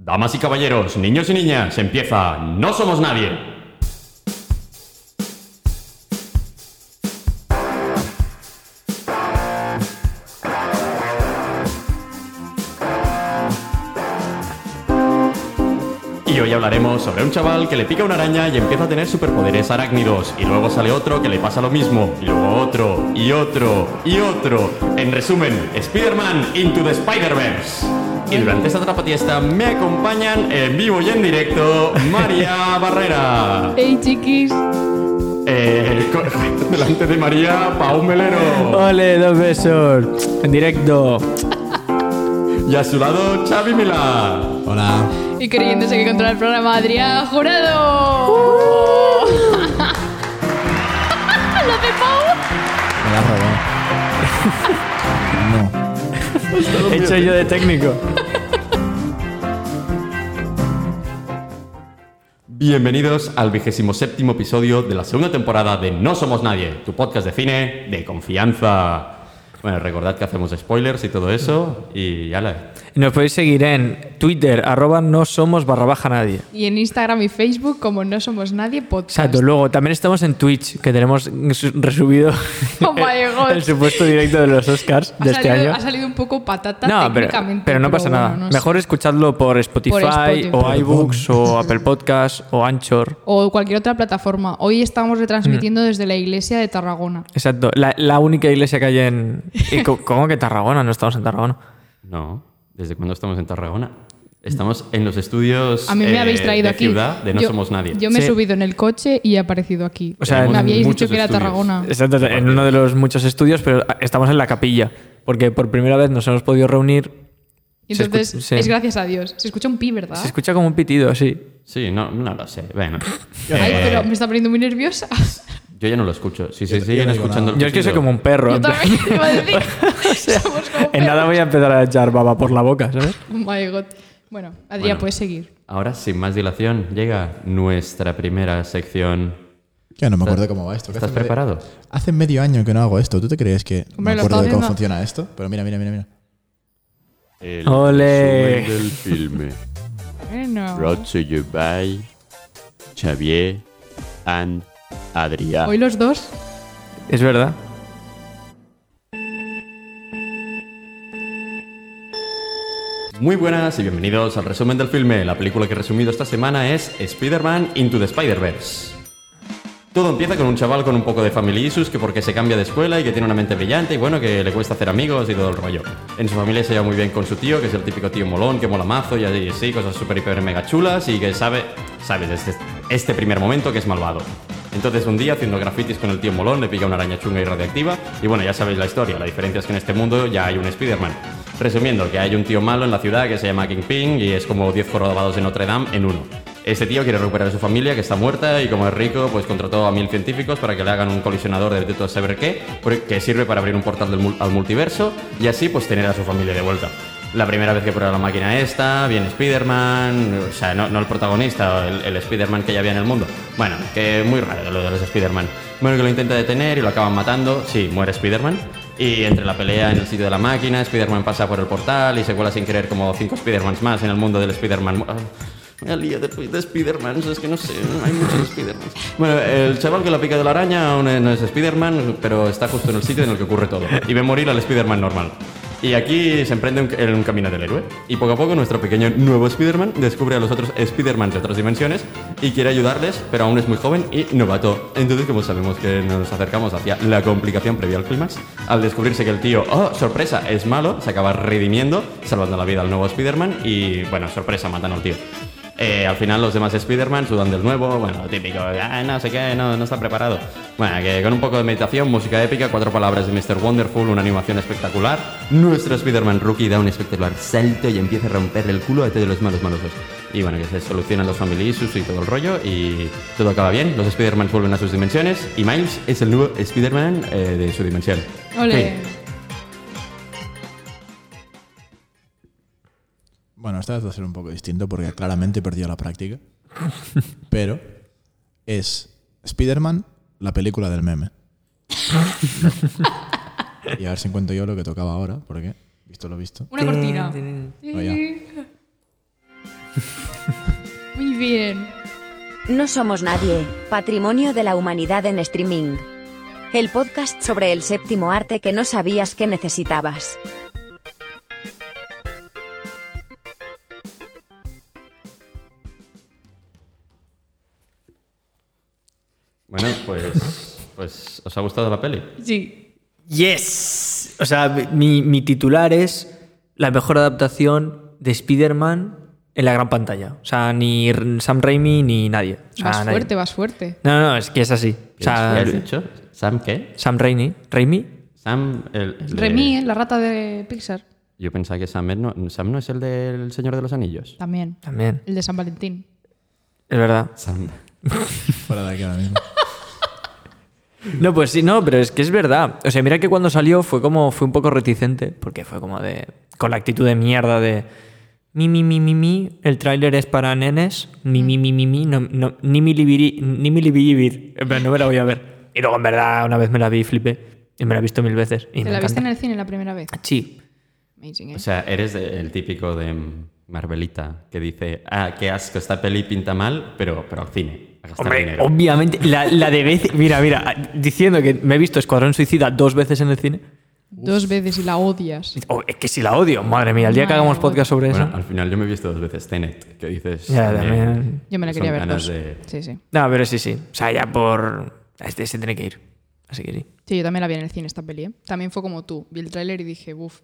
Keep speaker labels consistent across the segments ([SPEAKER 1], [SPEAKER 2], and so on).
[SPEAKER 1] Damas y caballeros, niños y niñas, empieza No Somos Nadie. Y hoy hablaremos sobre un chaval que le pica una araña y empieza a tener superpoderes arácnidos. Y luego sale otro que le pasa lo mismo. Y luego otro, y otro, y otro. En resumen, Spider-Man Into the Spider-Verse. Y durante esta trapatiesta me acompañan en vivo y en directo María Barrera.
[SPEAKER 2] Hey chiquis,
[SPEAKER 1] Eh, co- delante de María, Pau Melero.
[SPEAKER 3] Ole, dos besos. En directo.
[SPEAKER 1] Y a su lado, Xavi Milá.
[SPEAKER 3] Hola.
[SPEAKER 2] y creyéndose que controla el programa Adrián Jurado.
[SPEAKER 3] Uh.
[SPEAKER 2] Lo de Pau.
[SPEAKER 4] Me la has robado.
[SPEAKER 3] He hecho yo de técnico.
[SPEAKER 1] Bienvenidos al vigésimo séptimo episodio de la segunda temporada de No Somos Nadie, tu podcast de cine de confianza. Bueno, recordad que hacemos spoilers y todo eso y ya la...
[SPEAKER 3] Nos podéis seguir en Twitter, arroba no somos barra baja nadie.
[SPEAKER 2] Y en Instagram y Facebook, como no somos nadie, podcast.
[SPEAKER 3] Exacto, luego también estamos en Twitch, que tenemos su- resubido
[SPEAKER 2] Oh my God.
[SPEAKER 3] el, el supuesto directo de los Oscars
[SPEAKER 2] Ha
[SPEAKER 3] de este
[SPEAKER 2] salido-
[SPEAKER 3] año.
[SPEAKER 2] Ha salido un poco patata
[SPEAKER 3] No, pero,
[SPEAKER 2] técnicamente.
[SPEAKER 3] pero no pasa nada.
[SPEAKER 2] bueno, no sé.
[SPEAKER 3] Mejor escuchadlo por Spotify,
[SPEAKER 2] Spotify.
[SPEAKER 3] o iBooks o Apple Podcasts o Anchor.
[SPEAKER 2] O cualquier otra plataforma. Hoy estamos retransmitiendo desde la iglesia de Tarragona.
[SPEAKER 3] Exacto, la, la única iglesia que hay en... ¿Y co- ¿Cómo que Tarragona? No estamos en Tarragona.
[SPEAKER 1] No, ¿desde cuándo estamos en Tarragona? Estamos en los estudios
[SPEAKER 2] A mí me
[SPEAKER 1] eh,
[SPEAKER 2] habéis traído
[SPEAKER 1] de
[SPEAKER 2] aquí.
[SPEAKER 1] ciudad de No
[SPEAKER 2] Yo-
[SPEAKER 1] Somos Nadie.
[SPEAKER 2] Yo me he
[SPEAKER 3] Sí.
[SPEAKER 2] subido en el coche y he aparecido aquí.
[SPEAKER 3] O sea,
[SPEAKER 2] me
[SPEAKER 3] en
[SPEAKER 2] habíais dicho
[SPEAKER 1] muchos
[SPEAKER 2] que era
[SPEAKER 1] estudios.
[SPEAKER 2] Tarragona.
[SPEAKER 3] Exacto, en uno de los muchos estudios, pero estamos en la capilla, porque por primera vez nos hemos podido reunir.
[SPEAKER 2] Y
[SPEAKER 3] Se
[SPEAKER 2] entonces,
[SPEAKER 3] escu- sí.
[SPEAKER 2] es gracias a Dios. Se escucha un pi, ¿verdad?
[SPEAKER 3] Se escucha como un pitido, sí.
[SPEAKER 1] Sí, no, no lo sé. Bueno,
[SPEAKER 2] Ay,
[SPEAKER 1] eh,
[SPEAKER 2] pero me está poniendo muy nerviosa.
[SPEAKER 1] yo ya no lo escucho. Si se
[SPEAKER 4] yo
[SPEAKER 1] siguen
[SPEAKER 4] no digo
[SPEAKER 1] escuchando... el
[SPEAKER 3] Yo es que soy
[SPEAKER 1] ruido-
[SPEAKER 3] como un perro.
[SPEAKER 2] Yo
[SPEAKER 3] en plan-
[SPEAKER 2] también te iba a decir. Somos como
[SPEAKER 3] En nada voy a empezar a echar baba por la boca, ¿sabes?
[SPEAKER 2] perros. Oh my god. Bueno, Adrián,
[SPEAKER 1] Bueno.
[SPEAKER 2] puedes seguir.
[SPEAKER 1] Ahora, sin más dilación, llega nuestra primera sección.
[SPEAKER 4] Ya no me acuerdo cómo va esto. que
[SPEAKER 1] ¿Estás
[SPEAKER 4] hace medio-
[SPEAKER 1] preparado?
[SPEAKER 4] Hace medio año que no hago esto. ¿Tú te crees que
[SPEAKER 2] Hombre,
[SPEAKER 4] me
[SPEAKER 2] lo
[SPEAKER 4] acuerdo
[SPEAKER 2] estaba
[SPEAKER 4] de cómo
[SPEAKER 2] haciendo.
[SPEAKER 4] funciona esto? Pero mira, mira, mira, mira.
[SPEAKER 5] El
[SPEAKER 3] ¡Ole!
[SPEAKER 5] resumen del filme.
[SPEAKER 2] Bueno.
[SPEAKER 5] Brought to you by Xavier and Adrián.
[SPEAKER 2] Hoy los dos.
[SPEAKER 3] Es verdad.
[SPEAKER 1] Muy buenas y bienvenidos al resumen del filme. La película que he resumido esta semana es Spider-Man Into the Spider-Verse. Todo empieza con un chaval con un poco de family issues que porque se cambia de escuela y que tiene una mente brillante y bueno, que le cuesta hacer amigos y todo el rollo. En su familia se lleva muy bien con su tío, que es el típico tío molón, que mola mazo y así, sí, cosas súper, hiper, mega chulas y que sabe, sabe desde este primer momento que es malvado. Entonces un día, haciendo grafitis con el tío molón, le pica una araña chunga y radioactiva y bueno, ya sabéis la historia, la diferencia es que en este mundo ya hay un Spider-Man. Resumiendo, que hay un tío malo en la ciudad que se llama Kingpin y es como 10 jorobados de Notre Dame en uno. Este tío quiere recuperar a su familia que está muerta y como es rico, pues contrató a mil científicos para que le hagan un colisionador de todo saber qué, por- que sirve para abrir un portal del mul- al multiverso y así pues tener a su familia de vuelta. La primera vez que prueba la máquina esta, viene Spider-Man, o sea, no, no el protagonista, el, el Spider-Man que ya había en el mundo. Bueno, que muy raro lo de los Spider-Man. Bueno, que lo intenta detener y lo acaban matando, sí, muere Spider-Man. Y entre la pelea en el sitio de la máquina, Spider-Man pasa por el portal y se cuela sin querer como cinco Spider-Mans más en el mundo del Spider-Man. Ah, Me lío de, de Spider-Man, es que no sé, hay muchos Spider-Man. Bueno, el chaval que la pica de la araña aún no es Spider-Man, pero está justo en el sitio en el que ocurre todo. Y ve morir al Spider-Man normal. Y aquí se emprende un, en un camino del héroe. Y poco a poco nuestro pequeño nuevo Spider-Man descubre a los otros Spider-Man de otras dimensiones y quiere ayudarles, pero aún es muy joven y novato. Entonces, como sabemos que nos acercamos hacia la complicación previa al clímax, al descubrirse que el tío, oh, sorpresa, es malo, se acaba redimiendo, salvando la vida al nuevo Spider-Man y, bueno, sorpresa, matan al tío. Eh, al final los demás Spider-Man sudan del nuevo, bueno, lo típico, ah, no sé qué, no, no está preparado. Bueno, que con un poco de meditación, música épica, cuatro palabras de Mr. Wonderful, una animación espectacular, nuestro Spider-Man rookie da un espectacular salto y empieza a romperle el culo a todos los malos malosos. Y bueno, que se solucionan los family issues y todo el rollo y todo acaba bien, los Spider-Man vuelven a sus dimensiones y Miles es el nuevo Spider-Man eh, de su dimensión.
[SPEAKER 2] Ole.
[SPEAKER 1] Fin.
[SPEAKER 4] Bueno, esta vez va a ser un poco distinto porque claramente he perdido la práctica. Pero es Spider-Man, la película del meme. y a ver si encuentro yo lo que tocaba ahora, porque visto lo visto.
[SPEAKER 2] Una cortina.
[SPEAKER 4] Vaya.
[SPEAKER 2] Muy bien.
[SPEAKER 6] No somos nadie, patrimonio de la humanidad en streaming. El podcast sobre el séptimo arte que no sabías que necesitabas.
[SPEAKER 1] Bueno, pues, pues os ha gustado la peli.
[SPEAKER 2] Sí.
[SPEAKER 3] Yes. O sea, mi, mi titular es la mejor adaptación de Spider-Man en la gran pantalla. O sea, ni R- Sam Raimi ni nadie.
[SPEAKER 1] Ah,
[SPEAKER 3] O sea,
[SPEAKER 2] Vas
[SPEAKER 3] nadie.
[SPEAKER 2] fuerte, vas fuerte.
[SPEAKER 3] No, no, es que es así. O
[SPEAKER 1] ¿Qué
[SPEAKER 3] sea,
[SPEAKER 1] has dicho? ¿Sam qué?
[SPEAKER 3] Sam Raimi. Raimi.
[SPEAKER 1] Sam, el, el de-
[SPEAKER 2] Remy, ¿eh? la rata de Pixar.
[SPEAKER 1] Yo pensaba que Sam es- no, Sam no es el del Señor de los Anillos.
[SPEAKER 2] También.
[SPEAKER 3] También.
[SPEAKER 2] El de San Valentín.
[SPEAKER 3] Es verdad.
[SPEAKER 1] Sam.
[SPEAKER 4] Fuera de aquí ahora mismo.
[SPEAKER 3] No, pues sí, no, pero es que es verdad. O sea, mira que cuando salió fue como, fue un poco reticente, porque fue como de, con la actitud de mierda de, mi, mi, mi, mi, mi, el tráiler es para nenes, mi, mi, mi, mi, mi, no, no, ni mi libiri, ni mi libiribir. En plan, no me la voy a ver. Y luego, en verdad, una vez me la vi, flipé, y me la he visto mil veces. Y
[SPEAKER 2] ¿Te
[SPEAKER 3] me
[SPEAKER 2] la viste en
[SPEAKER 3] encanta.
[SPEAKER 2] el cine la primera vez?
[SPEAKER 3] Sí.
[SPEAKER 2] Amazing, ¿eh?
[SPEAKER 1] O sea, eres de- el típico de mm, Marvelita que dice, ah, qué asco, esta peli pinta mal, pero, pero al cine. A gastar
[SPEAKER 3] Hombre,
[SPEAKER 1] dinero.
[SPEAKER 3] obviamente, la, la de veces, mira, mira, diciendo que me he visto Escuadrón Suicida dos veces en el cine,
[SPEAKER 2] Dos veces y la odias.
[SPEAKER 3] oh, es que si la odio, madre mía, el día que
[SPEAKER 2] Madre
[SPEAKER 3] hagamos
[SPEAKER 2] mía.
[SPEAKER 3] podcast sobre
[SPEAKER 1] Bueno,
[SPEAKER 3] eso.
[SPEAKER 1] al final yo me he visto dos veces Tenet, que dices...
[SPEAKER 3] Ya,
[SPEAKER 1] eh,
[SPEAKER 3] también.
[SPEAKER 2] Yo me la
[SPEAKER 1] son
[SPEAKER 2] quería ver
[SPEAKER 1] ganas
[SPEAKER 2] dos.
[SPEAKER 1] de-
[SPEAKER 2] Sí, sí.
[SPEAKER 3] No, pero sí, sí. O sea, ya por. Este se tiene que ir. Así que sí.
[SPEAKER 2] Sí, yo también la vi en el cine esta peli, ¿eh? También fue como tú. Vi el tráiler y dije, buf.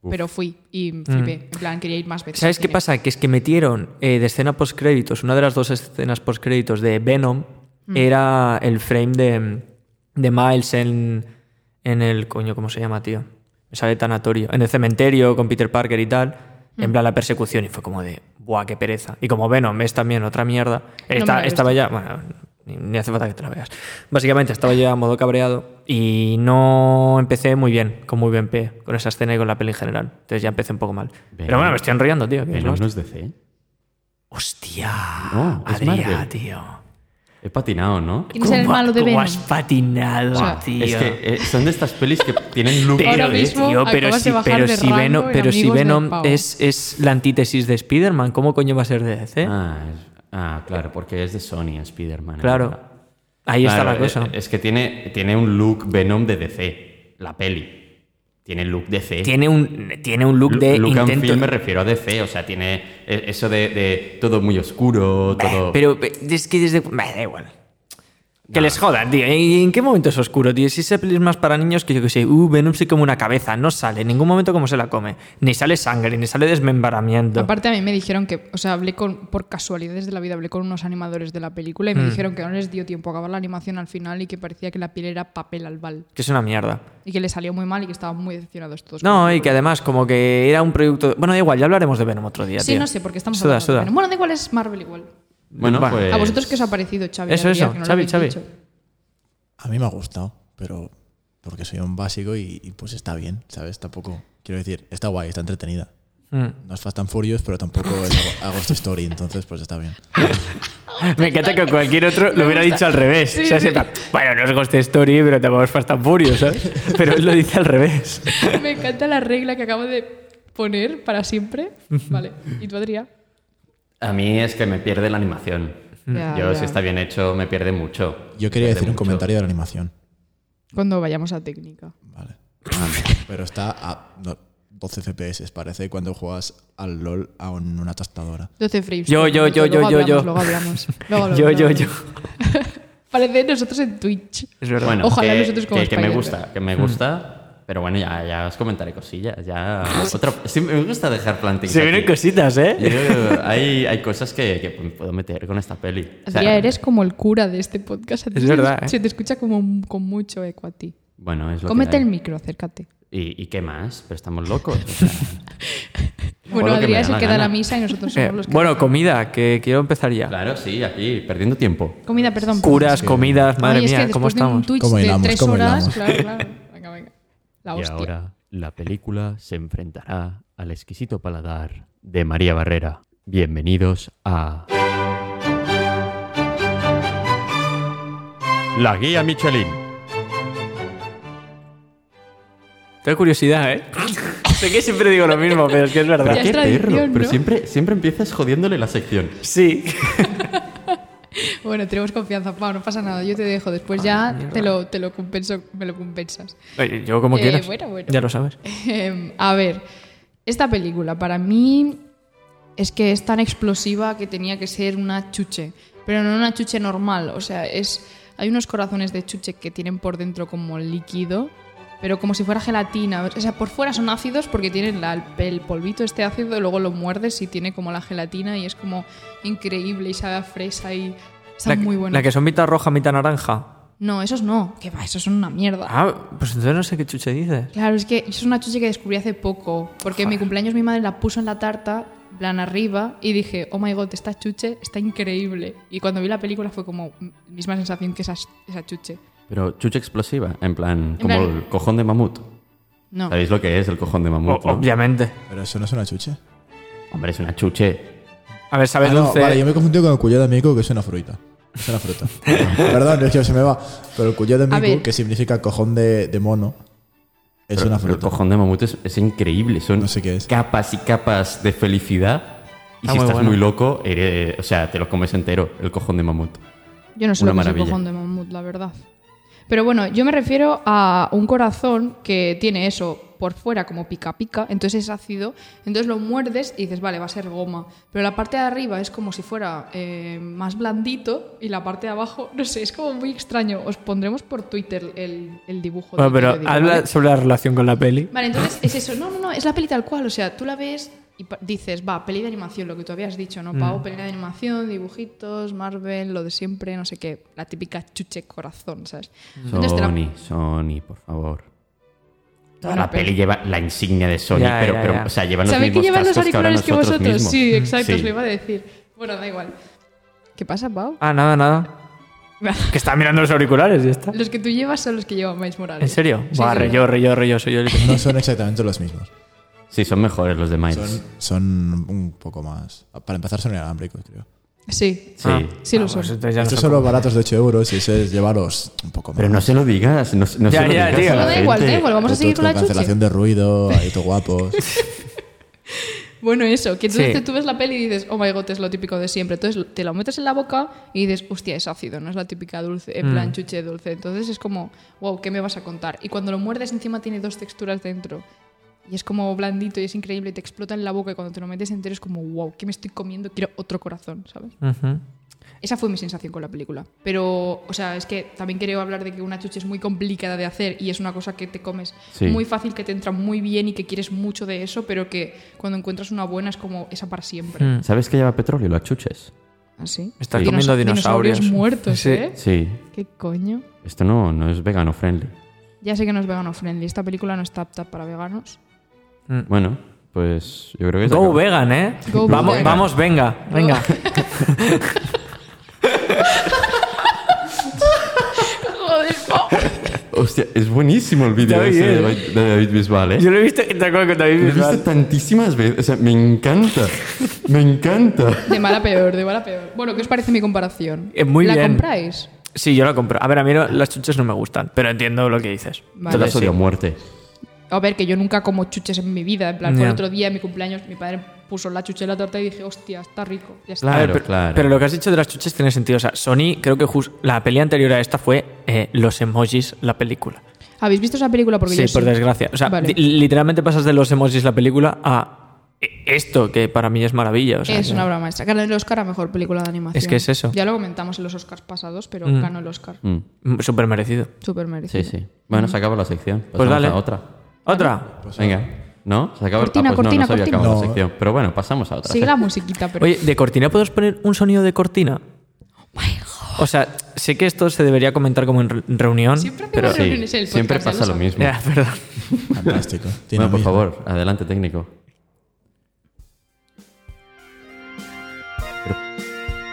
[SPEAKER 1] Uf.
[SPEAKER 2] Pero fui y flipé. En plan, quería ir más veces.
[SPEAKER 3] Mm. ¿Sabes
[SPEAKER 2] al
[SPEAKER 3] qué
[SPEAKER 2] cine.
[SPEAKER 3] pasa? Que es que metieron eh, de escena post-créditos, una de las dos escenas post-créditos de Venom
[SPEAKER 2] Mm.
[SPEAKER 3] era el frame de, de Miles en, en el. Coño, ¿cómo se llama, tío? Me sale tanatorio. En el cementerio con Peter Parker y tal.
[SPEAKER 2] Mm.
[SPEAKER 3] En plan, la persecución. Y fue como de. ¡Buah, qué pereza! Y como Venom es también otra mierda.
[SPEAKER 2] me
[SPEAKER 3] esta-
[SPEAKER 2] la he visto.
[SPEAKER 3] estaba ya. Bueno, ni, ni hace falta que te la veas. Básicamente estaba ya a modo cabreado. Y no empecé muy bien, con muy buen pie, con esa escena y con la peli en general. Entonces ya empecé un poco mal. Pero
[SPEAKER 1] Venom.
[SPEAKER 3] bueno, me estoy enrollando, tío. que es la
[SPEAKER 1] Venom
[SPEAKER 3] hostia.
[SPEAKER 1] no es DC.
[SPEAKER 3] Hostia.
[SPEAKER 1] No, es
[SPEAKER 3] Adrià,
[SPEAKER 1] Marvel.
[SPEAKER 3] tío.
[SPEAKER 1] He patinado, ¿no?
[SPEAKER 2] ¿Quién es el
[SPEAKER 3] ¿Cómo-
[SPEAKER 2] malo de
[SPEAKER 3] cómo
[SPEAKER 2] Venom?
[SPEAKER 3] has patinado,
[SPEAKER 2] sea,
[SPEAKER 3] tío.
[SPEAKER 1] Es que eh, son de estas pelis que tienen look...
[SPEAKER 3] Pero,
[SPEAKER 2] Ahora mismo
[SPEAKER 3] tío, pero
[SPEAKER 2] acabas
[SPEAKER 3] si,
[SPEAKER 2] de bajar
[SPEAKER 3] pero
[SPEAKER 2] de
[SPEAKER 3] si
[SPEAKER 2] rango
[SPEAKER 3] Venom,
[SPEAKER 2] en
[SPEAKER 3] pero si
[SPEAKER 2] amigos de
[SPEAKER 3] Venom
[SPEAKER 2] Pau.
[SPEAKER 3] es, es la antítesis de Spider-Man, ¿cómo coño va a ser de DC?
[SPEAKER 1] Ah, es- ah, claro, porque es de Sony, Spider-Man.
[SPEAKER 3] claro.
[SPEAKER 1] ¿eh?
[SPEAKER 3] Ahí está
[SPEAKER 1] Claro,
[SPEAKER 3] la cosa.
[SPEAKER 1] eh, Es, que tiene, tiene un look Venom de DC, la peli. Tiene look DC.
[SPEAKER 3] tiene, un, tiene un look de
[SPEAKER 1] Look eh, and
[SPEAKER 3] intento.
[SPEAKER 1] feel me refiero a DC, o sea, tiene eh, eso de, de todo muy oscuro, todo...
[SPEAKER 3] Pero eh, es que desde. Bah, da igual. Que les jodan, tío. ¿Y en qué momento es oscuro, tío? Si esa peli es más para niños que yo que sé, uh, Venom se come una cabeza, no sale en ningún momento como se la come. Ni sale sangre, ni sale desmembramiento.
[SPEAKER 2] Aparte a mí me dijeron que, o sea, hablé con, por casualidades de la vida, hablé con unos animadores de la película y
[SPEAKER 3] Mm.
[SPEAKER 2] me dijeron que no les dio tiempo a acabar la animación al final y que parecía que la piel era papel albal
[SPEAKER 3] que es una mierda.
[SPEAKER 2] y que le salió muy mal y que estaban muy decepcionados todos.
[SPEAKER 3] No, y que además como que era un producto... Bueno, da igual, ya hablaremos de Venom otro día.
[SPEAKER 2] Sí,
[SPEAKER 3] tío.
[SPEAKER 2] no sé, porque estamos
[SPEAKER 3] Suda,
[SPEAKER 2] hablando de
[SPEAKER 3] suda.
[SPEAKER 2] Venom. Bueno, da igual, es Marvel igual.
[SPEAKER 1] Bueno,
[SPEAKER 3] Bueno.
[SPEAKER 1] pues...
[SPEAKER 2] ¿A vosotros qué os ha parecido, Xavi?
[SPEAKER 3] Eso,
[SPEAKER 2] Adrián,
[SPEAKER 3] eso,
[SPEAKER 2] que no lo
[SPEAKER 3] Xavi,
[SPEAKER 2] habéis
[SPEAKER 3] Xavi.
[SPEAKER 2] dicho?
[SPEAKER 4] A mí me ha gustado, pero porque soy un básico y, y pues está bien, ¿sabes? Tampoco, quiero decir, está guay, está entretenida.
[SPEAKER 3] Mm.
[SPEAKER 4] No es Fast and Furious, pero tampoco es Ag- Agosto Story, entonces pues está bien.
[SPEAKER 3] Me encanta que cualquier otro lo hubiera dicho al revés.
[SPEAKER 2] Sí,
[SPEAKER 3] o sea,
[SPEAKER 2] sí.
[SPEAKER 3] sepa, bueno, no es Ghost Story, pero tampoco es Fast and Furious, ¿sabes? Pero él lo dice al revés.
[SPEAKER 2] Me encanta la regla que acabo de poner para siempre. Vale. ¿Y tú, Adrián?
[SPEAKER 1] A mí es que me pierde la animación.
[SPEAKER 3] Mm.
[SPEAKER 2] Ya,
[SPEAKER 1] Yo, si
[SPEAKER 2] ya.
[SPEAKER 1] está bien hecho, me pierde mucho.
[SPEAKER 4] Yo
[SPEAKER 1] Pierde
[SPEAKER 4] quería decir un
[SPEAKER 1] mucho.
[SPEAKER 4] comentario de la animación,
[SPEAKER 2] Cuando vayamos a técnica.
[SPEAKER 4] ¿vale? Pero está a no, 12 FPS, parece cuando juegas al LOL a un- una tostadora.
[SPEAKER 2] 12 frames.
[SPEAKER 3] Yo,
[SPEAKER 2] por
[SPEAKER 3] yo,
[SPEAKER 2] minuto.
[SPEAKER 3] yo, yo,
[SPEAKER 2] Luego
[SPEAKER 3] yo, yo.
[SPEAKER 2] hablamos, Luego hablamos. Luego hablamos,
[SPEAKER 3] Yo,
[SPEAKER 2] luego
[SPEAKER 3] yo, yo.
[SPEAKER 2] hablamos. Parece nosotros en Twitch.
[SPEAKER 3] Es verdad.
[SPEAKER 1] Bueno,
[SPEAKER 2] Ojalá
[SPEAKER 1] que,
[SPEAKER 2] nosotros como
[SPEAKER 1] que- que me
[SPEAKER 2] Spider-Man.
[SPEAKER 1] gusta, que me
[SPEAKER 3] Mm.
[SPEAKER 1] gusta. Pero bueno, ya, ya os comentaré cosillas. Ya otro, sí, me gusta dejar plantings.
[SPEAKER 3] Se vienen
[SPEAKER 1] aquí.
[SPEAKER 3] cositas, ¿eh?
[SPEAKER 1] Yo- hay, hay cosas que, que puedo meter con esta peli. O sea,
[SPEAKER 2] Adrián, eres como el cura de este podcast. A ti
[SPEAKER 3] Es
[SPEAKER 2] se te-
[SPEAKER 3] verdad, ¿eh?
[SPEAKER 2] Se te escucha como un- con mucho eco a ti.
[SPEAKER 1] Bueno, es lo que
[SPEAKER 2] Cómete
[SPEAKER 1] hay.
[SPEAKER 2] el micro, acércate.
[SPEAKER 1] ¿Y, y qué más? Pero estamos locos. o sea,
[SPEAKER 2] Bueno,
[SPEAKER 1] lo que me
[SPEAKER 2] Adrián
[SPEAKER 1] da
[SPEAKER 2] se
[SPEAKER 1] la
[SPEAKER 2] queda a
[SPEAKER 1] gana.
[SPEAKER 2] la misa y nosotros
[SPEAKER 3] Eh,
[SPEAKER 2] somos los que...
[SPEAKER 3] bueno, comida, que quiero empezar ya.
[SPEAKER 1] claro, sí, aquí, perdiendo tiempo.
[SPEAKER 2] Comida, perdón.
[SPEAKER 3] Curas,
[SPEAKER 4] Sí.
[SPEAKER 3] comidas, madre
[SPEAKER 2] Ay, es que
[SPEAKER 3] mía, ¿cómo
[SPEAKER 2] después de un
[SPEAKER 3] estamos?
[SPEAKER 2] Twitch
[SPEAKER 4] ¿Cómo
[SPEAKER 2] de
[SPEAKER 4] hilamos?
[SPEAKER 2] tres
[SPEAKER 4] ¿Cómo
[SPEAKER 2] horas,
[SPEAKER 4] hilamos?
[SPEAKER 2] claro, claro. Venga, venga. La
[SPEAKER 1] Y
[SPEAKER 2] Ah, hostia.
[SPEAKER 1] ahora la película se enfrentará al exquisito paladar de María Barrera. Bienvenidos a... La guía Michelin.
[SPEAKER 3] Tengo curiosidad, ¿eh? sé que siempre digo lo mismo, pero es que es verdad.
[SPEAKER 2] Ya es tradición,
[SPEAKER 1] Pero
[SPEAKER 2] ¿no?
[SPEAKER 1] siempre, siempre empiezas jodiéndole la sección.
[SPEAKER 3] Sí.
[SPEAKER 2] Bueno, tenemos confianza, Pau, no pasa nada, yo te dejo.
[SPEAKER 3] Ah,
[SPEAKER 2] Después ya te lo, te lo compenso, me lo compensas.
[SPEAKER 3] Oye, yo como
[SPEAKER 2] Eh,
[SPEAKER 3] quieras.
[SPEAKER 2] bueno, bueno.
[SPEAKER 3] Ya lo sabes.
[SPEAKER 2] Em, a ver, esta película para mí es que es tan explosiva que tenía que ser una chuche, pero no una chuche normal. O sea, es hay unos corazones de chuche que tienen por dentro como líquido, pero como si fuera gelatina. O sea, por fuera son ácidos porque tienen la- el polvito este ácido y luego lo muerdes y tiene como la gelatina y es como increíble y sabe a fresa y está
[SPEAKER 3] La,
[SPEAKER 2] muy bueno.
[SPEAKER 3] la que son mitad roja, mitad naranja.
[SPEAKER 2] No, esos no, que va, esos son una mierda.
[SPEAKER 3] Ah, pues entonces no sé qué chuche dices.
[SPEAKER 2] Claro, es que es una chuche que descubrí hace poco, porque en mi cumpleaños mi madre la puso en la tarta, en plan arriba, y dije, oh my god, esta chuche está increíble. Y cuando vi la película fue como mm, misma sensación que esa, esa chuche.
[SPEAKER 1] Pero chucha explosiva, en plan, como
[SPEAKER 2] plan-
[SPEAKER 1] el cojón de mamut.
[SPEAKER 2] No.
[SPEAKER 1] ¿Sabéis lo que es el cojón de mamut?
[SPEAKER 3] O-
[SPEAKER 1] no?
[SPEAKER 3] obviamente.
[SPEAKER 4] Pero eso no es una chuche.
[SPEAKER 1] Hombre, es una chuche.
[SPEAKER 3] A ver, sabe
[SPEAKER 4] Ah, no,
[SPEAKER 3] dulce.
[SPEAKER 4] vale, yo me he confundido con el cuello de Miku, que es una fruta. Es una fruta. Perdón, es que se me va. Pero el cuello de
[SPEAKER 2] ver.
[SPEAKER 4] Miku, que significa cojón de, de mono, es
[SPEAKER 1] Pero-
[SPEAKER 4] una
[SPEAKER 1] pero
[SPEAKER 4] fruta.
[SPEAKER 1] El cojón de mamut es, es increíble. Son
[SPEAKER 4] No sé qué es.
[SPEAKER 1] capas y capas de felicidad. Y
[SPEAKER 3] Está
[SPEAKER 1] si
[SPEAKER 3] muy
[SPEAKER 1] estás
[SPEAKER 3] bueno.
[SPEAKER 1] muy loco, eres- o sea, te lo comes entero, el cojón de mamut.
[SPEAKER 2] Yo no sé
[SPEAKER 1] Una
[SPEAKER 2] lo que es el
[SPEAKER 1] maravilla.
[SPEAKER 2] cojón de mamut, la verdad. Pero bueno, yo me refiero a un corazón que tiene eso por fuera como pica pica, entonces es ácido, entonces lo muerdes y dices, vale, va a ser goma. Pero la parte de arriba es como si fuera eh, más blandito y la parte de abajo, no sé, es como muy extraño. Os pondremos por Twitter el, el dibujo.
[SPEAKER 3] Bueno,
[SPEAKER 2] del
[SPEAKER 3] pero
[SPEAKER 2] periódico,
[SPEAKER 3] habla
[SPEAKER 2] ¿vale?
[SPEAKER 3] sobre la relación con la peli.
[SPEAKER 2] Vale, entonces es eso. No, no, no, es la peli tal cual. O sea, tú la ves y pa- dices, va, peli de animación, lo que tú habías dicho, ¿no, Pau? Peli de animación, dibujitos, Marvel, lo de siempre, no sé qué. La típica chuche corazón, ¿sabes? Entonces te la-
[SPEAKER 1] Mm. Sony, Sony, por favor. Toda
[SPEAKER 2] Bueno,
[SPEAKER 1] la
[SPEAKER 2] pero-
[SPEAKER 1] peli lleva la insignia de Sony,
[SPEAKER 3] Ya,
[SPEAKER 1] pero,
[SPEAKER 3] ya,
[SPEAKER 1] pero,
[SPEAKER 3] ya.
[SPEAKER 1] o sea, llevan los
[SPEAKER 2] ¿Sabéis que
[SPEAKER 1] mismos
[SPEAKER 2] llevan los
[SPEAKER 1] cascos que ahora
[SPEAKER 2] auriculares que
[SPEAKER 1] nosotros
[SPEAKER 2] vosotros?
[SPEAKER 1] mismos.
[SPEAKER 2] Sí, exacto,
[SPEAKER 1] Sí.
[SPEAKER 2] os lo iba a decir. Bueno, da igual. ¿Qué pasa, Pau?
[SPEAKER 3] Ah, nada, nada. Que está mirando los auriculares y ya está.
[SPEAKER 2] los que tú llevas son los que lleva Miles Morales.
[SPEAKER 3] ¿En serio?
[SPEAKER 2] Sí,
[SPEAKER 3] Va,
[SPEAKER 2] sí.
[SPEAKER 3] re yo, re yo, re yo, soy yo. el que-
[SPEAKER 4] No son exactamente los mismos.
[SPEAKER 1] Sí, son mejores los de Miles.
[SPEAKER 4] Son, son un poco más. Para empezar, son inalámbricos, creo.
[SPEAKER 2] Sí,
[SPEAKER 1] Sí.
[SPEAKER 3] Ah.
[SPEAKER 2] sí lo
[SPEAKER 3] Ah,
[SPEAKER 2] son.
[SPEAKER 3] pues entonces ya no
[SPEAKER 4] Estos
[SPEAKER 3] sé
[SPEAKER 4] son los
[SPEAKER 3] cómo.
[SPEAKER 4] baratos de 8 euros y ese es llevaros un poco más.
[SPEAKER 1] Pero no se lo digas, no, no
[SPEAKER 3] Ya,
[SPEAKER 1] se lo
[SPEAKER 3] ya,
[SPEAKER 1] digas.
[SPEAKER 3] tío.
[SPEAKER 1] a la
[SPEAKER 2] No, da igual, da
[SPEAKER 1] gente.
[SPEAKER 2] igual, vamos a
[SPEAKER 4] Bluetooth
[SPEAKER 2] seguir con la
[SPEAKER 4] con
[SPEAKER 2] chuche.
[SPEAKER 4] cancelación de ruido, ahí tú guapos.
[SPEAKER 2] Bueno, eso, que entonces
[SPEAKER 3] Sí.
[SPEAKER 2] te- tú ves la peli y dices, oh my god, es lo típico de siempre. Entonces te lo metes en la boca y dices, hostia, es ácido, no es la típica dulce, en plan chuche dulce. Entonces es como, wow, ¿qué me vas a contar? Y cuando lo muerdes encima tiene dos texturas dentro. Y es como blandito y es increíble, y te explota en la boca y cuando te lo metes entero es como, wow, ¿qué me estoy comiendo? Quiero otro corazón, ¿sabes?
[SPEAKER 3] Ujú.
[SPEAKER 2] Esa fue mi sensación con la película. Pero, o sea, es que también quiero hablar de que una chuche es muy complicada de hacer y es una cosa que te comes
[SPEAKER 1] Sí.
[SPEAKER 2] muy fácil, que te entra muy bien y que quieres mucho de eso, pero que cuando encuentras una buena es como esa para siempre.
[SPEAKER 3] Mm.
[SPEAKER 1] ¿Sabes que lleva petróleo las chuches?
[SPEAKER 2] ¿Así?
[SPEAKER 3] Me estás comiendo dinosaurios.
[SPEAKER 2] muertos,
[SPEAKER 3] Sí.
[SPEAKER 2] ¿eh?
[SPEAKER 1] Sí.
[SPEAKER 2] ¿Qué coño?
[SPEAKER 1] Esto no, no es vegano friendly.
[SPEAKER 2] Ya sé que no es vegano friendly. Esta película no está apta para veganos.
[SPEAKER 1] Bueno, pues yo creo que... se
[SPEAKER 3] Go
[SPEAKER 1] acabó.
[SPEAKER 3] vegan, ¿eh?
[SPEAKER 2] Go
[SPEAKER 3] vamos,
[SPEAKER 2] vegan.
[SPEAKER 3] vamos, venga, venga.
[SPEAKER 2] Joder, Pau.
[SPEAKER 1] Hostia, es buenísimo el vídeo
[SPEAKER 3] Ya
[SPEAKER 1] ese
[SPEAKER 3] vi,
[SPEAKER 1] de
[SPEAKER 3] eh.
[SPEAKER 1] David, de David Bisbal, ¿eh?
[SPEAKER 3] Yo lo he visto, te acuerdas que
[SPEAKER 1] Lo he
[SPEAKER 3] también
[SPEAKER 1] visto tantísimas veces. O sea, me encanta. Me encanta.
[SPEAKER 2] De mal a peor, de mal a peor. Bueno, ¿qué os parece mi comparación?
[SPEAKER 3] Eh, muy
[SPEAKER 2] ¿La
[SPEAKER 3] bien.
[SPEAKER 2] compráis?
[SPEAKER 3] Sí, yo lo compro. A ver, a mí no- las chuches no me gustan, pero entiendo lo que dices.
[SPEAKER 2] Vale.
[SPEAKER 1] Te las odio a muerte.
[SPEAKER 2] A ver, que yo nunca como chuches en mi vida. En plan, fue el
[SPEAKER 3] Ya.
[SPEAKER 2] otro día, en mi cumpleaños, mi padre puso la chuche en la torta y dije, hostia, está rico. Ya está.
[SPEAKER 3] A ver,
[SPEAKER 1] Claro,
[SPEAKER 3] pero,
[SPEAKER 1] claro.
[SPEAKER 3] pero lo que has dicho de las chuches tiene sentido. O sea, Sony, creo que jus- la pelea anterior a esta fue eh, los emojis, la película.
[SPEAKER 2] ¿Habéis visto esa película? Porque
[SPEAKER 3] sí,
[SPEAKER 2] yo
[SPEAKER 3] por desgracia. O sea,
[SPEAKER 2] Vale.
[SPEAKER 3] di- literalmente pasas de los emojis, la película, a e- esto, que para mí es maravilla. o sea,
[SPEAKER 2] es
[SPEAKER 3] que-
[SPEAKER 2] una obra maestra. Ganó el Oscar a mejor película de animación.
[SPEAKER 3] Es que es eso.
[SPEAKER 2] Ya lo comentamos en los Oscars pasados, pero ganó el Oscar.
[SPEAKER 1] Mm,
[SPEAKER 3] Mm, Súper merecido.
[SPEAKER 2] Súper
[SPEAKER 1] sí,
[SPEAKER 2] merecido.
[SPEAKER 1] sí. Bueno, se acaba la sección. Pasamos
[SPEAKER 3] Pues dale.
[SPEAKER 1] a otra.
[SPEAKER 3] Otra.
[SPEAKER 1] Venga. ¿No? Se acaba
[SPEAKER 2] Cortina,
[SPEAKER 1] ah, pues
[SPEAKER 2] cortina,
[SPEAKER 1] no, no se había
[SPEAKER 2] cortina.
[SPEAKER 1] acabado
[SPEAKER 4] No.
[SPEAKER 1] la sección. Pero bueno, pasamos a otra.
[SPEAKER 2] Sigue la musiquita, pero. Oh
[SPEAKER 3] Oye, ¿de cortina puedes poner un sonido de cortina? O sea, sé que esto se debería comentar como en re- reunión.
[SPEAKER 2] siempre hacemos
[SPEAKER 3] pero...
[SPEAKER 1] Sí,
[SPEAKER 2] reuniones en el podcast. ¿eh?
[SPEAKER 1] siempre
[SPEAKER 2] ya lo
[SPEAKER 1] pasa lo
[SPEAKER 2] sabes.
[SPEAKER 1] mismo.
[SPEAKER 3] Ya, perdón.
[SPEAKER 4] Fantástico.
[SPEAKER 1] Bueno, por
[SPEAKER 4] Dinamismo.
[SPEAKER 1] favor, adelante técnico.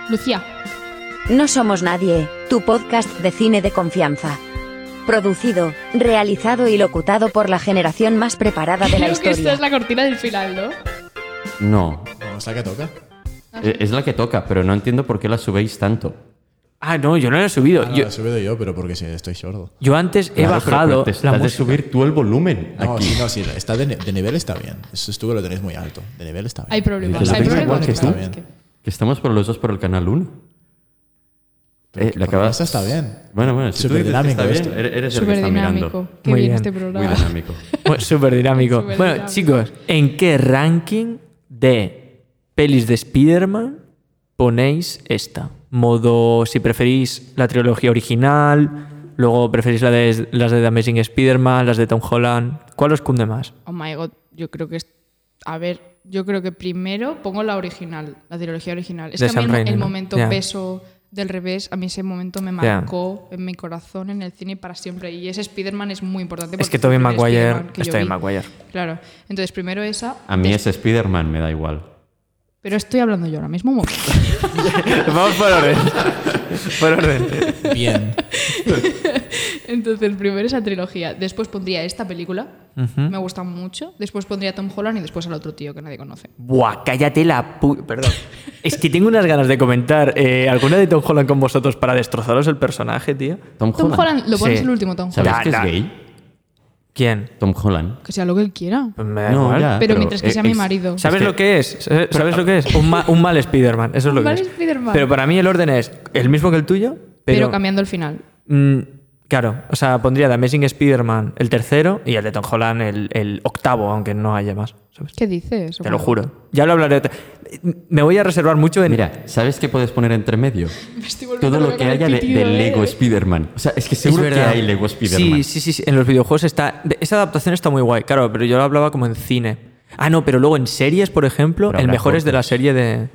[SPEAKER 2] Lucía,
[SPEAKER 6] No somos nadie, tu podcast de cine de confianza. Producido, realizado y locutado por la generación más preparada de
[SPEAKER 2] creo
[SPEAKER 6] la
[SPEAKER 2] que esta
[SPEAKER 6] historia.
[SPEAKER 2] es la cortina del final, ¿no?
[SPEAKER 1] No, e,
[SPEAKER 4] No, o sea, que toca.
[SPEAKER 2] Ah,
[SPEAKER 1] Eh, Es la que toca, pero no entiendo por qué la subéis tanto.
[SPEAKER 3] Ah, no, yo no lo he subido.
[SPEAKER 4] Ah, no,
[SPEAKER 3] yo,
[SPEAKER 4] lo he subido yo, pero porque sí, estoy sordo.
[SPEAKER 3] yo antes he
[SPEAKER 7] Claro, pero- pero
[SPEAKER 3] bajado
[SPEAKER 7] te
[SPEAKER 3] la
[SPEAKER 7] estás de
[SPEAKER 3] música.
[SPEAKER 7] subir tú el volumen
[SPEAKER 4] No,
[SPEAKER 7] aquí.
[SPEAKER 4] sí, no, sí, está de, ne- de nivel está bien. Eso es tú que lo tenéis muy alto. De nivel está bien.
[SPEAKER 2] Hay problemas.
[SPEAKER 7] ¿La
[SPEAKER 2] hay
[SPEAKER 7] veis
[SPEAKER 2] problemas,
[SPEAKER 7] igual que
[SPEAKER 2] claro,
[SPEAKER 7] tú?
[SPEAKER 2] es que-
[SPEAKER 7] Que estamos por los dos por el canal 1. Eh, le
[SPEAKER 4] Pero
[SPEAKER 7] acabas...
[SPEAKER 4] eso está bien.
[SPEAKER 7] Bueno, bueno, si tú dices que
[SPEAKER 4] Superdinámico
[SPEAKER 7] está bien,
[SPEAKER 4] esto.
[SPEAKER 7] eres el que
[SPEAKER 2] Súper
[SPEAKER 7] está
[SPEAKER 2] dinámico.
[SPEAKER 7] mirando.
[SPEAKER 2] Qué
[SPEAKER 3] Muy
[SPEAKER 2] bien,
[SPEAKER 3] bien.
[SPEAKER 2] este
[SPEAKER 7] Muy
[SPEAKER 2] programa.
[SPEAKER 7] dinámico.
[SPEAKER 3] Bueno, Súper dinámico.
[SPEAKER 2] Súper
[SPEAKER 3] bueno,
[SPEAKER 2] dinámico.
[SPEAKER 3] chicos, ¿en qué ranking de pelis de Spider-Man ponéis esta? Modo, si preferís la trilogía original, luego preferís la de, las de The Amazing Spider-Man, las de Tom Holland. ¿Cuál os cunde más?
[SPEAKER 2] Oh my god, yo creo que es. A ver, yo creo que primero pongo la original, la trilogía original. Es
[SPEAKER 3] De
[SPEAKER 2] que a mí
[SPEAKER 3] Sam
[SPEAKER 2] el,
[SPEAKER 3] Raimi,
[SPEAKER 2] el
[SPEAKER 3] ¿no?
[SPEAKER 2] momento
[SPEAKER 3] Ya.
[SPEAKER 2] peso del revés, a mí ese momento me
[SPEAKER 3] Ya.
[SPEAKER 2] marcó en mi corazón, en el cine para siempre. Y ese Spider-Man es muy importante.
[SPEAKER 3] Es
[SPEAKER 2] porque
[SPEAKER 3] que
[SPEAKER 2] fue
[SPEAKER 3] Tobey
[SPEAKER 2] el primer
[SPEAKER 3] Maguire.
[SPEAKER 2] Spider-Man que
[SPEAKER 3] Es
[SPEAKER 2] yo
[SPEAKER 3] Tobey
[SPEAKER 2] vi.
[SPEAKER 3] Maguire.
[SPEAKER 2] Claro. Entonces, primero esa.
[SPEAKER 7] A mí ese Spider-Man me da igual.
[SPEAKER 2] Pero estoy hablando yo ahora mismo. un momento.
[SPEAKER 3] Vamos por orden. por orden.
[SPEAKER 4] Bien.
[SPEAKER 2] Entonces, primero esa trilogía. Después pondría esta película. Me gusta mucho. Después pondría a Tom Holland y después al otro tío que nadie conoce.
[SPEAKER 3] Buah, cállate la pu... Perdón. Es que tengo unas ganas de comentar eh, alguna de Tom Holland con vosotros para destrozaros el personaje, tío.
[SPEAKER 7] Tom,
[SPEAKER 2] Tom
[SPEAKER 7] Holland.
[SPEAKER 2] Holland, lo pones
[SPEAKER 3] Sí.
[SPEAKER 2] el último Tom
[SPEAKER 7] ¿Sabes
[SPEAKER 2] Holland.
[SPEAKER 3] Ya,
[SPEAKER 7] que es
[SPEAKER 3] ya.
[SPEAKER 7] gay?
[SPEAKER 3] ¿Quién?
[SPEAKER 7] Tom Holland.
[SPEAKER 2] Que sea lo que él quiera.
[SPEAKER 3] Pues me da
[SPEAKER 7] No,
[SPEAKER 3] igual.
[SPEAKER 7] ya.
[SPEAKER 2] Pero,
[SPEAKER 7] pero
[SPEAKER 2] mientras que
[SPEAKER 7] es-
[SPEAKER 2] sea mi
[SPEAKER 7] es-
[SPEAKER 2] marido.
[SPEAKER 3] ¿Sabes lo que es? ¿Sabes sabes lo que es? Un, ma- un mal Spider-Man. Eso es
[SPEAKER 2] Un
[SPEAKER 3] lo que
[SPEAKER 2] mal
[SPEAKER 3] es.
[SPEAKER 2] Spider-Man.
[SPEAKER 3] Pero para mí el orden es el mismo que el tuyo,
[SPEAKER 2] Pero,
[SPEAKER 3] pero.
[SPEAKER 2] cambiando el final.
[SPEAKER 3] Mm, claro, o sea, pondría The Amazing Spider-Man el tercero y el de Tom Holland el, el octavo, aunque no haya más. ¿sabes?
[SPEAKER 2] ¿Qué dices?
[SPEAKER 3] Te lo juro. Ya lo hablaré. otra- Me voy a reservar mucho en.
[SPEAKER 7] Mira, ¿sabes qué puedes poner entre medio?
[SPEAKER 2] Me estoy volviendo
[SPEAKER 7] Todo lo
[SPEAKER 2] loca
[SPEAKER 7] que
[SPEAKER 2] del
[SPEAKER 7] haya de,
[SPEAKER 2] pitido,
[SPEAKER 7] de Lego
[SPEAKER 2] eh.
[SPEAKER 7] Spider-Man. O sea, es que
[SPEAKER 3] Es
[SPEAKER 7] seguro que
[SPEAKER 3] verdad.
[SPEAKER 7] hay Lego Spider-Man.
[SPEAKER 3] Sí, sí, sí, sí, En los videojuegos está. Esa adaptación está muy guay, claro, pero yo lo hablaba como en cine. Ah, no, pero luego en series, por ejemplo,
[SPEAKER 7] Pero
[SPEAKER 3] el
[SPEAKER 7] habrá
[SPEAKER 3] mejor es de la serie de,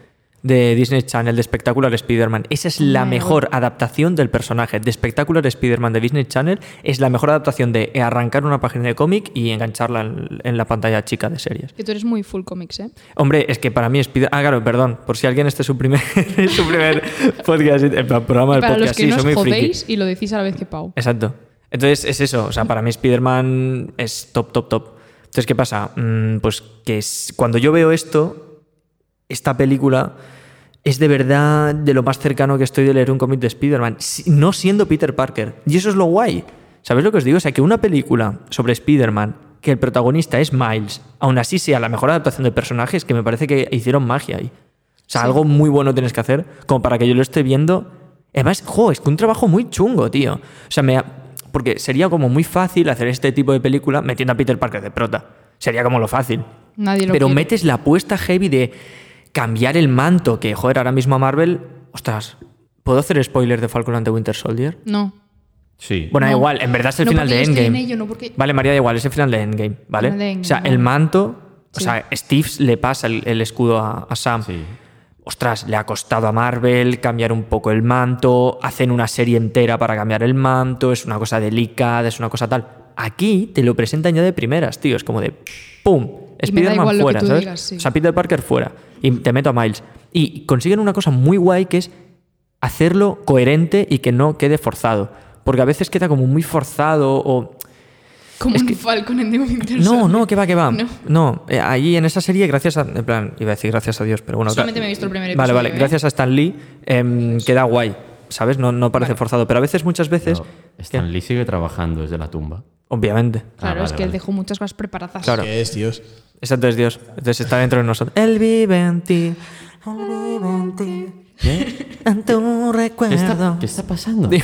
[SPEAKER 3] de Disney Channel, de Spectacular Spider-Man. Esa es la mejor adaptación del personaje. De Spectacular Spider-Man de Disney Channel es la mejor adaptación de arrancar una página de cómic y engancharla en, en la pantalla chica de series.
[SPEAKER 2] Que tú eres muy full comics, ¿eh?
[SPEAKER 3] Hombre, es que para mí Spider... Ah, claro, perdón, por si alguien este es su primer, su primer podcast, en plan, programa del
[SPEAKER 2] Para los
[SPEAKER 3] podcast,
[SPEAKER 2] que
[SPEAKER 3] sí,
[SPEAKER 2] no
[SPEAKER 3] soy
[SPEAKER 2] os
[SPEAKER 3] muy friki.
[SPEAKER 2] jodéis y lo decís a la vez que Pau.
[SPEAKER 3] Exacto. Entonces es eso. O sea, para mí Spider-Man es top, top, top. Entonces, ¿qué pasa? Mm, pues que es- cuando yo veo esto, esta película es de verdad de lo más cercano que estoy de leer un cómic de Spider-Man, si- no siendo Peter Parker. Y eso es lo guay. ¿Sabéis lo que os digo? O sea, que una película sobre Spider-Man, que el protagonista es Miles, aún así sea la mejor adaptación de personajes, que me parece que hicieron magia ahí. O sea, algo muy bueno tienes que hacer como para que yo lo esté viendo. Además, jo, es que un trabajo muy chungo, tío. O sea, me, porque sería como muy fácil hacer este tipo de película metiendo a Peter Parker de prota. Sería como lo fácil.
[SPEAKER 2] Nadie lo
[SPEAKER 3] Pero
[SPEAKER 2] quiere.
[SPEAKER 3] metes la apuesta heavy de cambiar el manto, que, joder, ahora mismo a Marvel... Ostras, ¿puedo hacer spoiler de Falcon and the Winter Soldier?
[SPEAKER 2] No.
[SPEAKER 7] Sí.
[SPEAKER 3] Bueno, da
[SPEAKER 2] No.
[SPEAKER 3] igual, en verdad es el
[SPEAKER 2] No,
[SPEAKER 3] final
[SPEAKER 2] porque
[SPEAKER 3] de
[SPEAKER 2] yo estoy
[SPEAKER 3] Endgame.
[SPEAKER 2] en ello, no porque-
[SPEAKER 3] Vale, María, da igual, es el final de Endgame, ¿vale?
[SPEAKER 2] Final de Endgame,
[SPEAKER 3] o sea, el
[SPEAKER 2] vale.
[SPEAKER 3] manto,
[SPEAKER 2] Sí.
[SPEAKER 3] o sea, Steve le pasa el, el escudo a, a Sam.
[SPEAKER 7] Sí.
[SPEAKER 3] Ostras, le ha costado a Marvel cambiar un poco el manto, hacen una serie entera para cambiar el manto, es una cosa delicada, es una cosa tal. Aquí te lo presentan ya de primeras, tío, es como de ¡pum!
[SPEAKER 2] Y me da
[SPEAKER 3] Spider-Man
[SPEAKER 2] igual lo que
[SPEAKER 3] fuera,
[SPEAKER 2] tú
[SPEAKER 3] ¿sabes?
[SPEAKER 2] digas, sí.
[SPEAKER 3] O sea, Peter Parker fuera. Y te meto a Miles. Y consiguen una cosa muy guay que es hacerlo coherente y que no quede forzado. Porque a veces queda como muy forzado o...
[SPEAKER 2] Como un Falcon en The Winter
[SPEAKER 3] No,
[SPEAKER 2] Soldier.
[SPEAKER 3] no, Ah, que va, que va.
[SPEAKER 2] No.
[SPEAKER 3] No, eh, ahí en esa serie, gracias a... En plan, iba a decir gracias a Dios, pero bueno...
[SPEAKER 2] Solamente
[SPEAKER 3] gra-
[SPEAKER 2] me he visto el primer
[SPEAKER 3] Vale,
[SPEAKER 2] episodio,
[SPEAKER 3] vale.
[SPEAKER 2] ¿eh?
[SPEAKER 3] Gracias a Stan Lee em, queda guay, ¿sabes? No, no parece
[SPEAKER 2] Vale.
[SPEAKER 3] forzado. Pero a veces, muchas veces...
[SPEAKER 7] Pero Stan Lee sigue trabajando desde la tumba.
[SPEAKER 3] Obviamente.
[SPEAKER 2] Claro,
[SPEAKER 7] Ah,
[SPEAKER 2] es
[SPEAKER 7] vale,
[SPEAKER 2] que él
[SPEAKER 7] vale.
[SPEAKER 2] dejó muchas cosas preparadas.
[SPEAKER 3] Claro.
[SPEAKER 4] ¿Qué es, tíos?
[SPEAKER 3] Exacto, es Dios. Entonces está dentro de nosotros. Él vive en ti. Él vive en ti. En tu recuerdo.
[SPEAKER 7] ¿Qué está, qué está pasando?
[SPEAKER 3] El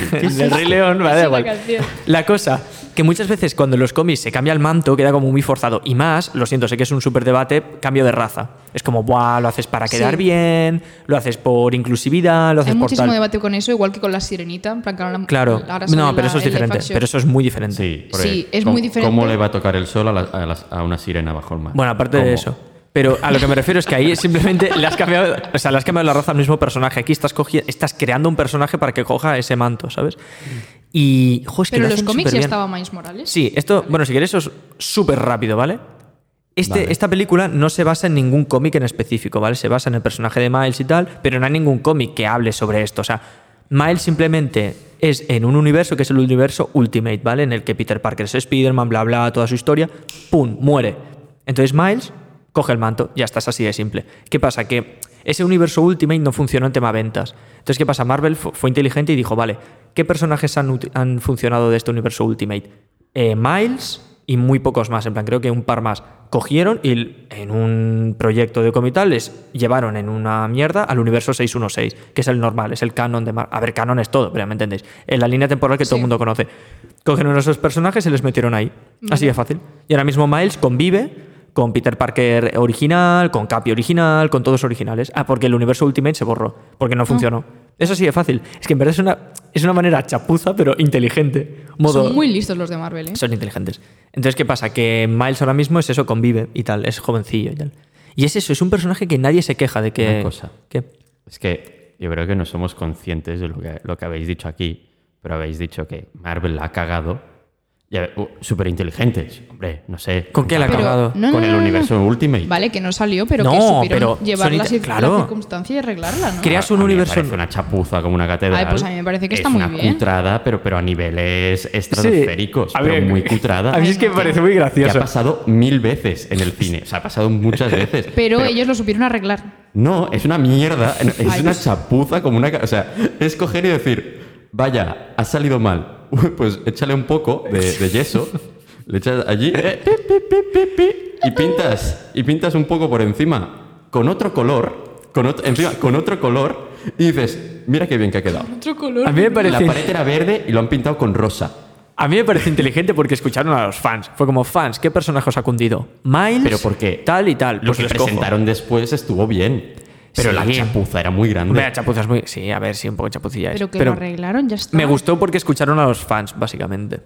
[SPEAKER 3] Ah, Rey León, vale, da
[SPEAKER 2] Es una
[SPEAKER 3] igual.
[SPEAKER 2] canción.
[SPEAKER 3] La cosa, que muchas veces cuando en los cómics se cambia el manto, queda como muy forzado. Y más, lo siento, sé que es un súper debate, cambio de raza. Es como, buah, lo haces para quedar bien, lo haces por inclusividad, lo haces
[SPEAKER 2] Hay
[SPEAKER 3] por
[SPEAKER 2] muchísimo
[SPEAKER 3] tal.
[SPEAKER 2] debate con eso, igual que con la sirenita. En plan, que ahora-
[SPEAKER 3] Claro,
[SPEAKER 2] ahora sale
[SPEAKER 3] no,
[SPEAKER 2] la-
[SPEAKER 3] pero eso es
[SPEAKER 2] el live
[SPEAKER 3] diferente.
[SPEAKER 2] action.
[SPEAKER 3] Pero eso es muy diferente.
[SPEAKER 7] Sí, porque
[SPEAKER 2] Sí, es
[SPEAKER 7] ¿cómo-
[SPEAKER 2] muy diferente.
[SPEAKER 7] ¿Cómo le va a tocar el sol a, la- a las- a una sirena bajo el mar?
[SPEAKER 3] Bueno, aparte de
[SPEAKER 7] ¿Cómo?
[SPEAKER 3] eso. Pero a lo que me refiero es que ahí simplemente le has cambiado, o sea, le has cambiado la raza al mismo personaje. Aquí estás, cogi- estás creando un personaje para que coja ese manto, ¿sabes? Y, jo, es que
[SPEAKER 2] Pero
[SPEAKER 3] lo
[SPEAKER 2] en los
[SPEAKER 3] hacen
[SPEAKER 2] cómics ya
[SPEAKER 3] superbién.
[SPEAKER 2] estaba Miles Morales.
[SPEAKER 3] Sí, esto, bueno, si queréis, eso es súper rápido, ¿vale? Este, Esta película no se basa en ningún cómic en específico, ¿vale? Se basa en el personaje de Miles y tal, pero no hay ningún cómic que hable sobre esto. O sea, Miles simplemente es en un universo que es el universo Ultimate, ¿vale? En el que Peter Parker es Spider-Man, bla, bla, toda su historia, ¡pum! muere. Entonces Miles coge el manto, ya está, es así de simple. ¿Qué pasa? Que ese universo Ultimate no funcionó en tema ventas. Entonces, ¿qué pasa? Marvel fu- fue inteligente y dijo, vale, ¿qué personajes han, uti- han funcionado de este universo Ultimate? Eh, Miles y muy pocos más, en plan, creo que un par más. Cogieron y l- en un proyecto de comital les llevaron en una mierda al universo 616, que es el normal, es el canon de Marvel. A ver, canon es todo, pero ya me entendéis. En la línea temporal que todo el
[SPEAKER 2] Sí.
[SPEAKER 3] mundo conoce. Cogieron a esos personajes y les metieron ahí. Así de fácil. Y ahora mismo Miles convive con Peter Parker original, con Capi original, con todos originales. Ah, porque el universo Ultimate se borró, porque
[SPEAKER 2] Ah.
[SPEAKER 3] no funcionó. Eso sí de fácil. Es que en verdad es una, es una manera chapuza, pero inteligente. Modo,
[SPEAKER 2] Son muy listos los de Marvel, ¿eh?
[SPEAKER 3] son inteligentes. Entonces, ¿qué pasa? Que Miles ahora mismo es eso, convive y tal, es jovencillo y tal. Y es eso, es un personaje que nadie se queja de que...
[SPEAKER 7] Una cosa.
[SPEAKER 3] ¿Qué?
[SPEAKER 1] Es que yo creo que no somos conscientes de lo que, lo que habéis dicho aquí, pero habéis dicho que Marvel la ha cagado. Súper inteligentes, hombre, no sé.
[SPEAKER 3] ¿Con qué la ha
[SPEAKER 2] Pero-
[SPEAKER 3] cagado?
[SPEAKER 2] No,
[SPEAKER 1] con
[SPEAKER 2] no,
[SPEAKER 1] el
[SPEAKER 2] no, no.
[SPEAKER 1] universo Ultimate.
[SPEAKER 2] Vale, que no salió, pero que
[SPEAKER 3] No,
[SPEAKER 2] supieron
[SPEAKER 3] pero
[SPEAKER 2] llevar
[SPEAKER 3] son
[SPEAKER 2] la,
[SPEAKER 3] inte-
[SPEAKER 2] cir-
[SPEAKER 3] claro.
[SPEAKER 2] la circunstancia y arreglarla, ¿no?
[SPEAKER 3] Creas un
[SPEAKER 1] A mí me
[SPEAKER 3] universo...
[SPEAKER 1] parece una chapuza como una catedral.
[SPEAKER 2] Ay, pues a mí me parece que está
[SPEAKER 1] es
[SPEAKER 2] muy
[SPEAKER 1] una
[SPEAKER 2] bien.
[SPEAKER 1] cutrada, pero, pero a niveles estratosféricos.
[SPEAKER 3] A
[SPEAKER 1] pero
[SPEAKER 3] ver,
[SPEAKER 1] muy cutrada.
[SPEAKER 3] A mí es que me parece muy
[SPEAKER 1] que ha
[SPEAKER 3] gracioso.
[SPEAKER 1] pasado mil veces en el cine. O sea, ha pasado muchas veces.
[SPEAKER 2] Pero, ellos lo supieron arreglar.
[SPEAKER 1] No, es una mierda. no, Es
[SPEAKER 2] Ay,
[SPEAKER 1] una
[SPEAKER 2] pues-
[SPEAKER 1] chapuza como una... ca- O sea, es coger y decir, vaya, ha salido mal. Uy, Pues échale un poco de, de yeso. Le echas allí eh, pi, pi, pi, pi, pi, y pintas y pintas un poco por encima con otro color, con ot- encima con otro color y dices, mira qué bien que ha quedado.
[SPEAKER 2] Otro color.
[SPEAKER 3] A mí me
[SPEAKER 1] La
[SPEAKER 3] parece...
[SPEAKER 1] pared era verde y lo han pintado con rosa.
[SPEAKER 3] A mí me parece inteligente porque escucharon a los fans. Fue como, fans, ¿qué personaje os ha cundido? Miles,
[SPEAKER 1] Pero porque
[SPEAKER 3] tal y tal.
[SPEAKER 1] Lo
[SPEAKER 3] Pues
[SPEAKER 1] que
[SPEAKER 3] los cojo.
[SPEAKER 1] presentaron después estuvo bien, pero
[SPEAKER 3] Sí.
[SPEAKER 1] la chapuza era muy grande.
[SPEAKER 3] Hombre, la chapuza es muy... Sí, a ver, sí, un poco chapucilla es.
[SPEAKER 2] Pero que
[SPEAKER 3] Pero
[SPEAKER 2] lo arreglaron, ya está.
[SPEAKER 3] me gustó porque escucharon a los fans, básicamente.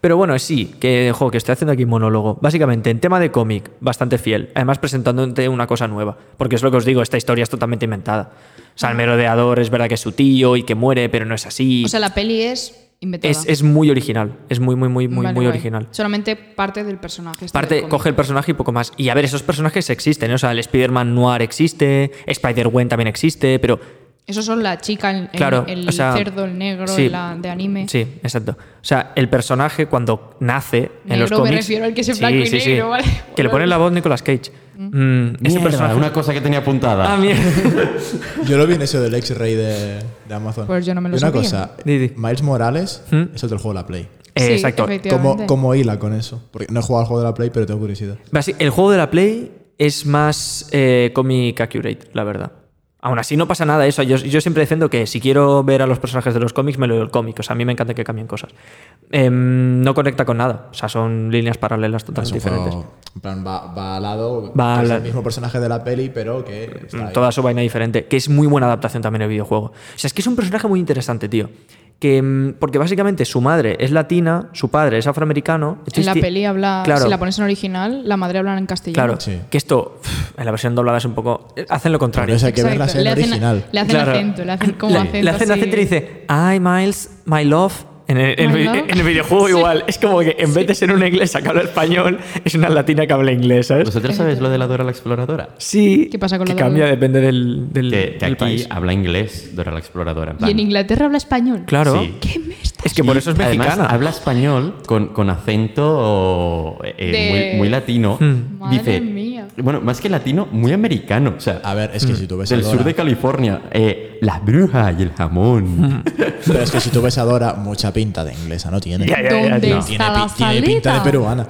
[SPEAKER 3] Pero bueno, sí, que, jo, que estoy haciendo aquí un monólogo. Básicamente, en tema de cómic, bastante fiel. Además, presentándote una cosa nueva. Porque es lo que os digo, esta historia es totalmente inventada. O sea, el merodeador es verdad que es su tío y que muere, pero no es así.
[SPEAKER 2] O sea, la peli es inventada.
[SPEAKER 3] es, es muy original. Es muy, muy, muy, muy,
[SPEAKER 2] Vale,
[SPEAKER 3] muy
[SPEAKER 2] guay.
[SPEAKER 3] original.
[SPEAKER 2] Solamente parte del personaje. este del
[SPEAKER 3] Parte,
[SPEAKER 2] cómic.
[SPEAKER 3] coge el personaje y poco más. Y a ver, esos personajes existen, ¿eh? O sea, el Spider-Man Noir existe, Spider-Gwen también existe, pero.
[SPEAKER 2] Esos son la chica, el, el-
[SPEAKER 3] Claro,
[SPEAKER 2] el
[SPEAKER 3] o sea,
[SPEAKER 2] cerdo, el negro,
[SPEAKER 3] sí.
[SPEAKER 2] la de anime.
[SPEAKER 3] Sí, exacto. O sea, el personaje cuando nace en
[SPEAKER 2] Negro
[SPEAKER 3] los
[SPEAKER 2] me
[SPEAKER 3] cómics.
[SPEAKER 2] refiero al que es en blanco y negro, ¿vale?
[SPEAKER 3] Que le ponen la voz Nicolas Cage. Mm, ese
[SPEAKER 1] Mierda,
[SPEAKER 3] personaje.
[SPEAKER 1] una cosa que tenía apuntada.
[SPEAKER 3] Ah, mierda.
[SPEAKER 4] Yo lo vi en eso del ex-rey de, de Amazon.
[SPEAKER 2] Pues yo no me lo
[SPEAKER 4] Y una
[SPEAKER 2] sabía.
[SPEAKER 4] cosa,
[SPEAKER 3] Di, di.
[SPEAKER 4] Miles Morales
[SPEAKER 3] ¿Mm?
[SPEAKER 4] es el del juego de la Play.
[SPEAKER 3] Eh,
[SPEAKER 2] Sí,
[SPEAKER 3] exacto.
[SPEAKER 2] efectivamente.
[SPEAKER 4] ¿Cómo, ¿Cómo hila con eso? Porque no he jugado al juego de la Play, pero tengo curiosidad.
[SPEAKER 3] Basi- El juego de la Play es más eh, comic accurate, la verdad. Aún así no pasa nada eso. Yo, yo siempre defiendo que si quiero ver a los personajes de los cómics, me leo el cómic. O sea, a mí me encanta que cambien cosas. Em, no conecta con nada. O sea, son líneas paralelas
[SPEAKER 4] Es
[SPEAKER 3] totalmente
[SPEAKER 4] un
[SPEAKER 3] diferentes.
[SPEAKER 4] juego, en plan, va, va al lado,
[SPEAKER 3] Va
[SPEAKER 4] que
[SPEAKER 3] al
[SPEAKER 4] es
[SPEAKER 3] lado.
[SPEAKER 4] el mismo personaje de la peli, pero que está ahí.
[SPEAKER 3] Toda su vaina diferente, que es muy buena adaptación también el videojuego. O sea, es que es un personaje muy interesante, tío. Que, mm, porque básicamente su madre es latina, su padre es afroamericano.
[SPEAKER 2] En
[SPEAKER 3] Entonces
[SPEAKER 2] la
[SPEAKER 3] ti-
[SPEAKER 2] peli habla,
[SPEAKER 3] Claro.
[SPEAKER 2] si la pones en original, la madre habla en castellano.
[SPEAKER 3] Claro,
[SPEAKER 4] Sí.
[SPEAKER 3] que esto pf, en la versión doblada es un poco. eh, Hacen lo contrario.
[SPEAKER 4] Pero eso hay que ver la
[SPEAKER 2] Exacto.
[SPEAKER 4] serie
[SPEAKER 2] le hacen,
[SPEAKER 4] original.
[SPEAKER 2] Le hacen
[SPEAKER 3] Claro.
[SPEAKER 2] acento, le hacen como
[SPEAKER 3] Le-
[SPEAKER 2] acento.
[SPEAKER 3] Le hacen
[SPEAKER 2] así.
[SPEAKER 3] acento y le dice, ay, Miles, my love. En el, en el
[SPEAKER 2] My
[SPEAKER 3] vi-
[SPEAKER 2] love.
[SPEAKER 3] en el videojuego
[SPEAKER 2] Sí.
[SPEAKER 3] igual. Es como que en vez de ser una inglesa que habla español, es una latina que habla inglés, ¿sabes?
[SPEAKER 1] ¿Vosotros sabéis lo de la Dora la Exploradora?
[SPEAKER 3] Sí.
[SPEAKER 2] ¿Qué pasa con
[SPEAKER 3] que
[SPEAKER 2] lo de-
[SPEAKER 3] cambia, depende del, del,
[SPEAKER 1] Que, que
[SPEAKER 3] del
[SPEAKER 1] aquí
[SPEAKER 3] país.
[SPEAKER 1] habla inglés Dora la Exploradora. En plan,
[SPEAKER 2] Y en Inglaterra habla español.
[SPEAKER 3] Claro.
[SPEAKER 1] Sí.
[SPEAKER 2] ¿Qué me estás
[SPEAKER 3] Es que por
[SPEAKER 1] Y
[SPEAKER 3] eso es
[SPEAKER 1] además
[SPEAKER 3] mexicana.
[SPEAKER 1] habla español con, con acento eh,
[SPEAKER 2] De-
[SPEAKER 1] muy, muy latino.
[SPEAKER 3] Hmm.
[SPEAKER 2] Madre
[SPEAKER 7] Dice,
[SPEAKER 2] mía.
[SPEAKER 1] Bueno, más que latino, muy americano. O sea,
[SPEAKER 4] A ver,
[SPEAKER 3] Mm,
[SPEAKER 4] es que si tú ves a
[SPEAKER 1] del
[SPEAKER 4] Dora.
[SPEAKER 1] sur de California. eh, la bruja y el
[SPEAKER 3] Hmm.
[SPEAKER 1] jamón. Eh,
[SPEAKER 4] Pero es que si tú ves a Dora, mucha pinta de inglesa, no tiene.
[SPEAKER 3] Ya, ya, ya,
[SPEAKER 2] ¿Dónde
[SPEAKER 3] ya.
[SPEAKER 2] está
[SPEAKER 4] Tiene,
[SPEAKER 2] la
[SPEAKER 4] pi- tiene pinta de
[SPEAKER 2] salita?
[SPEAKER 4] peruana.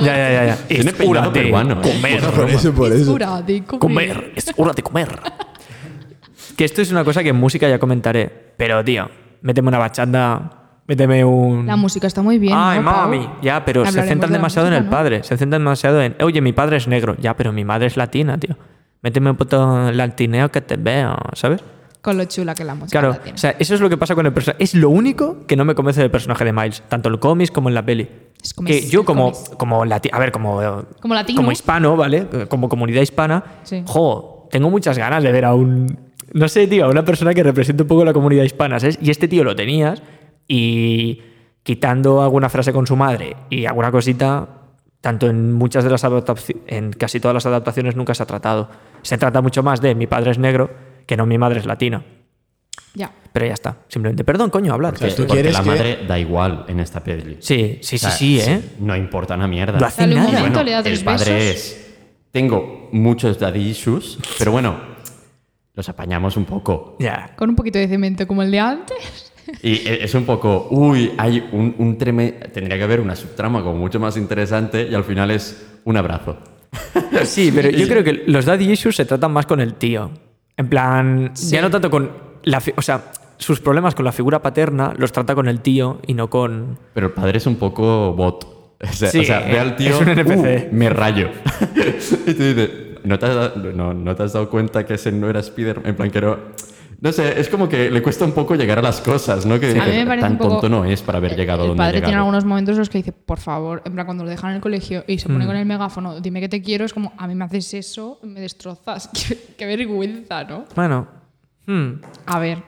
[SPEAKER 3] Ya, ya, ya. ya.
[SPEAKER 1] Tiene
[SPEAKER 3] Es
[SPEAKER 1] peinado
[SPEAKER 3] hora de
[SPEAKER 1] peruano, ¿eh?
[SPEAKER 3] comer.
[SPEAKER 4] por eso, por eso.
[SPEAKER 2] Pura de comer.
[SPEAKER 3] comer. Es hora de comer. que esto es una cosa que en música ya comentaré. Pero, tío, méteme una bachanda, méteme un...
[SPEAKER 2] La música está muy bien.
[SPEAKER 3] Ay,
[SPEAKER 2] ¿no, Pau?
[SPEAKER 3] mami. Ya, pero se
[SPEAKER 2] Hablaremos
[SPEAKER 3] centran
[SPEAKER 2] de la
[SPEAKER 3] demasiado en el
[SPEAKER 2] música, ¿no?
[SPEAKER 3] padre. Se centran demasiado en, oye, mi padre es negro. Ya, pero mi madre es latina, tío. Méteme un puto latineo que te veo, ¿sabes?
[SPEAKER 2] Con lo chula que la música
[SPEAKER 3] Claro,
[SPEAKER 2] la
[SPEAKER 3] o
[SPEAKER 2] tiene.
[SPEAKER 3] sea, eso es lo que pasa con el personaje. Es lo único que no me convence del personaje de Miles, tanto en el cómics como en la peli.
[SPEAKER 2] Es cómics,
[SPEAKER 3] que yo
[SPEAKER 2] es
[SPEAKER 3] como,
[SPEAKER 2] cómics.
[SPEAKER 3] como lati- a ver, como, eh,
[SPEAKER 2] Como latino.
[SPEAKER 3] como hispano, ¿vale? Como comunidad hispana,
[SPEAKER 2] Sí.
[SPEAKER 3] jo, tengo muchas ganas de ver a un, no sé, tío, a una persona que represente un poco la comunidad hispana, ¿sabes? Y este tío lo tenías y quitando alguna frase con su madre y alguna cosita, tanto en muchas de las adaptaciones, en casi todas las adaptaciones nunca se ha tratado. Se trata mucho más de mi padre es negro que no mi madre es latina.
[SPEAKER 2] ya.
[SPEAKER 3] Pero ya está. Simplemente, perdón, coño, hablar.
[SPEAKER 4] sea, tú
[SPEAKER 1] Porque
[SPEAKER 4] quieres
[SPEAKER 1] la
[SPEAKER 4] que-
[SPEAKER 1] madre da igual en esta peli.
[SPEAKER 3] Sí, sí, sí,
[SPEAKER 1] sea,
[SPEAKER 3] sí, ¿eh?
[SPEAKER 1] No importa una mierda.
[SPEAKER 3] Lo hace
[SPEAKER 2] Dale un
[SPEAKER 3] nada.
[SPEAKER 2] momento,
[SPEAKER 1] Bueno,
[SPEAKER 2] le da tres
[SPEAKER 1] el padre
[SPEAKER 2] besos.
[SPEAKER 1] es. Tengo muchos daddy issues, pero bueno, los apañamos un poco.
[SPEAKER 3] Ya.
[SPEAKER 2] Con un poquito de cemento como el de antes.
[SPEAKER 1] Y e- es un poco, uy, hay un, un treme- Tendría que haber una subtrama como mucho más interesante y al final es un abrazo.
[SPEAKER 3] Sí, pero yo creo que los daddy issues se tratan más con el tío. En plan, ya no tanto con la... fi- O sea, sus problemas con la figura paterna los trata con el tío y no con...
[SPEAKER 1] Pero el padre es un poco bot. O sea,
[SPEAKER 3] Sí, eh,
[SPEAKER 1] o sea, ve al tío.
[SPEAKER 3] es un NPC.
[SPEAKER 1] "Uh, me rayo. y tú dices, ¿no te, has dado, no, no te has dado cuenta que ese no era Spider-Man? En plan, que no. No sé, es como que le cuesta un poco llegar a las cosas, ¿no? Que dices,
[SPEAKER 2] A mí me parece
[SPEAKER 1] tan
[SPEAKER 2] un poco-
[SPEAKER 1] tonto no es para haber llegado
[SPEAKER 2] el
[SPEAKER 1] donde ha
[SPEAKER 2] padre tiene
[SPEAKER 1] llegado".
[SPEAKER 2] algunos momentos en los que dice, por favor, en plan, cuando lo dejan en el colegio y se pone con el megáfono, dime que te quiero, es como, a mí me haces eso, me destrozas. qué, qué vergüenza, ¿no?
[SPEAKER 3] Bueno. hmm,
[SPEAKER 2] A ver,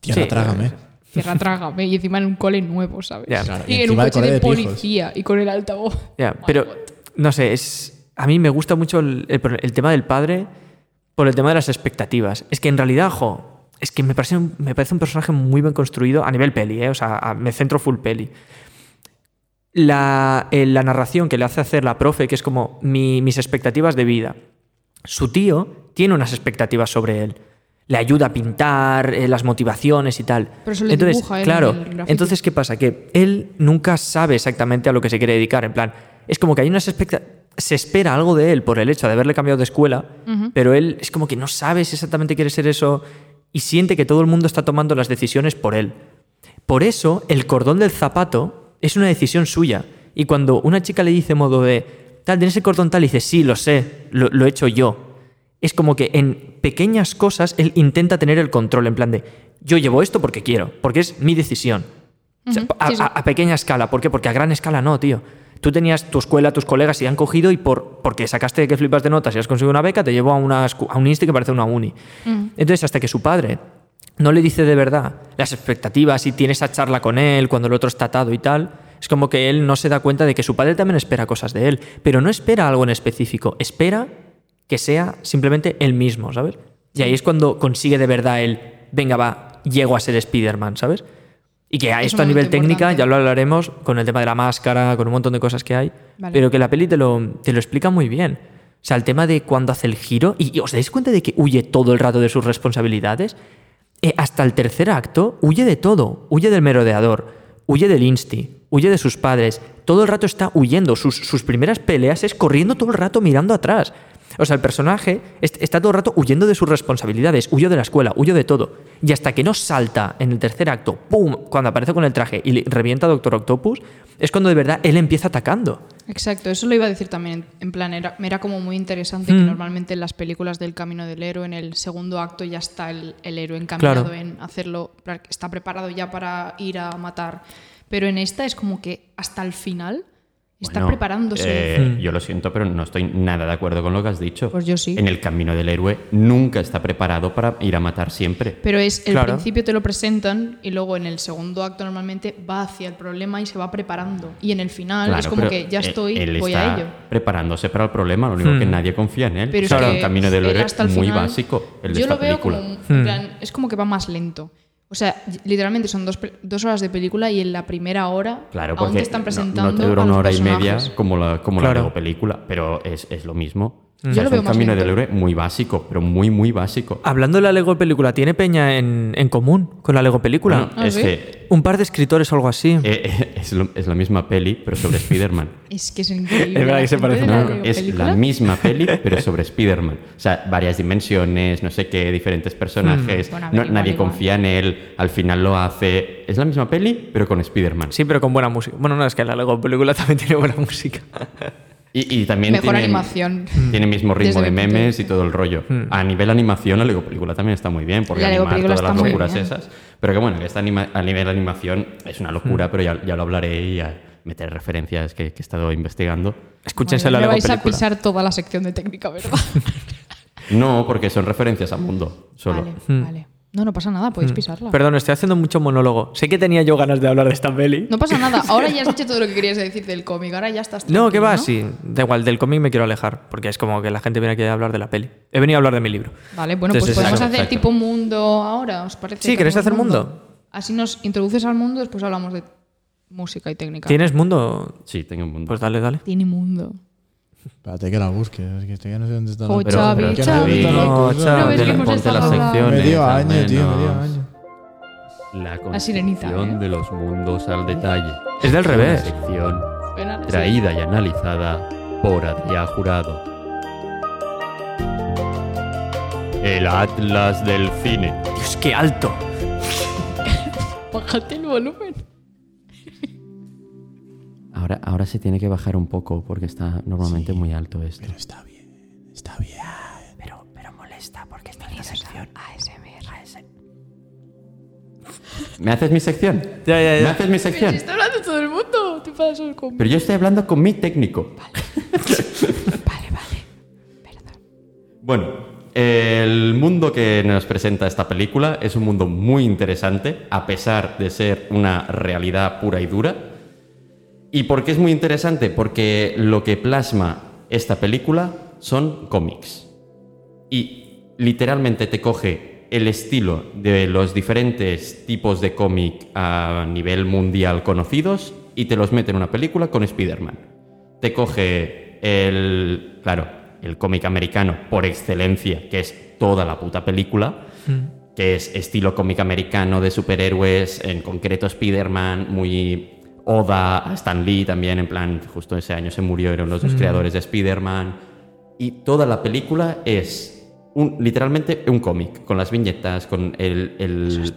[SPEAKER 4] Tierra,
[SPEAKER 3] Sí.
[SPEAKER 4] trágame.
[SPEAKER 2] tierra trágame. Y encima en un cole nuevo, ¿sabes?
[SPEAKER 3] Ya.
[SPEAKER 4] Claro, y
[SPEAKER 2] Y, en un
[SPEAKER 4] encima el
[SPEAKER 2] coche
[SPEAKER 4] cole
[SPEAKER 2] de
[SPEAKER 4] de pijos.
[SPEAKER 2] policía y con el altavoz.
[SPEAKER 3] ya,
[SPEAKER 2] My
[SPEAKER 3] pero,
[SPEAKER 2] God.
[SPEAKER 3] no sé, es... A mí me gusta mucho el, el pro- el tema del padre por el tema de las expectativas. Es que en realidad, jo, es que me parece un, me parece un personaje muy bien construido a nivel peli, ¿eh? O sea, a- me centro full peli. la, eh, la narración que le hace hacer la profe, que es como mi- mis expectativas de vida. Su tío tiene unas expectativas sobre él. Le ayuda a pintar, eh, las motivaciones y tal.
[SPEAKER 2] Pero eso le
[SPEAKER 3] entonces,
[SPEAKER 2] dibuja él
[SPEAKER 3] claro,
[SPEAKER 2] en el grafiti.
[SPEAKER 3] entonces ¿qué pasa? Que él nunca sabe exactamente a lo que se quiere dedicar. En plan, es como que hay unas expectativas. Se espera algo de él por el hecho de haberle cambiado de escuela, pero él es como que no sabe si exactamente quiere ser eso y siente que todo el mundo está tomando las decisiones por él. Por eso, el cordón del zapato es una decisión suya. Y cuando una chica le dice modo de, tal, tienes el cordón tal, y dice, sí, lo sé, lo, lo he hecho yo. Es como que en pequeñas cosas él intenta tener el control, en plan de, yo llevo esto porque quiero, porque es mi decisión. O sea,
[SPEAKER 2] Ujú,
[SPEAKER 3] a,
[SPEAKER 2] sí, sí.
[SPEAKER 3] a- a pequeña escala, ¿por qué? Porque a gran escala no, tío. Tú tenías tu escuela, tus colegas y han cogido y por, porque sacaste que flipas de notas y has conseguido una beca, te llevó a, una, escu- a un insti que parece una uni. Entonces, hasta que su padre no le dice de verdad las expectativas y tiene esa charla con él cuando el otro está atado y tal, es como que él no se da cuenta de que su padre también espera cosas de él, pero no espera algo en específico, espera que sea simplemente él mismo, ¿sabes? Y ahí es cuando consigue de verdad él, venga, va, llego a ser Spider-Man, ¿sabes? Y que a
[SPEAKER 2] Es
[SPEAKER 3] esto a
[SPEAKER 2] un
[SPEAKER 3] nivel
[SPEAKER 2] momento
[SPEAKER 3] técnica
[SPEAKER 2] importante.
[SPEAKER 3] ya lo hablaremos con el tema de la máscara, con un montón de cosas que hay,
[SPEAKER 2] Vale.
[SPEAKER 3] pero que la peli te lo, te lo explica muy bien. O sea, el tema de cuando hace el giro, y, y os dais cuenta de que huye todo el rato de sus responsabilidades, Eh, hasta el tercer acto huye de todo, huye del merodeador, huye del insti, huye de sus padres, todo el rato está huyendo, sus, sus primeras peleas es corriendo todo el rato mirando atrás. O sea, el personaje est- está todo el rato huyendo de sus responsabilidades, huyo de la escuela, huyo de todo. Y hasta que no salta en el tercer acto, ¡pum!, cuando aparece con el traje y le revienta a Doctor Octopus, es cuando de verdad él empieza atacando.
[SPEAKER 2] Exacto, eso lo iba a decir también. En plan, era, era como muy interesante
[SPEAKER 1] Hmm.
[SPEAKER 2] que normalmente en las películas del camino del héroe, en el segundo acto ya está el, el héroe encaminado
[SPEAKER 3] Claro.
[SPEAKER 2] en hacerlo, pra- está preparado ya para ir a matar. Pero en esta es como que hasta el final está
[SPEAKER 1] Bueno,
[SPEAKER 2] preparándose.
[SPEAKER 1] eh, yo lo siento, pero no estoy nada de acuerdo con lo que has dicho.
[SPEAKER 2] Pues yo sí.
[SPEAKER 1] En el camino del héroe nunca está preparado para ir a matar siempre.
[SPEAKER 2] Pero es el
[SPEAKER 3] Claro.
[SPEAKER 2] principio te lo presentan y luego en el segundo acto normalmente va hacia el problema y se va preparando. Y en el final es
[SPEAKER 1] Claro,
[SPEAKER 2] como
[SPEAKER 1] pero
[SPEAKER 2] que ya
[SPEAKER 1] él-
[SPEAKER 2] estoy,
[SPEAKER 1] él
[SPEAKER 2] voy
[SPEAKER 1] está
[SPEAKER 2] a ello.
[SPEAKER 1] Preparándose para el problema, lo único que nadie confía en él.
[SPEAKER 2] Pero
[SPEAKER 1] o sea,
[SPEAKER 2] es que
[SPEAKER 1] el camino del
[SPEAKER 2] él
[SPEAKER 1] héroe
[SPEAKER 2] hasta el
[SPEAKER 1] muy
[SPEAKER 2] final-
[SPEAKER 1] básico, el de
[SPEAKER 2] yo
[SPEAKER 1] esta
[SPEAKER 2] lo veo
[SPEAKER 1] película.
[SPEAKER 2] como un-
[SPEAKER 3] Hmm.
[SPEAKER 2] en plan, es como que va más lento. O sea, y- literalmente son dos, pe- dos horas de película y en la primera hora
[SPEAKER 1] Claro,
[SPEAKER 2] aún
[SPEAKER 1] porque
[SPEAKER 2] te están
[SPEAKER 1] no-
[SPEAKER 2] presentando.
[SPEAKER 1] no, te dura
[SPEAKER 2] a
[SPEAKER 1] una
[SPEAKER 2] los
[SPEAKER 1] hora y media
[SPEAKER 2] personajes.
[SPEAKER 1] como la, como
[SPEAKER 3] Claro.
[SPEAKER 1] la nueva película, pero es, es lo mismo.
[SPEAKER 2] Yo lo
[SPEAKER 1] es
[SPEAKER 2] veo
[SPEAKER 1] un
[SPEAKER 2] más
[SPEAKER 1] camino
[SPEAKER 2] lento.
[SPEAKER 1] del héroe muy básico, pero muy, muy básico.
[SPEAKER 3] Hablando de la Lego película, ¿tiene Peña en, en común con la Lego película?
[SPEAKER 1] Bueno,
[SPEAKER 2] Ah,
[SPEAKER 1] es
[SPEAKER 2] ¿sí?
[SPEAKER 1] que
[SPEAKER 3] Un par de escritores o algo así.
[SPEAKER 1] eh, eh, es, lo- es la misma peli, pero sobre Spider-Man.
[SPEAKER 2] Es que es increíble.
[SPEAKER 3] Es verdad
[SPEAKER 2] la
[SPEAKER 3] que se
[SPEAKER 2] gente
[SPEAKER 3] parece
[SPEAKER 2] de la
[SPEAKER 1] No, no, es
[SPEAKER 2] película.
[SPEAKER 1] la misma peli, pero sobre Spider-Man. O sea, varias dimensiones, no sé qué, diferentes personajes,
[SPEAKER 2] Bueno, a
[SPEAKER 1] no-
[SPEAKER 2] ver, igual,
[SPEAKER 1] nadie
[SPEAKER 2] igual.
[SPEAKER 1] confía en él, al final lo hace. Es la misma peli, pero con Spider-Man.
[SPEAKER 3] Sí, pero con buena música. Bueno, no, es que la Lego película también tiene buena música.
[SPEAKER 1] Y, y también
[SPEAKER 2] Mejor
[SPEAKER 1] tiene,
[SPEAKER 2] animación.
[SPEAKER 1] Tiene mismo
[SPEAKER 2] Desde
[SPEAKER 1] ritmo de
[SPEAKER 2] mi punto de
[SPEAKER 1] memes
[SPEAKER 2] vista.
[SPEAKER 1] y todo el rollo. A nivel animación, la Lego película también está muy bien, porque
[SPEAKER 2] La Lego
[SPEAKER 1] animar
[SPEAKER 2] película
[SPEAKER 1] todas las
[SPEAKER 2] está muy
[SPEAKER 1] locuras
[SPEAKER 2] bien.
[SPEAKER 1] esas. Pero que bueno, que esta anima- a nivel animación es una locura, pero ya, ya lo hablaré y ya meter referencias que, que he estado investigando.
[SPEAKER 3] Escúchense
[SPEAKER 2] Bueno,
[SPEAKER 3] la
[SPEAKER 2] me
[SPEAKER 3] Lego
[SPEAKER 2] vais
[SPEAKER 3] película.
[SPEAKER 2] a pisar toda la sección de técnica, ¿verdad?
[SPEAKER 1] No, porque son referencias a mundo solo.
[SPEAKER 2] vale,
[SPEAKER 3] Hmm.
[SPEAKER 2] vale. No, no pasa nada, podéis pisarla.
[SPEAKER 3] Perdón, estoy haciendo mucho monólogo. Sé que tenía yo ganas de hablar de esta peli.
[SPEAKER 2] No pasa nada. Ahora ya has dicho todo lo que querías decir del cómic. Ahora ya estás.
[SPEAKER 3] No, que
[SPEAKER 2] tranquilo,
[SPEAKER 3] va,
[SPEAKER 2] ¿no?
[SPEAKER 3] sí. Da igual, del cómic me quiero alejar, porque es como que la gente viene aquí a hablar de la peli. He venido a hablar de mi libro.
[SPEAKER 2] Vale, bueno,
[SPEAKER 3] Entonces,
[SPEAKER 2] pues podemos
[SPEAKER 1] exacto,
[SPEAKER 2] hacer
[SPEAKER 1] exacto.
[SPEAKER 2] tipo mundo ahora, ¿os parece?
[SPEAKER 3] Sí,
[SPEAKER 2] que
[SPEAKER 3] ¿queréis
[SPEAKER 2] hacemos
[SPEAKER 3] hacer mundo?
[SPEAKER 2] Así nos introduces al mundo, después hablamos de música y técnica.
[SPEAKER 3] ¿Tienes mundo?
[SPEAKER 1] Sí, tengo un mundo.
[SPEAKER 3] Pues dale, dale.
[SPEAKER 2] Tiene mundo.
[SPEAKER 4] Espérate que la busques, es que estoy- ya no sé dónde está
[SPEAKER 2] Jo,
[SPEAKER 4] la
[SPEAKER 1] Pero-
[SPEAKER 2] Xavi,
[SPEAKER 1] pero-
[SPEAKER 4] que
[SPEAKER 2] Xavi.
[SPEAKER 4] está la
[SPEAKER 3] No,
[SPEAKER 4] cosa.
[SPEAKER 3] Xavi.
[SPEAKER 2] Una vez que
[SPEAKER 1] Ponte la-
[SPEAKER 2] hemos
[SPEAKER 1] ponte
[SPEAKER 2] estado
[SPEAKER 1] las
[SPEAKER 2] hablando-
[SPEAKER 1] secciones.
[SPEAKER 4] Medio
[SPEAKER 1] al
[SPEAKER 4] año, tío,
[SPEAKER 1] menos.
[SPEAKER 4] medio año.
[SPEAKER 1] La
[SPEAKER 2] sirenita,
[SPEAKER 1] construcción
[SPEAKER 2] ¿eh?
[SPEAKER 1] de los mundos al detalle.
[SPEAKER 3] Es del revés.
[SPEAKER 1] Una sección
[SPEAKER 2] Bueno, ahora sí.
[SPEAKER 1] traída y analizada por Adrià Jurado. El Atlas del Cine.
[SPEAKER 3] Dios, qué alto.
[SPEAKER 2] Bájate el volumen.
[SPEAKER 1] Ahora, ahora se tiene que bajar un poco porque está normalmente muy alto esto.
[SPEAKER 4] Pero está bien, está bien.
[SPEAKER 3] Pero, pero molesta porque está en la sección.
[SPEAKER 1] ¿Me haces mi sección?
[SPEAKER 3] Ya, ya,
[SPEAKER 1] ¿Me
[SPEAKER 3] ya.
[SPEAKER 1] haces mi
[SPEAKER 2] Pero
[SPEAKER 1] sección?
[SPEAKER 2] si está hablando todo el mundo. Te pasas con...
[SPEAKER 1] Pero yo estoy hablando con mi técnico.
[SPEAKER 2] Vale, vale. Perdón.
[SPEAKER 1] Bueno, el mundo que nos presenta esta película es un mundo muy interesante, a pesar de ser una realidad pura y dura. ¿Y por qué es muy interesante? Porque lo que plasma esta película son cómics. Y literalmente te coge el estilo de los diferentes tipos de cómic a nivel mundial conocidos y te los mete en una película con Spider-Man. Te coge el, claro, el cómic americano por excelencia, que es toda la puta película, que es estilo cómic americano de superhéroes, en concreto Spider-Man, muy Oda, a Stan Lee también, en plan, justo ese año se murió, eran
[SPEAKER 3] Mm.
[SPEAKER 1] los dos creadores de Spider-Man. Y toda la película es un, literalmente un cómic, con las viñetas, con el... el...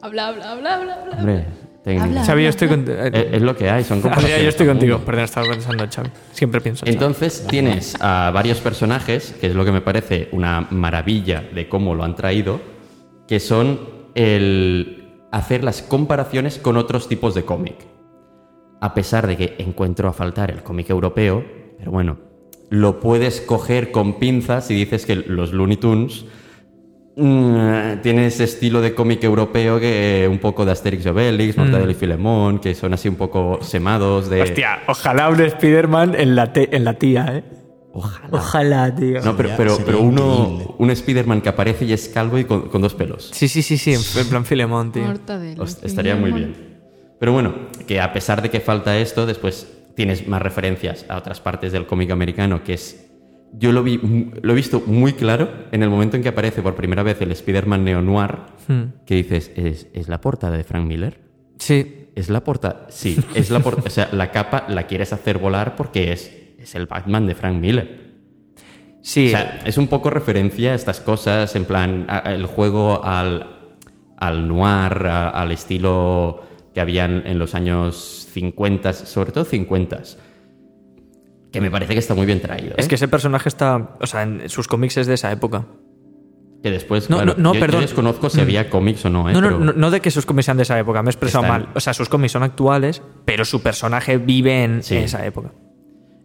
[SPEAKER 2] Habla, habla, habla, habla. habla.
[SPEAKER 1] Hombre, técnico.
[SPEAKER 3] Xavi, yo estoy contigo.
[SPEAKER 1] Es, es lo que hay, son
[SPEAKER 3] Adrián,
[SPEAKER 1] comparaciones
[SPEAKER 3] Ah, yo estoy
[SPEAKER 1] del
[SPEAKER 3] contigo.
[SPEAKER 1] Eh, mundo.
[SPEAKER 3] Perdón, estaba pensando en Xavi. Siempre pienso en Xavi.
[SPEAKER 1] Entonces tienes a varios personajes, que es lo que me parece una maravilla de cómo lo han traído, que son el hacer las comparaciones con otros tipos de cómic. A pesar de que encuentro a faltar el cómic europeo, pero bueno, lo puedes coger con pinzas si dices que los Looney Tunes Mm, tiene ese estilo de cómic europeo que un poco de Asterix y Obelix, Mortadelo y Filemón, que son así un poco semados de...
[SPEAKER 3] Hostia, ojalá un Spider-Man en la, te- en la tía, ¿eh?
[SPEAKER 1] Ojalá.
[SPEAKER 3] Ojalá, tío.
[SPEAKER 1] No, pero,
[SPEAKER 4] Sería-
[SPEAKER 1] pero,
[SPEAKER 4] sería
[SPEAKER 1] pero uno,
[SPEAKER 4] increíble.
[SPEAKER 1] un Spider-Man que aparece y es calvo y con, con dos pelos.
[SPEAKER 3] Sí, sí, sí, sí. En, en plan Filemón, tío.
[SPEAKER 2] Mortadelo,
[SPEAKER 1] Host- estaría muy
[SPEAKER 2] Filemón.
[SPEAKER 1] bien. Pero bueno, que a pesar de que falta esto, después tienes más referencias a otras partes del cómic americano, que es... Yo lo, vi, mu- lo he visto muy claro en el momento en que aparece por primera vez el Spider-Man neo-noir,
[SPEAKER 3] Hmm.
[SPEAKER 1] que dices, ¿es, ¿es la portada de Frank Miller?
[SPEAKER 3] Sí.
[SPEAKER 1] Es la portada. Sí, es la portada. o sea, la capa la quieres hacer volar porque es, es el Batman de Frank Miller.
[SPEAKER 3] Sí.
[SPEAKER 1] O sea, es un poco referencia a estas cosas, en plan, a- a el juego al, al noir, a- al estilo que habían en los años 50, sobre todo 50, que me parece que está muy bien traído. ¿eh?
[SPEAKER 3] es que ese personaje está. O sea, en sus cómics es de esa época.
[SPEAKER 1] Que después.
[SPEAKER 3] No,
[SPEAKER 1] claro,
[SPEAKER 3] no, no,
[SPEAKER 1] yo- yo
[SPEAKER 3] perdón. Mm.
[SPEAKER 1] desconozco si había cómics o no, ¿eh?
[SPEAKER 3] No, no,
[SPEAKER 1] Pero-
[SPEAKER 3] no, no de que sus cómics sean de esa época, me he expresado
[SPEAKER 1] Están-
[SPEAKER 3] mal. O sea, sus cómics son actuales, pero su personaje vive en
[SPEAKER 1] Sí.
[SPEAKER 3] en esa época.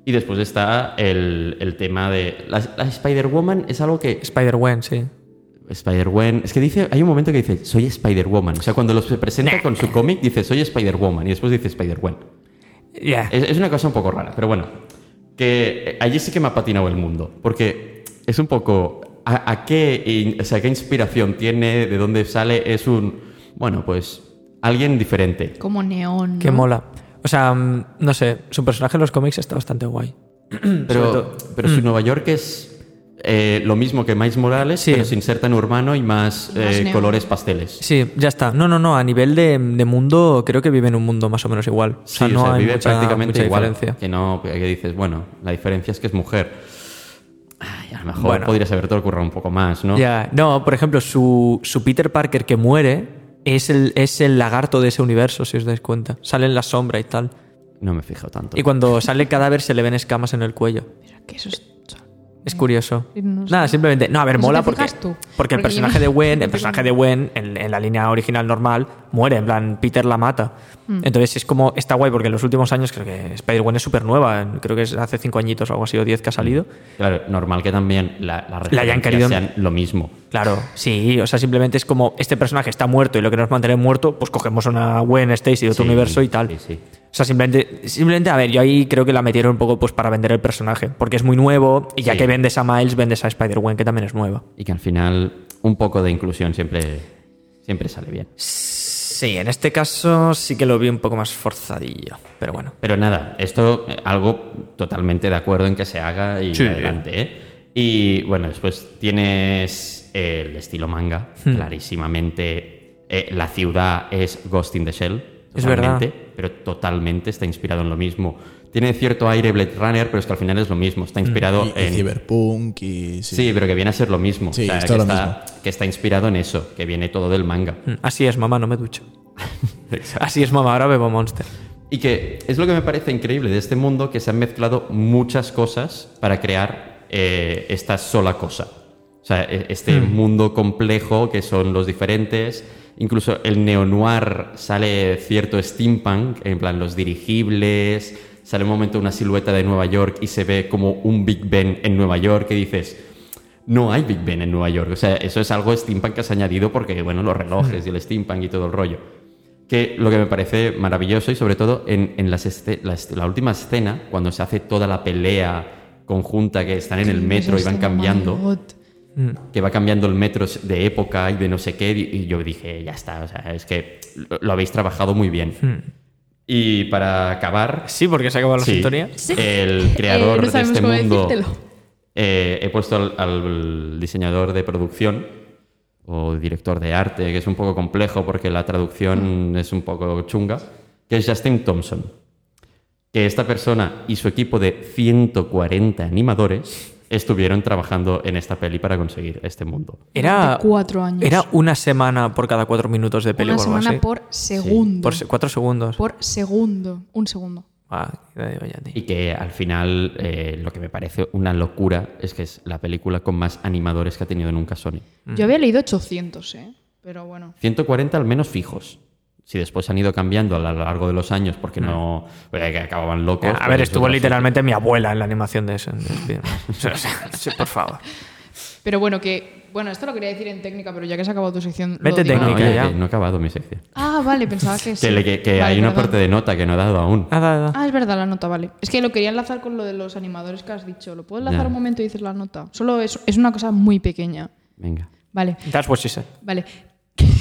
[SPEAKER 1] Y después está el, el tema de. La, la Spider-Woman es algo que
[SPEAKER 3] Spider-Gwen, sí.
[SPEAKER 1] Spider-Woman. Es que dice, hay un momento que dice, soy Spider-Woman. O sea, cuando los presenta con su cómic, dice, soy Spider-Woman. Y después dice Spider-Gwen.
[SPEAKER 3] Yeah.
[SPEAKER 1] Es, es una cosa un poco rara, pero bueno. Que eh, allí sí que me ha patinado el mundo. Porque es un poco. ¿A, a qué, in- o sea, qué inspiración tiene? ¿De dónde sale? Es un. Bueno, pues. Alguien diferente.
[SPEAKER 2] Como neón.
[SPEAKER 3] Que
[SPEAKER 2] ¿no?
[SPEAKER 3] mola. O sea, mm, no sé, su personaje en los cómics está bastante guay.
[SPEAKER 1] Pero, pero
[SPEAKER 3] Mm.
[SPEAKER 1] si Nueva York es. eh, lo mismo que Miles Morales,
[SPEAKER 3] Sí.
[SPEAKER 1] pero sin ser tan urbano y más,
[SPEAKER 2] Y más
[SPEAKER 1] eh,
[SPEAKER 2] neón.
[SPEAKER 1] colores pasteles.
[SPEAKER 3] Sí, ya está. No, no, no. A nivel de, de mundo, creo que vive en un mundo más o menos igual. O
[SPEAKER 1] Sí,
[SPEAKER 3] sea,
[SPEAKER 1] o
[SPEAKER 3] no
[SPEAKER 1] sea,
[SPEAKER 3] hay
[SPEAKER 1] vive
[SPEAKER 3] mucha,
[SPEAKER 1] prácticamente
[SPEAKER 3] mucha
[SPEAKER 1] igual. eh,
[SPEAKER 3] diferencia.
[SPEAKER 1] Que no, que dices, bueno, la diferencia es que es mujer. Ay, a lo mejor
[SPEAKER 3] Bueno.
[SPEAKER 1] podrías haberte ocurrido un poco más, ¿no?
[SPEAKER 3] Ya. No, por ejemplo, su, su Peter Parker que muere es el, es el lagarto de ese universo, si os dais cuenta. Sale en la sombra y tal.
[SPEAKER 1] No me he fijado tanto.
[SPEAKER 3] Y cuando sale el cadáver se le ven escamas en el cuello.
[SPEAKER 2] Pero que eso es...
[SPEAKER 3] Es curioso.
[SPEAKER 2] No sé.
[SPEAKER 3] Nada, simplemente. No, a ver,
[SPEAKER 2] Eso te
[SPEAKER 3] mola porque,
[SPEAKER 2] fijas tú. Porque
[SPEAKER 3] porque, el
[SPEAKER 2] yo
[SPEAKER 3] personaje
[SPEAKER 2] me-
[SPEAKER 3] de Gwen,
[SPEAKER 2] yo
[SPEAKER 3] el
[SPEAKER 2] me-
[SPEAKER 3] personaje de Gwen en, en la línea original normal muere, en plan, Peter la mata.
[SPEAKER 2] Hmm.
[SPEAKER 3] Entonces es como, está guay porque en los últimos años creo que Spider-Gwen es súper nueva, creo que es hace cinco añitos o algo así, o diez que ha salido.
[SPEAKER 2] Hmm.
[SPEAKER 1] Claro, normal que también la, las
[SPEAKER 3] La hayan
[SPEAKER 1] referencias
[SPEAKER 3] querido-
[SPEAKER 1] sean lo mismo.
[SPEAKER 3] Claro, sí, o sea, simplemente es como, este personaje está muerto y lo queremos mantener muerto, pues cogemos una Gwen Stacy de otro
[SPEAKER 1] Sí,
[SPEAKER 3] universo y tal.
[SPEAKER 1] sí, sí.
[SPEAKER 3] O sea, simplemente, simplemente, a ver, yo ahí creo que la metieron un poco pues para vender el personaje, porque es muy nuevo y ya
[SPEAKER 1] Sí.
[SPEAKER 3] que vendes a Miles, vendes a Spider-Gwen, que también es nueva.
[SPEAKER 1] Y que al final un poco de inclusión siempre, siempre sale bien.
[SPEAKER 3] Sí, en este caso sí que lo vi un poco más forzadillo, pero bueno.
[SPEAKER 1] Pero nada, esto eh, algo totalmente de acuerdo en que se haga y
[SPEAKER 3] Sí.
[SPEAKER 1] adelante. ¿eh? Y bueno, después tienes eh, el estilo manga,
[SPEAKER 3] Hmm.
[SPEAKER 1] clarísimamente. eh, la ciudad es Ghost in the Shell.
[SPEAKER 3] Es verdad.
[SPEAKER 1] totalmente, Pero totalmente está inspirado en lo mismo. Tiene cierto aire Blade Runner, pero es que al final es lo mismo.
[SPEAKER 3] Hmm.
[SPEAKER 1] Está inspirado
[SPEAKER 3] eh.
[SPEAKER 4] Y, y
[SPEAKER 1] en.
[SPEAKER 4] Cyberpunk y...
[SPEAKER 1] Sí. pero que viene a ser lo mismo.
[SPEAKER 4] Sí,
[SPEAKER 1] o sea,
[SPEAKER 4] es
[SPEAKER 1] que,
[SPEAKER 4] todo lo
[SPEAKER 1] está, que está inspirado en eso, que viene todo del manga.
[SPEAKER 3] Mm, Así es, mamá, no me ducho. Así es, mamá, ahora bebo Monster.
[SPEAKER 1] Y que es lo que me parece increíble de este mundo, que se han mezclado muchas cosas para crear eh, esta sola cosa. O sea, e- este
[SPEAKER 4] Hmm.
[SPEAKER 1] mundo complejo que son los diferentes. Incluso el neo-noir sale cierto steampunk, en plan los dirigibles. Sale un momento una silueta de Nueva York y se ve como un Big Ben en Nueva York que dices, no hay Big Ben en Nueva York. O sea, eso es algo steampunk que has añadido porque, bueno, los relojes y el steampunk y todo el rollo. Que lo que me parece maravilloso y sobre todo en, en las esce- las- la última escena, cuando se hace toda la pelea conjunta que están en el metro y van cambiando, que va cambiando el metro de época y de no sé qué, y y yo dije, ya está, o sea, es que lo, lo habéis trabajado muy bien. Y para acabar,
[SPEAKER 3] Sí, porque se acaba la
[SPEAKER 1] Sí.
[SPEAKER 3] sintonía.
[SPEAKER 1] El
[SPEAKER 2] Eh,
[SPEAKER 1] creador
[SPEAKER 2] no
[SPEAKER 1] de
[SPEAKER 2] sabemos
[SPEAKER 1] este
[SPEAKER 2] cómo
[SPEAKER 1] mundo.
[SPEAKER 2] decírtelo.
[SPEAKER 1] eh, he puesto al, al diseñador de producción o director de arte, que es un poco complejo porque la traducción
[SPEAKER 2] Mm.
[SPEAKER 1] es un poco chunga, que es Justin Thompson. Que esta persona y su equipo de 140 animadores estuvieron trabajando en esta peli para conseguir este mundo.
[SPEAKER 3] Era,
[SPEAKER 2] Cuatro años.
[SPEAKER 3] era una semana por cada cuatro minutos de peli
[SPEAKER 2] Una
[SPEAKER 3] o algo
[SPEAKER 2] semana
[SPEAKER 3] así.
[SPEAKER 2] por segundo.
[SPEAKER 3] Por se- cuatro segundos.
[SPEAKER 2] Por segundo. Un segundo.
[SPEAKER 3] Ah, ya digo, ya digo.
[SPEAKER 1] Y que al final eh, lo que me parece una locura es que es la película con más animadores que ha tenido nunca Sony.
[SPEAKER 2] Yo había leído 800, ¿eh? Pero bueno.
[SPEAKER 1] 140 al menos fijos. Si después han ido cambiando a lo largo de los años porque no porque que acababan locos.
[SPEAKER 3] Mm. a
[SPEAKER 1] pues
[SPEAKER 3] ver,
[SPEAKER 1] es
[SPEAKER 3] estuvo
[SPEAKER 1] otro
[SPEAKER 3] literalmente mi abuela en la animación de eso. de Spider-Man. O sea, o sea, sí, por favor.
[SPEAKER 2] Pero bueno, que. Bueno, esto lo quería decir en técnica, pero ya que se ha acabado tu sección. lo
[SPEAKER 3] Vete
[SPEAKER 2] digo.
[SPEAKER 1] asunto. No,
[SPEAKER 3] técnica
[SPEAKER 1] oye,
[SPEAKER 3] ya.
[SPEAKER 1] que no he acabado mi sección.
[SPEAKER 2] Ah, vale, pensaba que sí.
[SPEAKER 1] Que, le- que- que
[SPEAKER 2] Vale,
[SPEAKER 1] hay una
[SPEAKER 2] perdón.
[SPEAKER 1] parte de nota que no he dado aún.
[SPEAKER 3] Ah, da, da.
[SPEAKER 2] Ah, es verdad, la nota, vale. Es que lo quería enlazar con lo de los animadores que has dicho. ¿Lo puedo enlazar
[SPEAKER 1] Ya.
[SPEAKER 2] un momento y dices la nota? Solo es, es una cosa muy pequeña.
[SPEAKER 1] Venga.
[SPEAKER 2] Vale,
[SPEAKER 3] That's what she said.
[SPEAKER 2] vale.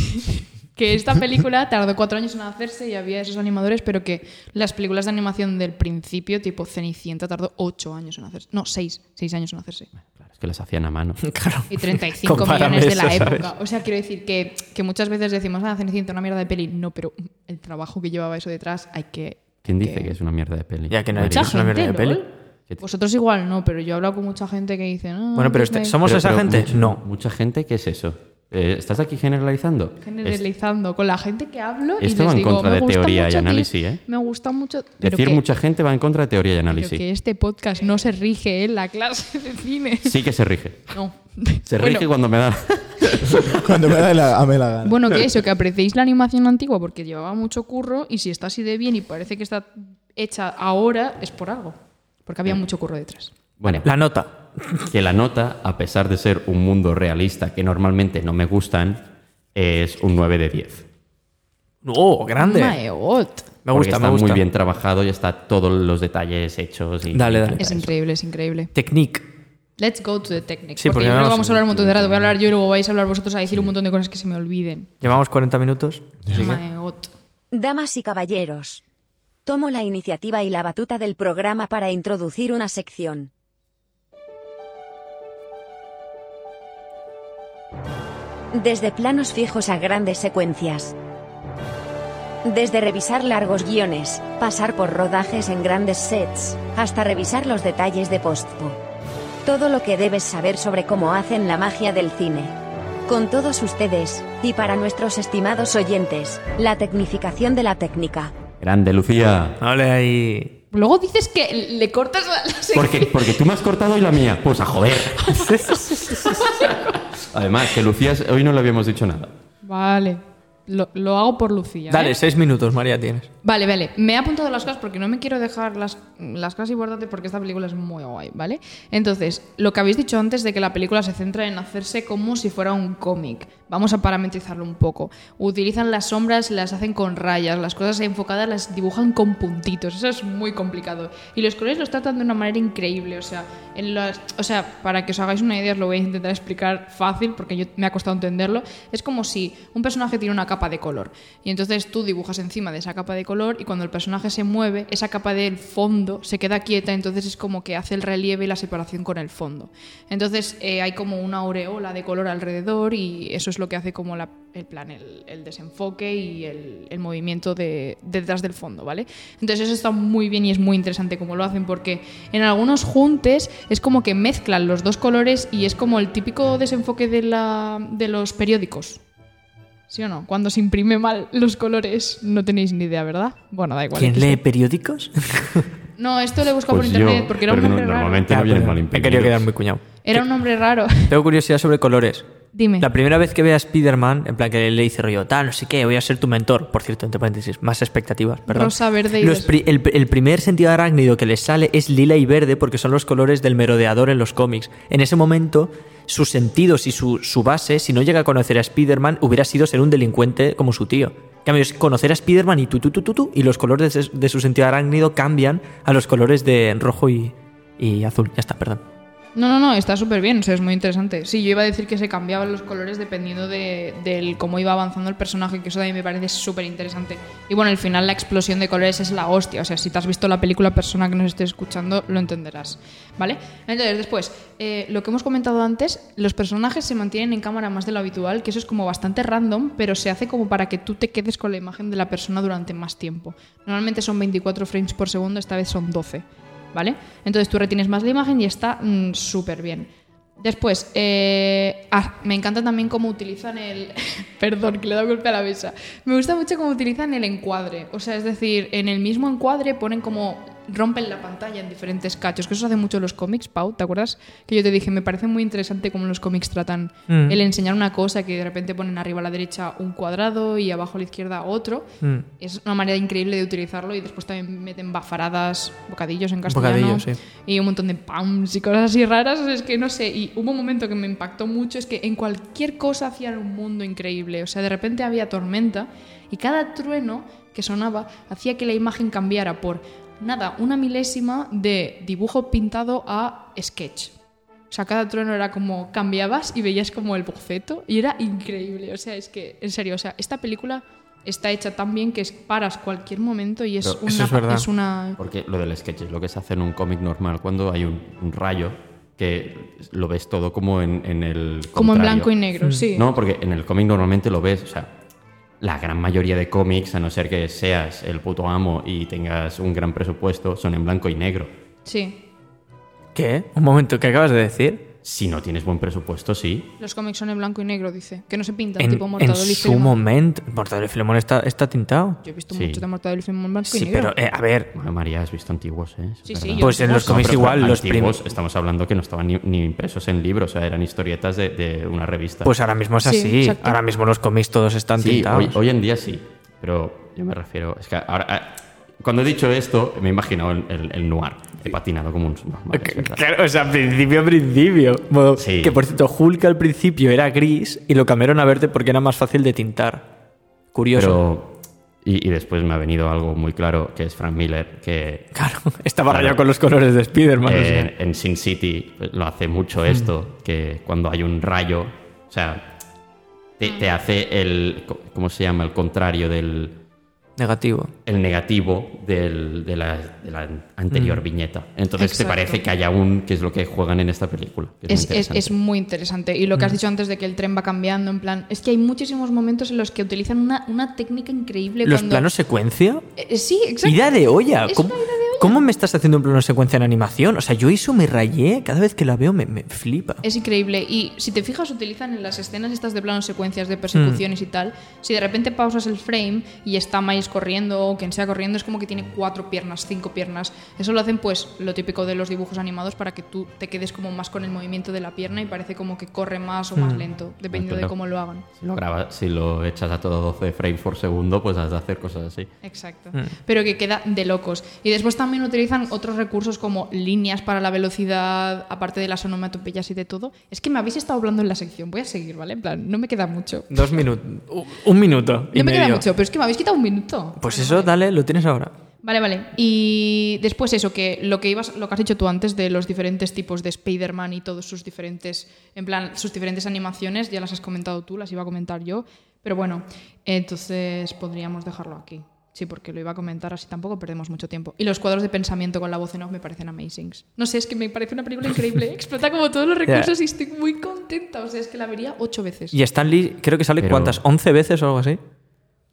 [SPEAKER 2] que esta película tardó cuatro años en hacerse y había esos animadores, pero que las películas de animación del principio, tipo Cenicienta, tardó ocho años en hacerse. No, seis. Seis años en hacerse.
[SPEAKER 1] Claro, es que las hacían a mano.
[SPEAKER 3] Claro.
[SPEAKER 2] Y 35
[SPEAKER 3] Compárame
[SPEAKER 2] millones de la
[SPEAKER 3] eso, ¿sabes?
[SPEAKER 2] época. O sea, quiero decir que, que muchas veces decimos, ah, Cenicienta, una mierda de peli. No, pero el trabajo que llevaba eso detrás hay que...
[SPEAKER 1] ¿Quién dice que es una mierda de peli?
[SPEAKER 3] Ya que no he
[SPEAKER 1] Madrid.
[SPEAKER 2] Mucha
[SPEAKER 3] Es una mierda
[SPEAKER 2] gente,
[SPEAKER 3] de peli.
[SPEAKER 2] lol. Vosotros igual no, pero yo he hablado con mucha gente que dice, "Ah, pues no,
[SPEAKER 3] Bueno, pero
[SPEAKER 2] Disney".
[SPEAKER 3] este- ¿somos
[SPEAKER 1] Pero-
[SPEAKER 3] esa
[SPEAKER 1] pero
[SPEAKER 3] gente?
[SPEAKER 1] mucha-
[SPEAKER 3] no.
[SPEAKER 1] Mucha gente, ¿qué es eso? Eh, ¿Estás aquí generalizando? Es-
[SPEAKER 2] generalizando con la gente que hablo y
[SPEAKER 1] Esto va
[SPEAKER 2] les
[SPEAKER 1] en
[SPEAKER 2] digo,
[SPEAKER 1] contra
[SPEAKER 2] me
[SPEAKER 1] de
[SPEAKER 2] gusta
[SPEAKER 1] teoría y
[SPEAKER 2] mucho Disney,
[SPEAKER 1] análisis, ¿eh?
[SPEAKER 2] Me gusta mucho pero
[SPEAKER 1] decir
[SPEAKER 2] que-
[SPEAKER 1] mucha gente va en contra de teoría y
[SPEAKER 2] pero
[SPEAKER 1] análisis.
[SPEAKER 2] que este podcast no se rige en la clase de cine.
[SPEAKER 1] Sí que se rige.
[SPEAKER 2] No.
[SPEAKER 1] Se
[SPEAKER 2] Bueno,
[SPEAKER 1] rige cuando me da.
[SPEAKER 4] Cuando me da la, a mí la gana.
[SPEAKER 2] Bueno, que eso, que apreciéis la animación antigua porque llevaba mucho curro y si está así de bien y parece que está hecha ahora, es por algo. Porque había mucho curro detrás.
[SPEAKER 1] Bueno,
[SPEAKER 3] La nota.
[SPEAKER 1] que la nota, a pesar de ser un mundo realista que normalmente no me gustan, es un 9 de 10.
[SPEAKER 3] Oh, grande.
[SPEAKER 2] My God.
[SPEAKER 3] Me
[SPEAKER 1] Porque
[SPEAKER 3] gusta,
[SPEAKER 1] está
[SPEAKER 3] me gusta.
[SPEAKER 1] muy bien trabajado y está todos los detalles hechos. Y
[SPEAKER 3] Dale, dale.
[SPEAKER 2] Es increíble, es increíble.
[SPEAKER 3] Technique.
[SPEAKER 2] Let's go to the technique.
[SPEAKER 3] Sí, porque
[SPEAKER 2] porque yo
[SPEAKER 3] no
[SPEAKER 2] creo que
[SPEAKER 3] nos-
[SPEAKER 2] vamos a hablar un montón de rato. Voy a hablar yo y luego vais a hablar vosotros a decir un montón de cosas que se me olviden.
[SPEAKER 3] Llevamos 40 minutos.
[SPEAKER 2] My God.
[SPEAKER 6] Damas y caballeros. Tomo la iniciativa y la batuta del programa para introducir una sección. Desde planos fijos a grandes secuencias. Desde revisar largos guiones, pasar por rodajes en grandes sets, hasta revisar los detalles de postpo. Todo lo que debes saber sobre cómo hacen la magia del cine. Con todos ustedes, y para nuestros estimados oyentes, la tecnificación de la técnica.
[SPEAKER 1] Grande, Lucía.
[SPEAKER 3] Vale, ahí.
[SPEAKER 2] Luego dices que le cortas la, la sección.
[SPEAKER 1] Porque, porque tú me has cortado y la mía. Pues a joder. Además, que Lucía es- hoy no le habíamos dicho nada.
[SPEAKER 2] Vale. Lo, lo hago por Lucía. ¿eh?
[SPEAKER 3] Dale, 6 minutos, María, tienes.
[SPEAKER 2] Vale, vale. Me he apuntado las cosas porque no me quiero dejar las, las cosas importantes porque esta película es muy guay, ¿vale? Entonces, lo que habéis dicho antes de que la película se centra en hacerse como si fuera un cómic. Vamos a parametrizarlo un poco. Utilizan las sombras, las hacen con rayas, las cosas enfocadas las dibujan con puntitos. Eso es muy complicado. Y los colores los tratan de una manera increíble. O sea, en las- o sea, para que os hagáis una idea, os lo voy a intentar explicar fácil porque yo me ha costado entenderlo. Es como si un personaje tiene una capa de color. Y entonces tú dibujas encima de esa capa de color y cuando el personaje se mueve, esa capa del fondo se queda quieta, entonces es como que hace el relieve y la separación con el fondo. Entonces eh, hay como una aureola de color alrededor y eso es lo que hace como la- el plan, el, el desenfoque y el, el movimiento de, de detrás del fondo, ¿vale? Entonces eso está muy bien y es muy interesante como lo hacen porque en algunos juntes es como que mezclan los dos colores y es como el típico desenfoque de, la, de los periódicos. ¿Sí o no? Cuando se imprime mal los colores, no tenéis ni idea, ¿verdad? Bueno, da igual.
[SPEAKER 3] ¿Quién
[SPEAKER 2] X.
[SPEAKER 3] lee periódicos?
[SPEAKER 2] No, esto lo he buscado
[SPEAKER 1] Pues
[SPEAKER 2] por
[SPEAKER 1] yo,
[SPEAKER 2] internet porque era un
[SPEAKER 1] pero no-
[SPEAKER 2] hombre raro.
[SPEAKER 1] normalmente no vienen mal
[SPEAKER 3] Me quería
[SPEAKER 1] imprimidos.
[SPEAKER 3] quedar muy cuñado.
[SPEAKER 2] Era un hombre raro.
[SPEAKER 3] Tengo curiosidad sobre colores.
[SPEAKER 2] Dime.
[SPEAKER 3] La primera vez que vea a Spider-Man, en plan que le dice rollo, tal, no sé qué, voy a ser tu mentor, por cierto, entre paréntesis, más expectativas, perdón.
[SPEAKER 2] Rosa, verde y
[SPEAKER 3] Los
[SPEAKER 2] rosa.
[SPEAKER 3] pri- el, el primer sentido arácnido que les sale es lila y verde porque son los colores del merodeador en los cómics. En ese momento, sus sentidos y su, su base, si no llega a conocer a Spider-Man, hubiera sido ser un delincuente como su tío. En cambio, es conocer a Spider-Man y tú, tú, tú, tú, tú, y los colores de, de su sentido arácnido cambian a los colores de rojo y, y azul. Ya está, perdón.
[SPEAKER 2] No, no, no, está súper bien, o sea, es muy interesante. Sí, yo iba a decir que se cambiaban los colores dependiendo de, del cómo iba avanzando el personaje, que eso también me parece súper interesante. Y bueno, al final la explosión de colores es la hostia, o sea, si te has visto la película, persona que nos esté escuchando, lo entenderás, ¿vale? Entonces, después, eh, lo que hemos comentado antes, los personajes se mantienen en cámara más de lo habitual, que eso es como bastante random, pero se hace como para que tú te quedes con la imagen de la persona durante más tiempo. Normalmente son 24 frames por segundo, esta vez son 12. ¿vale? Entonces tú retienes más la imagen y está mm, súper bien. Después, eh, ah, me encanta también cómo utilizan el... Perdón, que le he dado golpe a la mesa. Me gusta mucho cómo utilizan el encuadre. O sea, es decir, en el mismo encuadre ponen como... Rompen la pantalla en diferentes cachos. Que eso hace mucho los cómics, Pau, ¿te acuerdas? Que yo te dije, me parece muy interesante cómo los cómics tratan
[SPEAKER 3] Mm.
[SPEAKER 2] el enseñar una cosa que de repente ponen arriba a la derecha un cuadrado y abajo a la izquierda otro.
[SPEAKER 3] Mm.
[SPEAKER 2] Es una manera increíble de utilizarlo y después también meten bafaradas, bocadillos en castellano
[SPEAKER 3] Bocadillos, sí.
[SPEAKER 2] y un montón de pams y cosas así raras. o sea, es que no sé. Y hubo un momento que me impactó mucho: es que en cualquier cosa hacían un mundo increíble. O sea, de repente había tormenta y cada trueno que sonaba hacía que la imagen cambiara por nada, una milésima de dibujo pintado a sketch. O sea, cada trueno era como cambiabas y veías como el boceto y era increíble. O sea, es que, en serio, o sea, esta película está hecha tan bien que es- paras cualquier momento y es
[SPEAKER 1] Pero
[SPEAKER 2] una.
[SPEAKER 3] eso es verdad.
[SPEAKER 2] es una-
[SPEAKER 1] Porque lo del sketch es lo que se hace en un cómic normal, cuando hay un, un rayo que lo ves todo como en, en el.
[SPEAKER 2] Como en
[SPEAKER 1] contrario.
[SPEAKER 2] blanco y negro,
[SPEAKER 3] Mm.
[SPEAKER 2] sí.
[SPEAKER 1] No, porque en el cómic normalmente lo ves, o sea, la gran mayoría de cómics, a no ser que seas el puto amo y tengas un gran presupuesto, son en blanco y negro.
[SPEAKER 2] Sí.
[SPEAKER 3] ¿Qué? Un momento, ¿qué acabas de decir?
[SPEAKER 1] Si no tienes buen presupuesto, sí.
[SPEAKER 2] Los cómics son en blanco y negro, dice. Que no se pintan,
[SPEAKER 3] En,
[SPEAKER 2] tipo
[SPEAKER 3] en
[SPEAKER 2] Mortadelo y
[SPEAKER 3] su
[SPEAKER 2] Filemón.
[SPEAKER 3] momento, Mortadelo y Filemón está, está tintado.
[SPEAKER 2] Yo he visto
[SPEAKER 1] Sí.
[SPEAKER 2] mucho de Mortadelo y Filemón en blanco y
[SPEAKER 3] Sí,
[SPEAKER 2] negro.
[SPEAKER 3] pero eh, a ver,
[SPEAKER 1] Bueno, María, has visto antiguos, ¿eh? Es
[SPEAKER 2] Sí, sí,
[SPEAKER 1] verdad.
[SPEAKER 2] yo-
[SPEAKER 3] pues en los
[SPEAKER 2] No,
[SPEAKER 3] cómics
[SPEAKER 1] pero
[SPEAKER 3] igual, los
[SPEAKER 1] antiguos,
[SPEAKER 3] primeros.
[SPEAKER 1] Estamos hablando que no estaban ni, ni impresos en libros, o sea, eran historietas de, de una revista.
[SPEAKER 3] Pues ahora mismo es
[SPEAKER 2] Sí,
[SPEAKER 3] así.
[SPEAKER 2] exacto.
[SPEAKER 3] ahora mismo los cómics todos están
[SPEAKER 1] Sí,
[SPEAKER 3] tintados.
[SPEAKER 1] hoy, hoy en día sí, pero yo me refiero. Es que ahora. ah, Cuando he dicho esto, me he imaginado el, el- el noir. He patinado como un. normal, es verdad.
[SPEAKER 3] Claro, o sea, principio, principio. Modo-
[SPEAKER 1] Sí.
[SPEAKER 3] Que por cierto, Hulk al principio era gris y lo cambiaron a verde porque era más fácil de tintar. Curioso.
[SPEAKER 1] Pero. Y, y después me ha venido algo muy claro, que es Frank Miller, que.
[SPEAKER 3] claro, estaba
[SPEAKER 1] Claro.
[SPEAKER 3] rayado con los colores de Spider-Man. o
[SPEAKER 1] eh,
[SPEAKER 3] sea.
[SPEAKER 1] en Sin City pues, lo hace mucho esto, que cuando hay un rayo, o sea, te, te
[SPEAKER 2] Mm.
[SPEAKER 1] hace el, co- ¿cómo se llama? El contrario del
[SPEAKER 3] Negativo.
[SPEAKER 1] el negativo del- de, la, de la anterior viñeta. Entonces
[SPEAKER 2] Exacto.
[SPEAKER 1] te parece que hay aún, que es lo que juegan en esta película. que es,
[SPEAKER 2] Es,
[SPEAKER 1] muy
[SPEAKER 2] es- es
[SPEAKER 1] interesante.
[SPEAKER 2] muy interesante. Y lo
[SPEAKER 3] Mm.
[SPEAKER 2] que has dicho antes de que el tren va cambiando, en plan. Es que hay muchísimos momentos en los que utilizan una, una técnica increíble.
[SPEAKER 3] ¿Los
[SPEAKER 2] cuando-
[SPEAKER 3] planos secuencia?
[SPEAKER 2] Eh, sí, exacto.
[SPEAKER 3] Idea de olla.
[SPEAKER 2] Es
[SPEAKER 3] ¿Cómo,
[SPEAKER 2] una idea de olla.
[SPEAKER 3] cómo me estás haciendo un plano secuencia en animación? O sea, yo eso me rayé. Cada vez que la veo me, me flipa.
[SPEAKER 2] Es increíble. Y si te fijas, utilizan en las escenas estas de plano secuencias de persecuciones y tal. Si de repente pausas el frame y está Miles corriendo o quien sea corriendo, es como que tiene cuatro piernas, cinco piernas. Eso lo hacen, pues, lo típico de los dibujos animados para que tú te quedes como más con el movimiento de la pierna y parece como que corre más o más lento, dependiendo de
[SPEAKER 1] Claro.
[SPEAKER 2] cómo lo hagan.
[SPEAKER 1] Si lo, grabas, si lo echas a todo 12 frames por segundo, pues has de hacer cosas así.
[SPEAKER 2] Exacto. Pero que queda de locos. Y después también utilizan otros recursos como líneas para la velocidad, aparte de las onomatopeyas y de todo. Es que me habéis estado hablando en la sección. Voy a seguir, ¿vale? En plan, no me queda mucho.
[SPEAKER 3] Dos minutos. Un minuto. y
[SPEAKER 2] No me queda
[SPEAKER 3] medio.
[SPEAKER 2] mucho, pero es que me habéis quitado un minuto.
[SPEAKER 3] Pues eso, dale, lo tienes ahora.
[SPEAKER 2] Vale, vale. Y después eso, que lo que ibas, lo que has dicho tú antes de los diferentes tipos de Spider-Man y todos sus diferentes, en plan, sus diferentes animaciones, ya las has comentado tú, las iba a comentar yo. Pero bueno, entonces podríamos dejarlo aquí. Sí, porque lo iba a comentar así tampoco perdemos mucho tiempo. Y los cuadros de pensamiento con la voz en off me parecen amazing. No sé, es que me parece una película increíble. Explota como todos los recursos y estoy muy contenta. O sea, es que la vería ocho veces.
[SPEAKER 3] Y Stan Lee, creo que sale
[SPEAKER 1] Pero-
[SPEAKER 3] cuántas, 11 veces o algo así.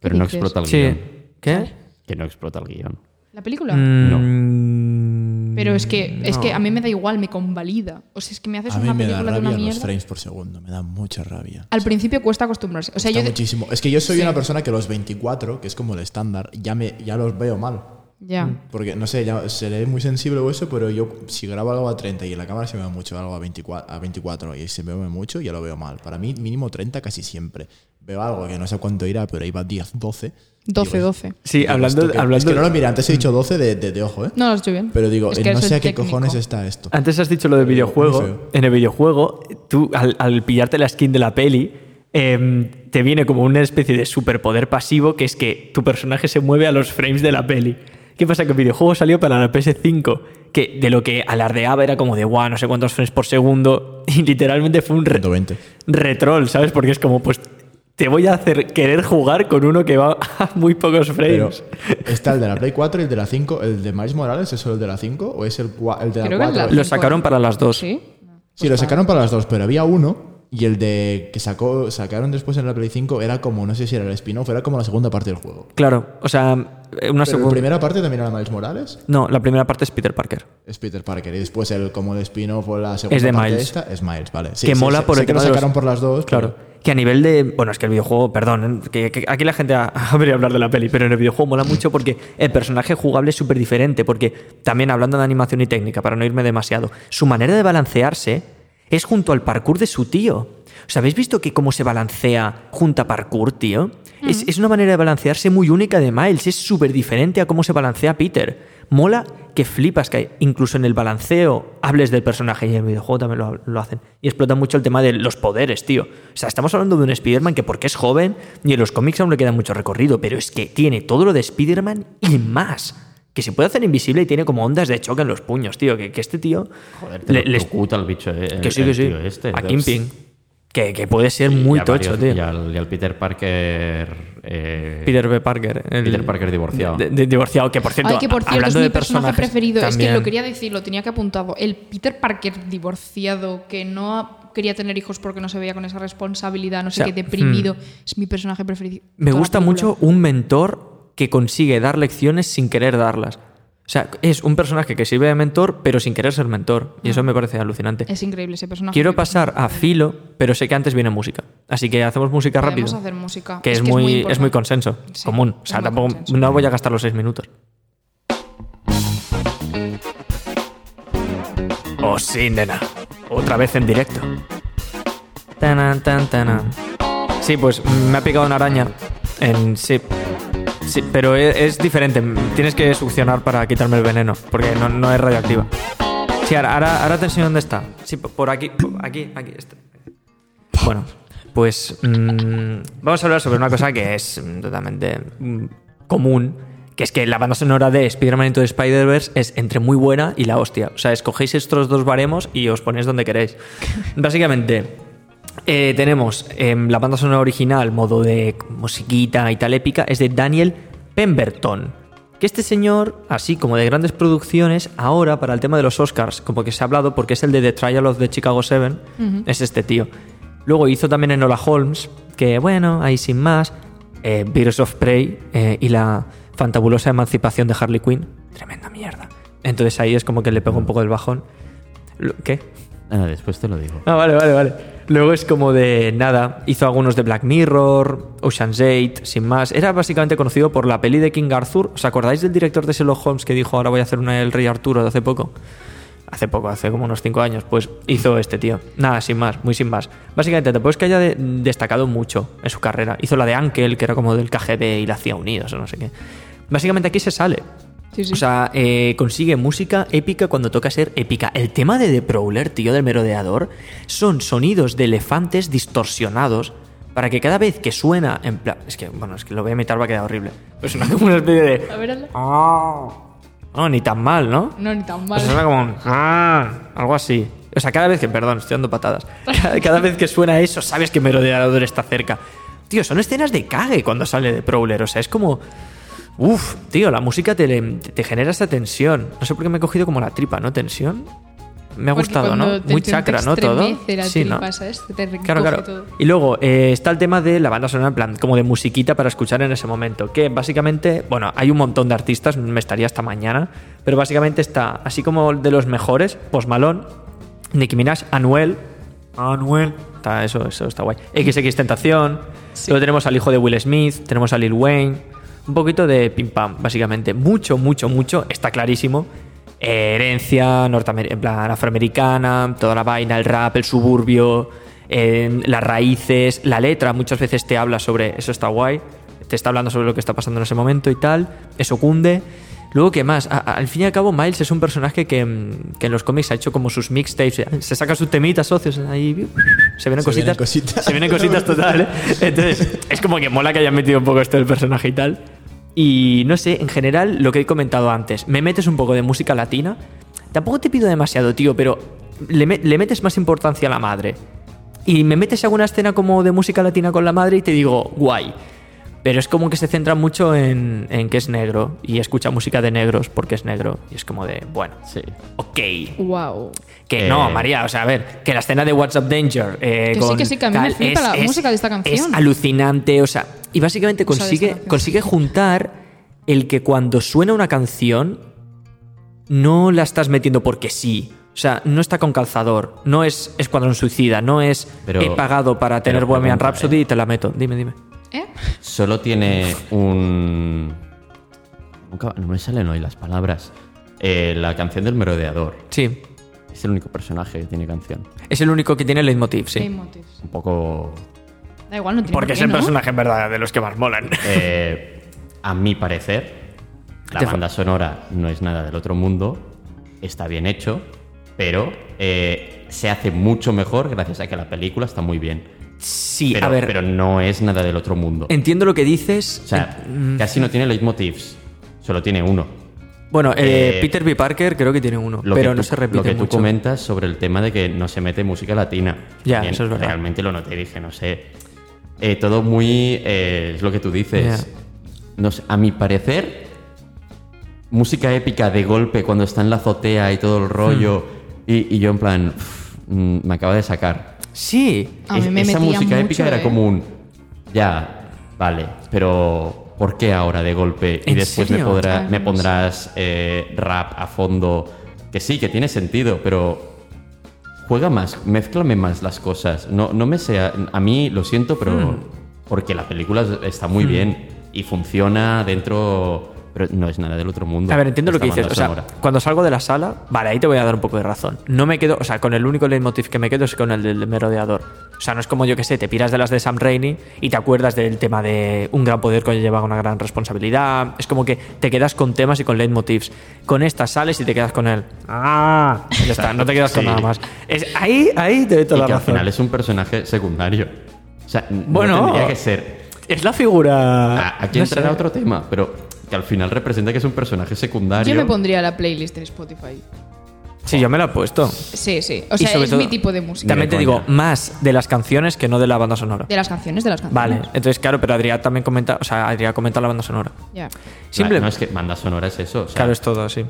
[SPEAKER 1] Pero no
[SPEAKER 2] dices?
[SPEAKER 1] explota el
[SPEAKER 3] Sí.
[SPEAKER 1] guión.
[SPEAKER 3] ¿Qué?
[SPEAKER 1] Que no explota el guión.
[SPEAKER 2] ¿La película?
[SPEAKER 3] Mm, No.
[SPEAKER 2] Pero es que, es que a mí me da igual, me convalida. O sea, es que me haces
[SPEAKER 4] Mm, A mí
[SPEAKER 2] una
[SPEAKER 4] me da
[SPEAKER 2] película de
[SPEAKER 4] rabia
[SPEAKER 2] una
[SPEAKER 4] los
[SPEAKER 2] mierda.
[SPEAKER 4] frames por segundo, me da mucha rabia.
[SPEAKER 2] Al principio cuesta acostumbrarse. O sea,
[SPEAKER 4] Está
[SPEAKER 2] yo. de-
[SPEAKER 4] muchísimo. Es que yo soy
[SPEAKER 2] Sí.
[SPEAKER 4] una persona que los 24, que es como el estándar, ya, me, ya los veo mal.
[SPEAKER 2] Ya.
[SPEAKER 4] Porque, no sé, ya seré muy sensible o eso, pero yo si grabo algo a 30 y en la cámara se me ve mucho algo a 24, a 24 y se me ve mucho, ya lo veo mal. Para mí, mínimo 30 casi siempre. Veo algo que no sé cuánto irá, pero iba 10, 12.
[SPEAKER 2] 12,
[SPEAKER 4] Digo,
[SPEAKER 2] 12.
[SPEAKER 3] Sí,
[SPEAKER 4] digo,
[SPEAKER 3] hablando,
[SPEAKER 4] esto que-
[SPEAKER 3] hablando
[SPEAKER 4] Es que no lo mira, antes he dicho 12 de, de- de ojo, ¿eh?
[SPEAKER 2] No lo has hecho bien.
[SPEAKER 4] Pero digo,
[SPEAKER 2] Es
[SPEAKER 4] eh,
[SPEAKER 2] que
[SPEAKER 4] no
[SPEAKER 2] eso
[SPEAKER 4] sé
[SPEAKER 2] es
[SPEAKER 4] a qué
[SPEAKER 2] técnico.
[SPEAKER 4] cojones este está esto.
[SPEAKER 3] Antes has dicho lo del
[SPEAKER 4] Eh,
[SPEAKER 3] videojuego.
[SPEAKER 4] muy feo.
[SPEAKER 3] En el videojuego, tú al, al pillarte la skin de la peli, em, te viene como una especie de superpoder pasivo que es que tu personaje se mueve a los frames de la peli. ¿Qué pasa? Que el videojuego salió para la PS5, que de lo que alardeaba era como de guau, no sé cuántos frames por segundo, y literalmente fue un re-
[SPEAKER 4] 120.
[SPEAKER 3] retrol, ¿sabes? Porque es como, pues te voy a hacer querer jugar con uno que va a muy pocos
[SPEAKER 4] Pero
[SPEAKER 3] frames.
[SPEAKER 4] está el de la Play 4 y el de la 5. ¿El de Miles Morales es solo el de la 5 o es el, cua- el de la
[SPEAKER 2] Creo que
[SPEAKER 4] 4?
[SPEAKER 2] es la-
[SPEAKER 3] Lo sacaron para las dos.
[SPEAKER 2] Sí.
[SPEAKER 4] Sí, lo sacaron para las dos, pero había uno y el de que sacó, sacaron después en la Play 5 era como, no sé si era el spin-off, era como la segunda parte del juego.
[SPEAKER 3] Claro, o sea, una
[SPEAKER 4] Pero la
[SPEAKER 3] segunda.
[SPEAKER 4] primera parte también era Miles Morales,
[SPEAKER 3] No, la primera parte es Peter Parker.
[SPEAKER 4] es Peter Parker, y después el como el spin-off o la segunda
[SPEAKER 3] Es de
[SPEAKER 4] parte
[SPEAKER 3] Miles.
[SPEAKER 4] esta es Miles, vale. Sí,
[SPEAKER 3] que
[SPEAKER 4] sí,
[SPEAKER 3] mola
[SPEAKER 4] sé-
[SPEAKER 3] por
[SPEAKER 4] sé
[SPEAKER 3] el
[SPEAKER 4] que lo
[SPEAKER 3] tema de los-
[SPEAKER 4] sacaron por las dos,
[SPEAKER 3] Claro.
[SPEAKER 4] pero
[SPEAKER 3] Que a nivel de. Bueno, es que el videojuego, perdón, ¿eh? que, que aquí la gente ha- habría hablar de la peli, pero en el videojuego mola mucho porque el personaje jugable es súper diferente. Porque también hablando de animación y técnica, para no irme demasiado, su manera de balancearse es junto al parkour de su tío. ¿Os habéis visto que cómo se balancea junto a parkour, tío? Es, es una manera de balancearse muy única de Miles, es súper diferente a cómo se balancea Peter. Mola que flipas, que incluso en el balanceo hables del personaje y en el videojuego también lo, lo hacen. Y explota mucho el tema de los poderes, tío. O sea, estamos hablando de un Spider-Man que porque es joven y en los cómics aún le queda mucho recorrido, pero es que tiene todo lo de Spider-Man y más. Que se puede hacer invisible y tiene como ondas de choque en los puños, tío. Que, que este tío...
[SPEAKER 1] Joder, te
[SPEAKER 3] le-
[SPEAKER 1] lo
[SPEAKER 3] les-
[SPEAKER 1] electrocuta el bicho. eh, el-
[SPEAKER 3] que sí, que
[SPEAKER 1] el
[SPEAKER 3] sí.
[SPEAKER 1] tío este.
[SPEAKER 3] a Kimping. Que, que puede ser muy
[SPEAKER 1] Y a
[SPEAKER 3] tocho,
[SPEAKER 1] varios-
[SPEAKER 3] tío.
[SPEAKER 1] Y al, y al Peter Parker. eh,
[SPEAKER 3] Peter B. Parker. el-
[SPEAKER 1] Peter Parker divorciado.
[SPEAKER 3] de- de- divorciado, que por cierto,
[SPEAKER 2] Ay, que por cierto, es
[SPEAKER 3] hablando
[SPEAKER 2] mi
[SPEAKER 3] de
[SPEAKER 2] personaje
[SPEAKER 3] personajes
[SPEAKER 2] preferido. Es que
[SPEAKER 3] también-
[SPEAKER 2] lo quería decir, lo tenía que apuntado. El Peter Parker divorciado, que no ha- quería tener hijos porque no se veía con esa responsabilidad, no sé
[SPEAKER 3] O sea, hmm.
[SPEAKER 2] qué, deprimido. Es mi personaje preferido.
[SPEAKER 3] Me
[SPEAKER 2] Toda la
[SPEAKER 3] gusta
[SPEAKER 2] película.
[SPEAKER 3] mucho un mentor que consigue dar lecciones sin querer darlas. O sea, es un personaje que sirve de mentor, pero sin querer ser mentor. Y eso me parece alucinante.
[SPEAKER 2] Ah. Es increíble ese personaje.
[SPEAKER 3] Quiero pasar a Filo, pero sé que antes viene música. Así que hacemos música
[SPEAKER 2] Podemos
[SPEAKER 3] rápido.
[SPEAKER 2] hacer música.
[SPEAKER 3] Que
[SPEAKER 2] Es
[SPEAKER 3] es,
[SPEAKER 2] que es
[SPEAKER 3] muy,
[SPEAKER 2] muy
[SPEAKER 3] es muy
[SPEAKER 2] importante.
[SPEAKER 3] consenso
[SPEAKER 2] Sí,
[SPEAKER 3] común. O
[SPEAKER 2] es
[SPEAKER 3] sea,
[SPEAKER 2] muy
[SPEAKER 3] tampoco
[SPEAKER 2] consenso.
[SPEAKER 3] no voy a gastar los seis minutos. Oh, sí, nena. Otra vez en directo. Tanan, tan, tanan. Sí, pues me ha picado una araña. En sí. Sí, pero e- es, diferente. Tienes que succionar para quitarme el veneno, porque no, no es radioactiva. Sí, ahora, ahora, ahora te enseño dónde está. Sí, po- por aquí, po- aquí, aquí. este. está. Bueno, pues mm, vamos a hablar sobre una cosa que es mm, totalmente mm, común, que es que la banda sonora de Spider-Man Into the Spider-Verse es entre muy buena y la hostia. O sea, escogéis estos dos baremos y os ponéis donde queréis. Básicamente, eh, tenemos em, la banda sonora original, modo de musiquita y tal épica, es de Daniel Pemberton. Que este señor, así como de grandes producciones, ahora para el tema de los Oscars, como que se ha hablado, porque es el de The Trial of the Chicago Seven, es este tío. Luego hizo también Enola Holmes, que bueno, ahí sin más, eh, Virus of Prey eh, y la fantabulosa emancipación de Harley Quinn. Tremenda mierda. Entonces ahí es como que le pegó un poco el bajón. Lo- ¿Qué?
[SPEAKER 1] Ah, después te lo digo.
[SPEAKER 3] Ah, vale, vale, vale. Luego es como de nada. Hizo algunos de Black Mirror, Ocean's 8, sin más. Era básicamente conocido por la peli de King Arthur. ¿Os acordáis del director de Sherlock Holmes que dijo ahora voy a hacer una del Rey Arturo de hace poco? Hace poco, hace como unos 5 años, pues hizo este tío. Nada, sin más, muy sin más. Básicamente, tampoco es que haya de- destacado mucho en su carrera. Hizo la de Ankel, que era como del KGB y la CIA Unidos o no sé qué. Básicamente aquí se sale.
[SPEAKER 2] Sí, sí.
[SPEAKER 3] O sea, eh, consigue música épica cuando toca ser épica. El tema de The Prowler, tío, del merodeador, son sonidos de elefantes distorsionados para que cada vez que suena, en plan. Es que, bueno, es que lo voy a imitar, va a quedar horrible. Pues suena como una especie de. ¡Ah!
[SPEAKER 2] A ver, hazlo.
[SPEAKER 3] No, ni tan mal, ¿no?
[SPEAKER 2] no, ni tan
[SPEAKER 3] Pues
[SPEAKER 2] mal.
[SPEAKER 3] suena como un, "Ah", algo así. O sea, cada vez que, perdón, estoy dando patadas. Cada, cada vez que suena eso, sabes que Merodeador está cerca. Tío, son escenas de cague cuando sale de Prowler. O sea, es como. Uf, tío, la música te, le- te genera esa tensión. No sé por qué me he cogido como la tripa, ¿no? Tensión. Me ha
[SPEAKER 2] Porque
[SPEAKER 3] gustado,
[SPEAKER 2] cuando
[SPEAKER 3] ¿no?
[SPEAKER 2] te-
[SPEAKER 3] Muy
[SPEAKER 2] te- te
[SPEAKER 3] chakra, ¿no? Todo.
[SPEAKER 2] estremece la
[SPEAKER 3] Sí, ¿no?
[SPEAKER 2] tripa, ¿sabes? Te- te
[SPEAKER 3] Claro,
[SPEAKER 2] recoge
[SPEAKER 3] claro.
[SPEAKER 2] todo.
[SPEAKER 3] Y luego eh, está el tema de la banda sonora, en plan, como de musiquita para escuchar en ese momento. Que básicamente, bueno, hay un montón de artistas, me estaría hasta mañana, pero básicamente está, así como de los mejores, Post Malone, Nicki Minaj, Anuel. Anuel. Está, eso, eso está guay. XX Tentación. Luego tenemos al hijo de Will Smith, tenemos a Lil Wayne. Un poquito de pim pam, básicamente. Mucho, mucho, mucho. Está clarísimo. Eh, Herencia, norteamer- en plan afroamericana, toda la vaina, el rap, el suburbio, eh, las raíces, la letra. Muchas veces te habla sobre eso, está guay. Te está hablando sobre lo que está pasando en ese momento y tal. Eso cunde. Luego, ¿qué más? A- a- al fin y al cabo, Miles es un personaje que, mm, que en los cómics ha hecho como sus mixtapes. Se saca sus temitas, socios. Ahí se vienen
[SPEAKER 4] Se vienen
[SPEAKER 3] cositas.
[SPEAKER 4] cositas.
[SPEAKER 3] Se vienen cositas total. ¿eh? Entonces, es como que mola que hayan metido un poco esto del personaje y tal. Y no sé, en general, lo que he comentado antes, me metes un poco de música latina. Tampoco te pido demasiado, tío, pero le, me- le metes más importancia a la madre. Y me metes alguna escena como de música latina con la madre y te digo, guay. Pero es como que se centra mucho en, en que es negro y escucha música de negros porque es negro. Y es como de, bueno,
[SPEAKER 1] Sí.
[SPEAKER 3] ok.
[SPEAKER 2] Wow.
[SPEAKER 3] Que
[SPEAKER 1] Eh,
[SPEAKER 3] no, María, o sea, a ver, que la escena de What's Up Danger. eh,
[SPEAKER 2] Que sí,
[SPEAKER 3] con
[SPEAKER 2] que sí, que a mí me
[SPEAKER 3] tal,
[SPEAKER 2] flipa la música de esta
[SPEAKER 3] Es
[SPEAKER 2] canción.
[SPEAKER 3] alucinante, o sea, y básicamente
[SPEAKER 2] O sea, de esta
[SPEAKER 3] consigue,
[SPEAKER 2] canción.
[SPEAKER 3] consigue juntar el que cuando suena una canción no la estás metiendo porque sí. O sea, no está con calzador, no es Escuadrón Suicida, no es
[SPEAKER 1] Pero-
[SPEAKER 3] he pagado para tener Bohemian
[SPEAKER 1] pregunta,
[SPEAKER 3] Rhapsody y te la meto. Dime, dime.
[SPEAKER 2] ¿Eh?
[SPEAKER 1] Solo tiene un. Nunca- No me salen hoy las palabras. Eh, la canción del merodeador.
[SPEAKER 3] Sí,
[SPEAKER 1] Es el único personaje que tiene canción.
[SPEAKER 3] es el único que tiene el leitmotiv, sí.
[SPEAKER 2] Leitmotivs.
[SPEAKER 1] Un poco.
[SPEAKER 2] Da igual, no tiene
[SPEAKER 3] Porque
[SPEAKER 2] por
[SPEAKER 3] es
[SPEAKER 2] qué,
[SPEAKER 3] el
[SPEAKER 2] ¿no?
[SPEAKER 3] personaje en verdad de los que más molan.
[SPEAKER 1] eh, a mi parecer, la
[SPEAKER 3] Te fa-
[SPEAKER 1] banda sonora no es nada del otro mundo. Está bien hecho, pero eh, se hace mucho mejor gracias a que la película está muy bien.
[SPEAKER 3] Sí,
[SPEAKER 1] Pero,
[SPEAKER 3] a ver,
[SPEAKER 1] pero no es nada del otro mundo.
[SPEAKER 3] entiendo lo que dices.
[SPEAKER 1] O sea, casi no tiene leitmotivs. Solo tiene uno.
[SPEAKER 3] Bueno, eh,
[SPEAKER 1] Eh,
[SPEAKER 3] Peter B. Parker creo que tiene uno,
[SPEAKER 1] Lo
[SPEAKER 3] pero
[SPEAKER 1] que
[SPEAKER 3] no
[SPEAKER 1] tú-
[SPEAKER 3] se repite
[SPEAKER 1] Lo que
[SPEAKER 3] mucho.
[SPEAKER 1] tú comentas sobre el tema de que no se mete música latina.
[SPEAKER 3] Ya,
[SPEAKER 1] También
[SPEAKER 3] eso es verdad.
[SPEAKER 1] Realmente lo noté, dije, no sé. Eh, todo muy. eh, es lo que tú dices.
[SPEAKER 3] Ya.
[SPEAKER 1] No sé, a mi parecer, música épica de golpe cuando está en la azotea y todo el rollo.
[SPEAKER 3] Hmm.
[SPEAKER 1] Y, y yo, en plan, "Uf, mm, me acaba de sacar.
[SPEAKER 3] Sí,
[SPEAKER 2] A mí
[SPEAKER 1] Es-
[SPEAKER 2] me
[SPEAKER 1] esa
[SPEAKER 2] metía
[SPEAKER 1] música
[SPEAKER 2] mucho,
[SPEAKER 1] épica era
[SPEAKER 2] eh.
[SPEAKER 1] como un. Ya, vale, pero. ¿Por qué ahora de golpe? Y
[SPEAKER 3] ¿En
[SPEAKER 1] después me,
[SPEAKER 3] serio?
[SPEAKER 1] podrá-
[SPEAKER 2] Ah,
[SPEAKER 1] me
[SPEAKER 2] no
[SPEAKER 1] pondrás eh, rap a fondo. Que sí, que tiene sentido, pero. Juega más, mezclame más las cosas. No, no me sea. A mí lo siento, pero.
[SPEAKER 3] Hmm.
[SPEAKER 1] Porque la película está muy bien y funciona dentro. Pero no es nada del otro mundo.
[SPEAKER 3] a ver, entiendo lo
[SPEAKER 1] esta
[SPEAKER 3] que dices.
[SPEAKER 1] banda
[SPEAKER 3] O sea,
[SPEAKER 1] sonora.
[SPEAKER 3] cuando salgo de la sala, vale, ahí te voy a dar un poco de razón. No me quedo, o sea, con el único leitmotiv que me quedo es con el del merodeador. O sea, no es como yo que sé, te piras de las de Sam Raimi y te acuerdas del tema de un gran poder conlleva una gran responsabilidad. Es como que te quedas con temas y con leitmotivs. Con esta sales y te quedas con él. Ah, ya está, no te quedas con
[SPEAKER 1] Sí.
[SPEAKER 3] nada más. Es, ahí, ahí te doy toda
[SPEAKER 1] Y
[SPEAKER 3] la
[SPEAKER 1] que al
[SPEAKER 3] razón.
[SPEAKER 1] final es un personaje secundario. O sea, n-
[SPEAKER 3] Bueno.
[SPEAKER 1] no tendría que ser.
[SPEAKER 3] Es la figura.
[SPEAKER 1] A- Ah, Aquí
[SPEAKER 3] Ah, no
[SPEAKER 1] entrará
[SPEAKER 3] sé.
[SPEAKER 1] otro tema, pero que al final representa que es un personaje secundario.
[SPEAKER 2] Yo me pondría la playlist en Spotify.
[SPEAKER 3] Sí, yo me la he puesto.
[SPEAKER 2] Sí, sí. O
[SPEAKER 3] Y
[SPEAKER 2] sea,
[SPEAKER 3] sobre
[SPEAKER 2] es
[SPEAKER 3] todo-
[SPEAKER 2] mi tipo de música.
[SPEAKER 3] También te
[SPEAKER 1] Ni de
[SPEAKER 3] digo,
[SPEAKER 1] coña.
[SPEAKER 3] más de las canciones que no de la banda sonora.
[SPEAKER 2] De las canciones, de las
[SPEAKER 3] Vale,
[SPEAKER 2] canciones.
[SPEAKER 3] entonces claro, pero Adrián también comenta, o sea, Adrián comenta la banda sonora.
[SPEAKER 2] Ya.
[SPEAKER 3] Simple,
[SPEAKER 1] No, es que banda sonora es eso. o sea,
[SPEAKER 3] claro, es todo, sí.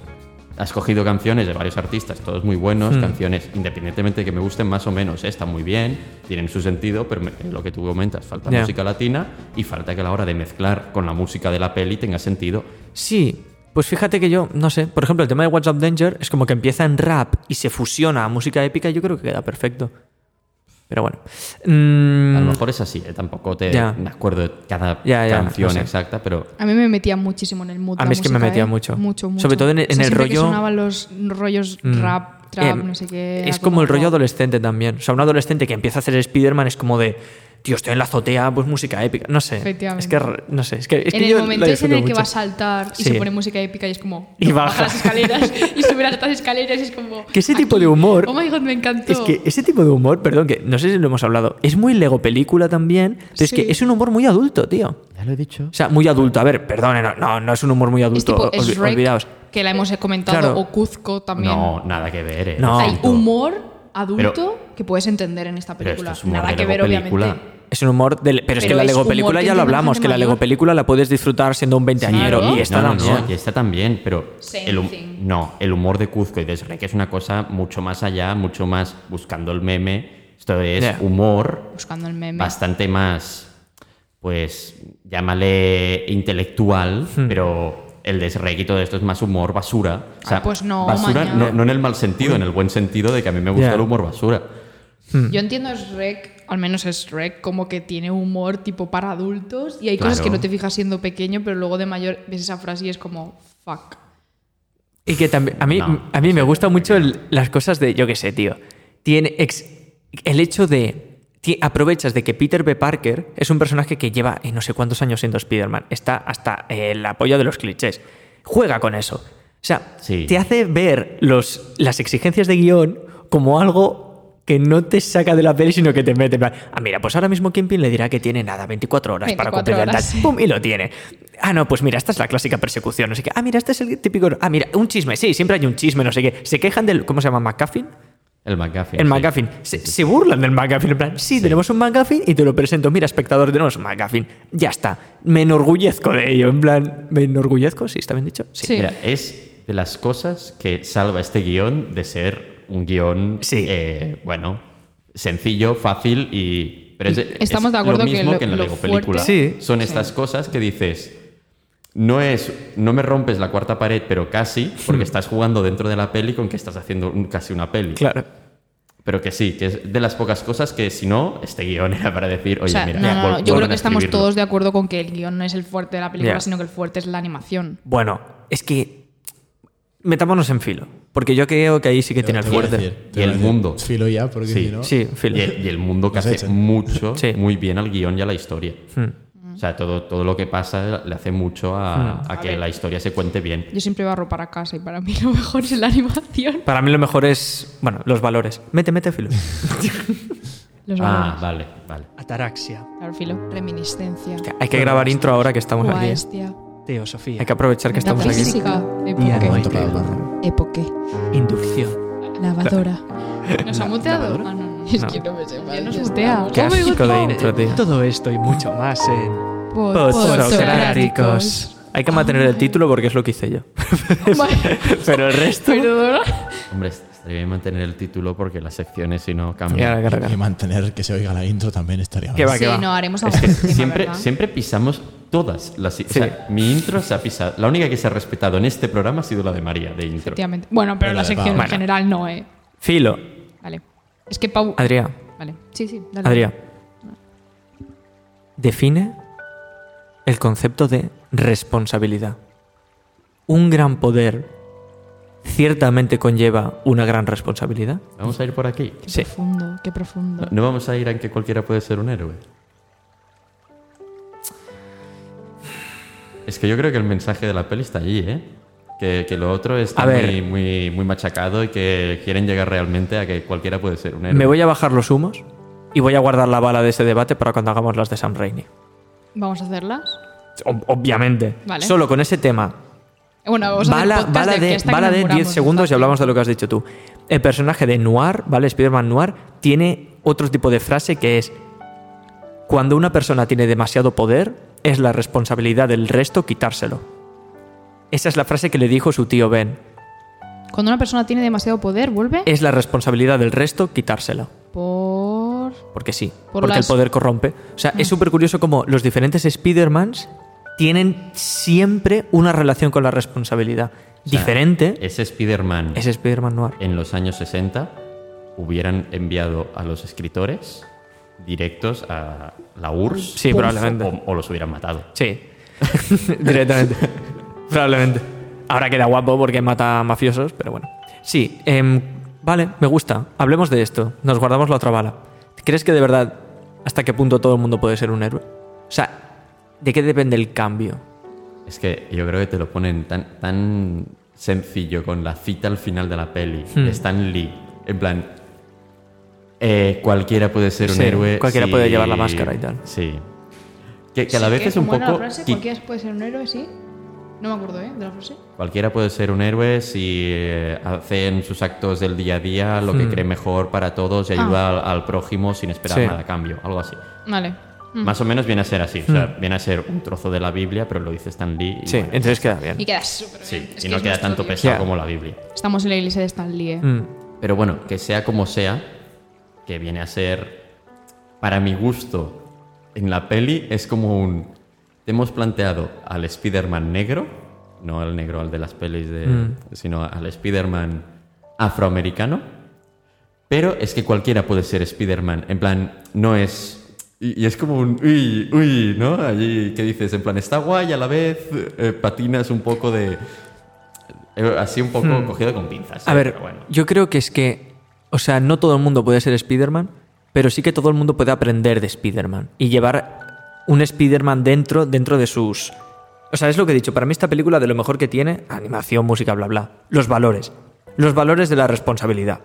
[SPEAKER 1] Has cogido canciones de varios artistas, todos muy buenos,
[SPEAKER 3] Hmm.
[SPEAKER 1] canciones, independientemente de que me gusten más o menos, eh, están muy bien, tienen su sentido, pero me- lo que tú comentas, falta
[SPEAKER 3] Ya.
[SPEAKER 1] música latina y falta que a la hora de mezclar con la música de la peli tenga sentido.
[SPEAKER 3] Sí, pues fíjate que yo, no sé, por ejemplo, el tema de What's Up Danger es como que empieza en rap y se fusiona a música épica y yo creo que queda perfecto. Pero bueno. Mm,
[SPEAKER 1] A lo mejor es así, eh, tampoco te
[SPEAKER 3] Ya.
[SPEAKER 1] me acuerdo de cada
[SPEAKER 3] Ya, ya,
[SPEAKER 1] canción
[SPEAKER 3] no sé.
[SPEAKER 1] exacta, pero
[SPEAKER 2] A mí me metía muchísimo en el mood.
[SPEAKER 3] A mí
[SPEAKER 2] la
[SPEAKER 3] es que me
[SPEAKER 2] música,
[SPEAKER 3] metía
[SPEAKER 2] ¿eh?
[SPEAKER 3] mucho.
[SPEAKER 2] Mucho, mucho.
[SPEAKER 3] Sobre todo en- en
[SPEAKER 2] O sea,
[SPEAKER 3] el
[SPEAKER 2] siempre que
[SPEAKER 3] rollo-
[SPEAKER 2] sonaban los rollos rap, trap,
[SPEAKER 3] Eh,
[SPEAKER 2] no sé qué. era
[SPEAKER 3] Es como el rollo
[SPEAKER 2] wow.
[SPEAKER 3] adolescente también. O sea, un adolescente que empieza a hacer Spider-Man es como de. tío, estoy en la azotea, pues música épica. No sé.
[SPEAKER 2] Efectivamente.
[SPEAKER 3] Es que, r- no sé. Es que, es que
[SPEAKER 2] en el
[SPEAKER 3] yo la
[SPEAKER 2] momento ese en el
[SPEAKER 3] disfruto
[SPEAKER 2] que va a
[SPEAKER 3] mucho.
[SPEAKER 2] saltar y
[SPEAKER 3] Sí.
[SPEAKER 2] se pone música épica y es como
[SPEAKER 3] Y baja.
[SPEAKER 2] las escaleras y sube las otras escaleras y es como
[SPEAKER 3] Que ese tipo de humor-
[SPEAKER 2] oh my god me encantó
[SPEAKER 3] Es que ese tipo de humor, perdón, que no sé si lo hemos hablado, es muy Lego película también, pero es
[SPEAKER 2] Sí.
[SPEAKER 3] que es un humor muy adulto, tío.
[SPEAKER 1] Ya lo he dicho.
[SPEAKER 3] O sea, muy adulto. A ver, perdone, no, no, no es un humor muy
[SPEAKER 2] es
[SPEAKER 3] adulto.
[SPEAKER 2] tipo
[SPEAKER 3] olvi-
[SPEAKER 2] Shrek,
[SPEAKER 3] olvidaos.
[SPEAKER 2] que la hemos comentado
[SPEAKER 3] Claro.
[SPEAKER 2] o Cuzco también
[SPEAKER 1] No, nada que ver. eh.
[SPEAKER 3] No.
[SPEAKER 2] hay humor adulto
[SPEAKER 1] Pero-
[SPEAKER 2] que puedes entender en esta
[SPEAKER 1] Pero esto
[SPEAKER 2] película
[SPEAKER 1] es humor
[SPEAKER 2] nada
[SPEAKER 1] de
[SPEAKER 2] que
[SPEAKER 1] Lego
[SPEAKER 2] ver
[SPEAKER 1] película.
[SPEAKER 2] obviamente
[SPEAKER 3] Es un humor. del- pero es que
[SPEAKER 2] Pero
[SPEAKER 3] la
[SPEAKER 2] es
[SPEAKER 3] Lego
[SPEAKER 2] humor
[SPEAKER 3] película
[SPEAKER 2] que
[SPEAKER 3] ya lo
[SPEAKER 2] entiende la
[SPEAKER 3] hablamos,
[SPEAKER 2] gente
[SPEAKER 3] que la Lego
[SPEAKER 2] mayor.
[SPEAKER 3] película la puedes disfrutar siendo un veinteañero.
[SPEAKER 2] Claro.
[SPEAKER 3] Y esta
[SPEAKER 1] no, no,
[SPEAKER 3] también.
[SPEAKER 1] no, y está también, pero el, hum-
[SPEAKER 2] Sensing.
[SPEAKER 1] no, el humor de Cuzco y de Shrek es una cosa mucho más allá, mucho más buscando el meme. Esto es
[SPEAKER 3] Ya.
[SPEAKER 1] humor
[SPEAKER 2] buscando el meme
[SPEAKER 1] bastante más, pues, llámale intelectual,
[SPEAKER 3] Hmm.
[SPEAKER 1] pero el de Shrek y todo esto es más humor basura. O sea,
[SPEAKER 2] Ah, pues no,
[SPEAKER 1] basura,
[SPEAKER 2] mañana.
[SPEAKER 1] no, no en el mal sentido, en el buen sentido de que a mí me gusta
[SPEAKER 3] Ya.
[SPEAKER 1] el humor basura.
[SPEAKER 2] Yo entiendo Shrek, al menos Shrek, como que tiene humor tipo para adultos y hay cosas que
[SPEAKER 1] Claro.
[SPEAKER 2] no te fijas siendo pequeño, pero luego de mayor ves esa frase y es como, fuck.
[SPEAKER 3] Y que también. A mí,
[SPEAKER 1] No,
[SPEAKER 3] a mí me gustan mucho el- las cosas de. Yo qué sé, tío. Tiene ex- el hecho de. ti- aprovechas de que Peter B. Parker es un personaje que lleva eh, no sé cuántos años siendo Spider-Man. Está hasta eh, la polla de los clichés. Juega con eso. O sea,
[SPEAKER 1] Sí.
[SPEAKER 3] te hace ver los, las exigencias de guión como algo que no te saca de la peli, sino que te mete. en plan, Ah, mira, pues ahora mismo Kimpin le dirá que tiene nada, 24 horas para
[SPEAKER 2] 24
[SPEAKER 3] cumplir el
[SPEAKER 2] horas,
[SPEAKER 3] tal.
[SPEAKER 2] sí.
[SPEAKER 3] ¡Pum! Y lo tiene. Ah, no, pues mira, esta es la clásica persecución, no sé qué. Ah, mira, este es el típico. Ah, mira, un chisme, sí, siempre hay un chisme, no sé qué. Se quejan del. ¿Cómo se llama? ¿McCaffin?
[SPEAKER 1] El McGuffin.
[SPEAKER 3] El
[SPEAKER 1] sí.
[SPEAKER 3] McGuffin. Se, se burlan del McGuffin. En plan, sí, tenemos un McGuffin y te lo presento. Mira, espectador, tenemos un McGuffin. Ya está. Me enorgullezco de ello. En plan, ¿me enorgullezco? Sí, está bien dicho. Sí.
[SPEAKER 2] Sí.
[SPEAKER 1] Mira, es de las cosas que salva este guión de ser un guión,
[SPEAKER 3] Sí.
[SPEAKER 1] eh, bueno, sencillo, fácil y... pero es-
[SPEAKER 2] Estamos
[SPEAKER 1] es
[SPEAKER 2] de
[SPEAKER 1] lo
[SPEAKER 2] acuerdo que
[SPEAKER 1] mismo que,
[SPEAKER 2] lo-
[SPEAKER 1] en la
[SPEAKER 2] lo
[SPEAKER 1] Lego
[SPEAKER 2] fuerte-
[SPEAKER 1] película.
[SPEAKER 3] Sí.
[SPEAKER 1] Son estas cosas que dices, no es, no me rompes la cuarta pared, pero casi, porque estás jugando dentro de la peli con que estás haciendo un- casi una peli.
[SPEAKER 3] Claro.
[SPEAKER 1] Pero que sí, que es de las pocas cosas que si no, este guión era para decir, oye,
[SPEAKER 2] o sea,
[SPEAKER 1] mira,
[SPEAKER 2] no,
[SPEAKER 1] vol-
[SPEAKER 2] no, no, yo creo
[SPEAKER 1] vuelvan
[SPEAKER 2] que
[SPEAKER 1] a
[SPEAKER 2] estamos
[SPEAKER 1] escribirlo".
[SPEAKER 2] todos de acuerdo con que el guión no es el fuerte de la película,
[SPEAKER 3] Ya.
[SPEAKER 2] sino que el fuerte es la animación.
[SPEAKER 3] Bueno, es que. Metámonos en filo. Porque yo creo que ahí sí que tiene el
[SPEAKER 4] Te voy a
[SPEAKER 3] fuerte.
[SPEAKER 4] decir, te
[SPEAKER 1] Y el
[SPEAKER 4] voy a decir,
[SPEAKER 1] mundo.
[SPEAKER 4] Filo ya, porque
[SPEAKER 1] Sí,
[SPEAKER 4] si no.
[SPEAKER 3] Sí, filo.
[SPEAKER 1] Y, el- y el mundo que
[SPEAKER 4] Nos
[SPEAKER 1] hace
[SPEAKER 4] echan.
[SPEAKER 1] mucho,
[SPEAKER 3] Sí.
[SPEAKER 1] muy bien al guión y a la historia. O sea, todo, todo lo que pasa le hace mucho a, a que
[SPEAKER 2] ver.
[SPEAKER 1] la historia se cuente bien.
[SPEAKER 2] Yo siempre barro para casa y para mí lo mejor es la animación.
[SPEAKER 3] Para mí lo mejor es, bueno, los valores. Mete, mete filo.
[SPEAKER 2] Los
[SPEAKER 1] Ah,
[SPEAKER 2] valores.
[SPEAKER 1] vale, vale.
[SPEAKER 3] Ataraxia.
[SPEAKER 2] Claro, filo. Reminiscencia.
[SPEAKER 3] Hay que grabar intro ahora que estamos aquí.
[SPEAKER 2] Guaestia.
[SPEAKER 3] Teosofía. Hay que aprovechar que estamos aquí.
[SPEAKER 2] Metafísica.
[SPEAKER 3] Diario.
[SPEAKER 2] Époque.
[SPEAKER 4] Momento para hablar.
[SPEAKER 2] Époque.
[SPEAKER 3] Inducción.
[SPEAKER 2] Lavadora. ¿Nos han muteado? Ah, no, no. Es
[SPEAKER 3] No.
[SPEAKER 2] que no me sepa. Ya nos mutea.
[SPEAKER 3] Qué
[SPEAKER 2] Oh my
[SPEAKER 3] asco
[SPEAKER 2] God,
[SPEAKER 3] de
[SPEAKER 2] no.
[SPEAKER 3] intro, tío. Todo esto y mucho más en Posocráticos. Hay que mantener el título porque es lo que hice yo. Pero el resto.
[SPEAKER 2] Perdón.
[SPEAKER 1] Hombre, estaría bien mantener el título porque las secciones si no
[SPEAKER 3] Claro,
[SPEAKER 1] cambian.
[SPEAKER 3] claro,
[SPEAKER 4] Y
[SPEAKER 3] claro.
[SPEAKER 4] mantener que se oiga la intro también estaría
[SPEAKER 3] Que
[SPEAKER 4] bien.
[SPEAKER 3] va, que
[SPEAKER 2] Sí,
[SPEAKER 3] va.
[SPEAKER 2] no, haremos algo.
[SPEAKER 1] Es que siempre, siempre pisamos todas las... O sea, mi intro se ha pisado. La única que se ha respetado en este programa ha sido la de María, de intro.
[SPEAKER 2] Efectivamente. Bueno, pero la
[SPEAKER 4] Vale,
[SPEAKER 2] sección
[SPEAKER 3] va.
[SPEAKER 2] en general no, ¿eh?
[SPEAKER 3] Filo.
[SPEAKER 2] Vale. Es que Pau...
[SPEAKER 3] Adrián.
[SPEAKER 2] Vale. Sí, sí, dale.
[SPEAKER 3] Adrián. Define el concepto de responsabilidad. Un gran poder ciertamente conlleva una gran responsabilidad.
[SPEAKER 1] Vamos a ir por aquí.
[SPEAKER 2] Qué
[SPEAKER 3] Sí.
[SPEAKER 2] profundo, qué profundo.
[SPEAKER 1] No, no vamos a ir a que cualquiera puede ser un héroe. Es que yo creo que el mensaje de la peli está allí, ¿eh? Que, que lo otro está
[SPEAKER 3] A ver.
[SPEAKER 1] Muy, muy, muy machacado y que quieren llegar realmente a que cualquiera puede ser un héroe.
[SPEAKER 3] Me voy a bajar los humos y voy a guardar la bala de ese debate para cuando hagamos las de Sam Raimi.
[SPEAKER 2] ¿Vamos a hacerlas?
[SPEAKER 3] Ob- obviamente.
[SPEAKER 2] Vale.
[SPEAKER 3] Solo con ese tema.
[SPEAKER 2] Bueno, vamos a
[SPEAKER 3] Bala,
[SPEAKER 2] hacer podcast
[SPEAKER 3] bala
[SPEAKER 2] de, aquí
[SPEAKER 3] de,
[SPEAKER 2] hasta que
[SPEAKER 3] bala
[SPEAKER 2] nos
[SPEAKER 3] de 10
[SPEAKER 2] muramos,
[SPEAKER 3] segundos y
[SPEAKER 2] fácil.
[SPEAKER 3] hablamos de lo que has dicho tú. El personaje de Noir, ¿vale? Spider-Man Noir, tiene otro tipo de frase que es: Cuando una persona tiene demasiado poder, es la responsabilidad del resto quitárselo. Esa es la frase que le dijo su tío Ben.
[SPEAKER 2] Cuando una persona tiene demasiado poder, vuelve
[SPEAKER 3] Es la responsabilidad del resto quitárselo.
[SPEAKER 2] por...
[SPEAKER 3] Porque sí,
[SPEAKER 2] Por
[SPEAKER 3] porque
[SPEAKER 2] las- Mm.
[SPEAKER 3] el poder corrompe. O sea, es súper curioso como los diferentes Spider-Mans tienen siempre una relación con la responsabilidad. Diferente
[SPEAKER 1] Ese Spider-Man
[SPEAKER 3] es Spider-Man Noir.
[SPEAKER 1] en los años 60 hubieran enviado a los escritores directos a la URSS
[SPEAKER 3] Sí, probablemente.
[SPEAKER 1] o, o los hubieran matado.
[SPEAKER 3] Sí, directamente. Probablemente. Ahora queda guapo porque mata a mafiosos, pero bueno. Sí, em, vale, me gusta. Hablemos de esto. Nos guardamos la otra bala. ¿Crees que de verdad hasta qué punto todo el mundo puede ser un héroe. O sea, ¿de qué depende el cambio?
[SPEAKER 1] Es que yo creo que te lo ponen tan, tan sencillo con la cita al final de la peli.
[SPEAKER 3] Hmm.
[SPEAKER 1] Stan Lee. En plan. eh, cualquiera puede ser un
[SPEAKER 3] Sí,
[SPEAKER 1] héroe.
[SPEAKER 3] cualquiera
[SPEAKER 1] si-
[SPEAKER 3] puede llevar la máscara y tal.
[SPEAKER 1] Sí. Que, que a la vez es un poco. qui-
[SPEAKER 2] cualquiera puede ser un héroe, sí. No me acuerdo, ¿eh? De la frase.
[SPEAKER 1] Cualquiera puede ser un héroe si eh, hace en sus actos del día a día lo que cree mejor para todos y
[SPEAKER 2] Ah.
[SPEAKER 1] ayuda al, al prójimo sin esperar
[SPEAKER 3] Hmm. Sí.
[SPEAKER 1] nada a cambio, algo así.
[SPEAKER 2] Vale. Mm.
[SPEAKER 1] Más o menos viene a ser así, o sea, viene a ser un trozo de la Biblia, pero lo dice Stan Lee y,
[SPEAKER 3] Hmm. Sí,
[SPEAKER 1] bueno,
[SPEAKER 3] entonces queda bien.
[SPEAKER 2] Y queda súper
[SPEAKER 1] sí,
[SPEAKER 2] bien. Es
[SPEAKER 1] y
[SPEAKER 2] que
[SPEAKER 1] no
[SPEAKER 2] es
[SPEAKER 1] queda
[SPEAKER 2] nuestro
[SPEAKER 1] tanto
[SPEAKER 2] Dios.
[SPEAKER 1] pesado
[SPEAKER 3] Ya.
[SPEAKER 1] como la Biblia.
[SPEAKER 2] Estamos en la iglesia de Stan Lee, ¿eh?
[SPEAKER 3] Mm,
[SPEAKER 1] Pero bueno, que sea como sea, que viene a ser, para mi gusto, en la peli es como un... Te hemos planteado al Spider-Man negro, no al negro, al de las pelis, de,
[SPEAKER 3] Mm.
[SPEAKER 1] sino al Spider-Man afroamericano, pero es que cualquiera puede ser Spider-Man, en plan, no es... Y, y es como un... Uy, uy, ¿no? Allí que dices, en plan, está guay a la vez, eh, patinas un poco de... eh, Así un poco cogido con pinzas.
[SPEAKER 3] Mm. A
[SPEAKER 1] eh,
[SPEAKER 3] ver,
[SPEAKER 1] pero bueno.
[SPEAKER 3] yo creo que es que, o sea, no todo el mundo puede ser Spider-Man, pero sí que todo el mundo puede aprender de Spider-Man y llevar un Spider-Man dentro, dentro de sus... O sea, es lo que he dicho, para mí esta película de lo mejor que tiene, animación, música, bla, bla, los valores. Los valores de la responsabilidad.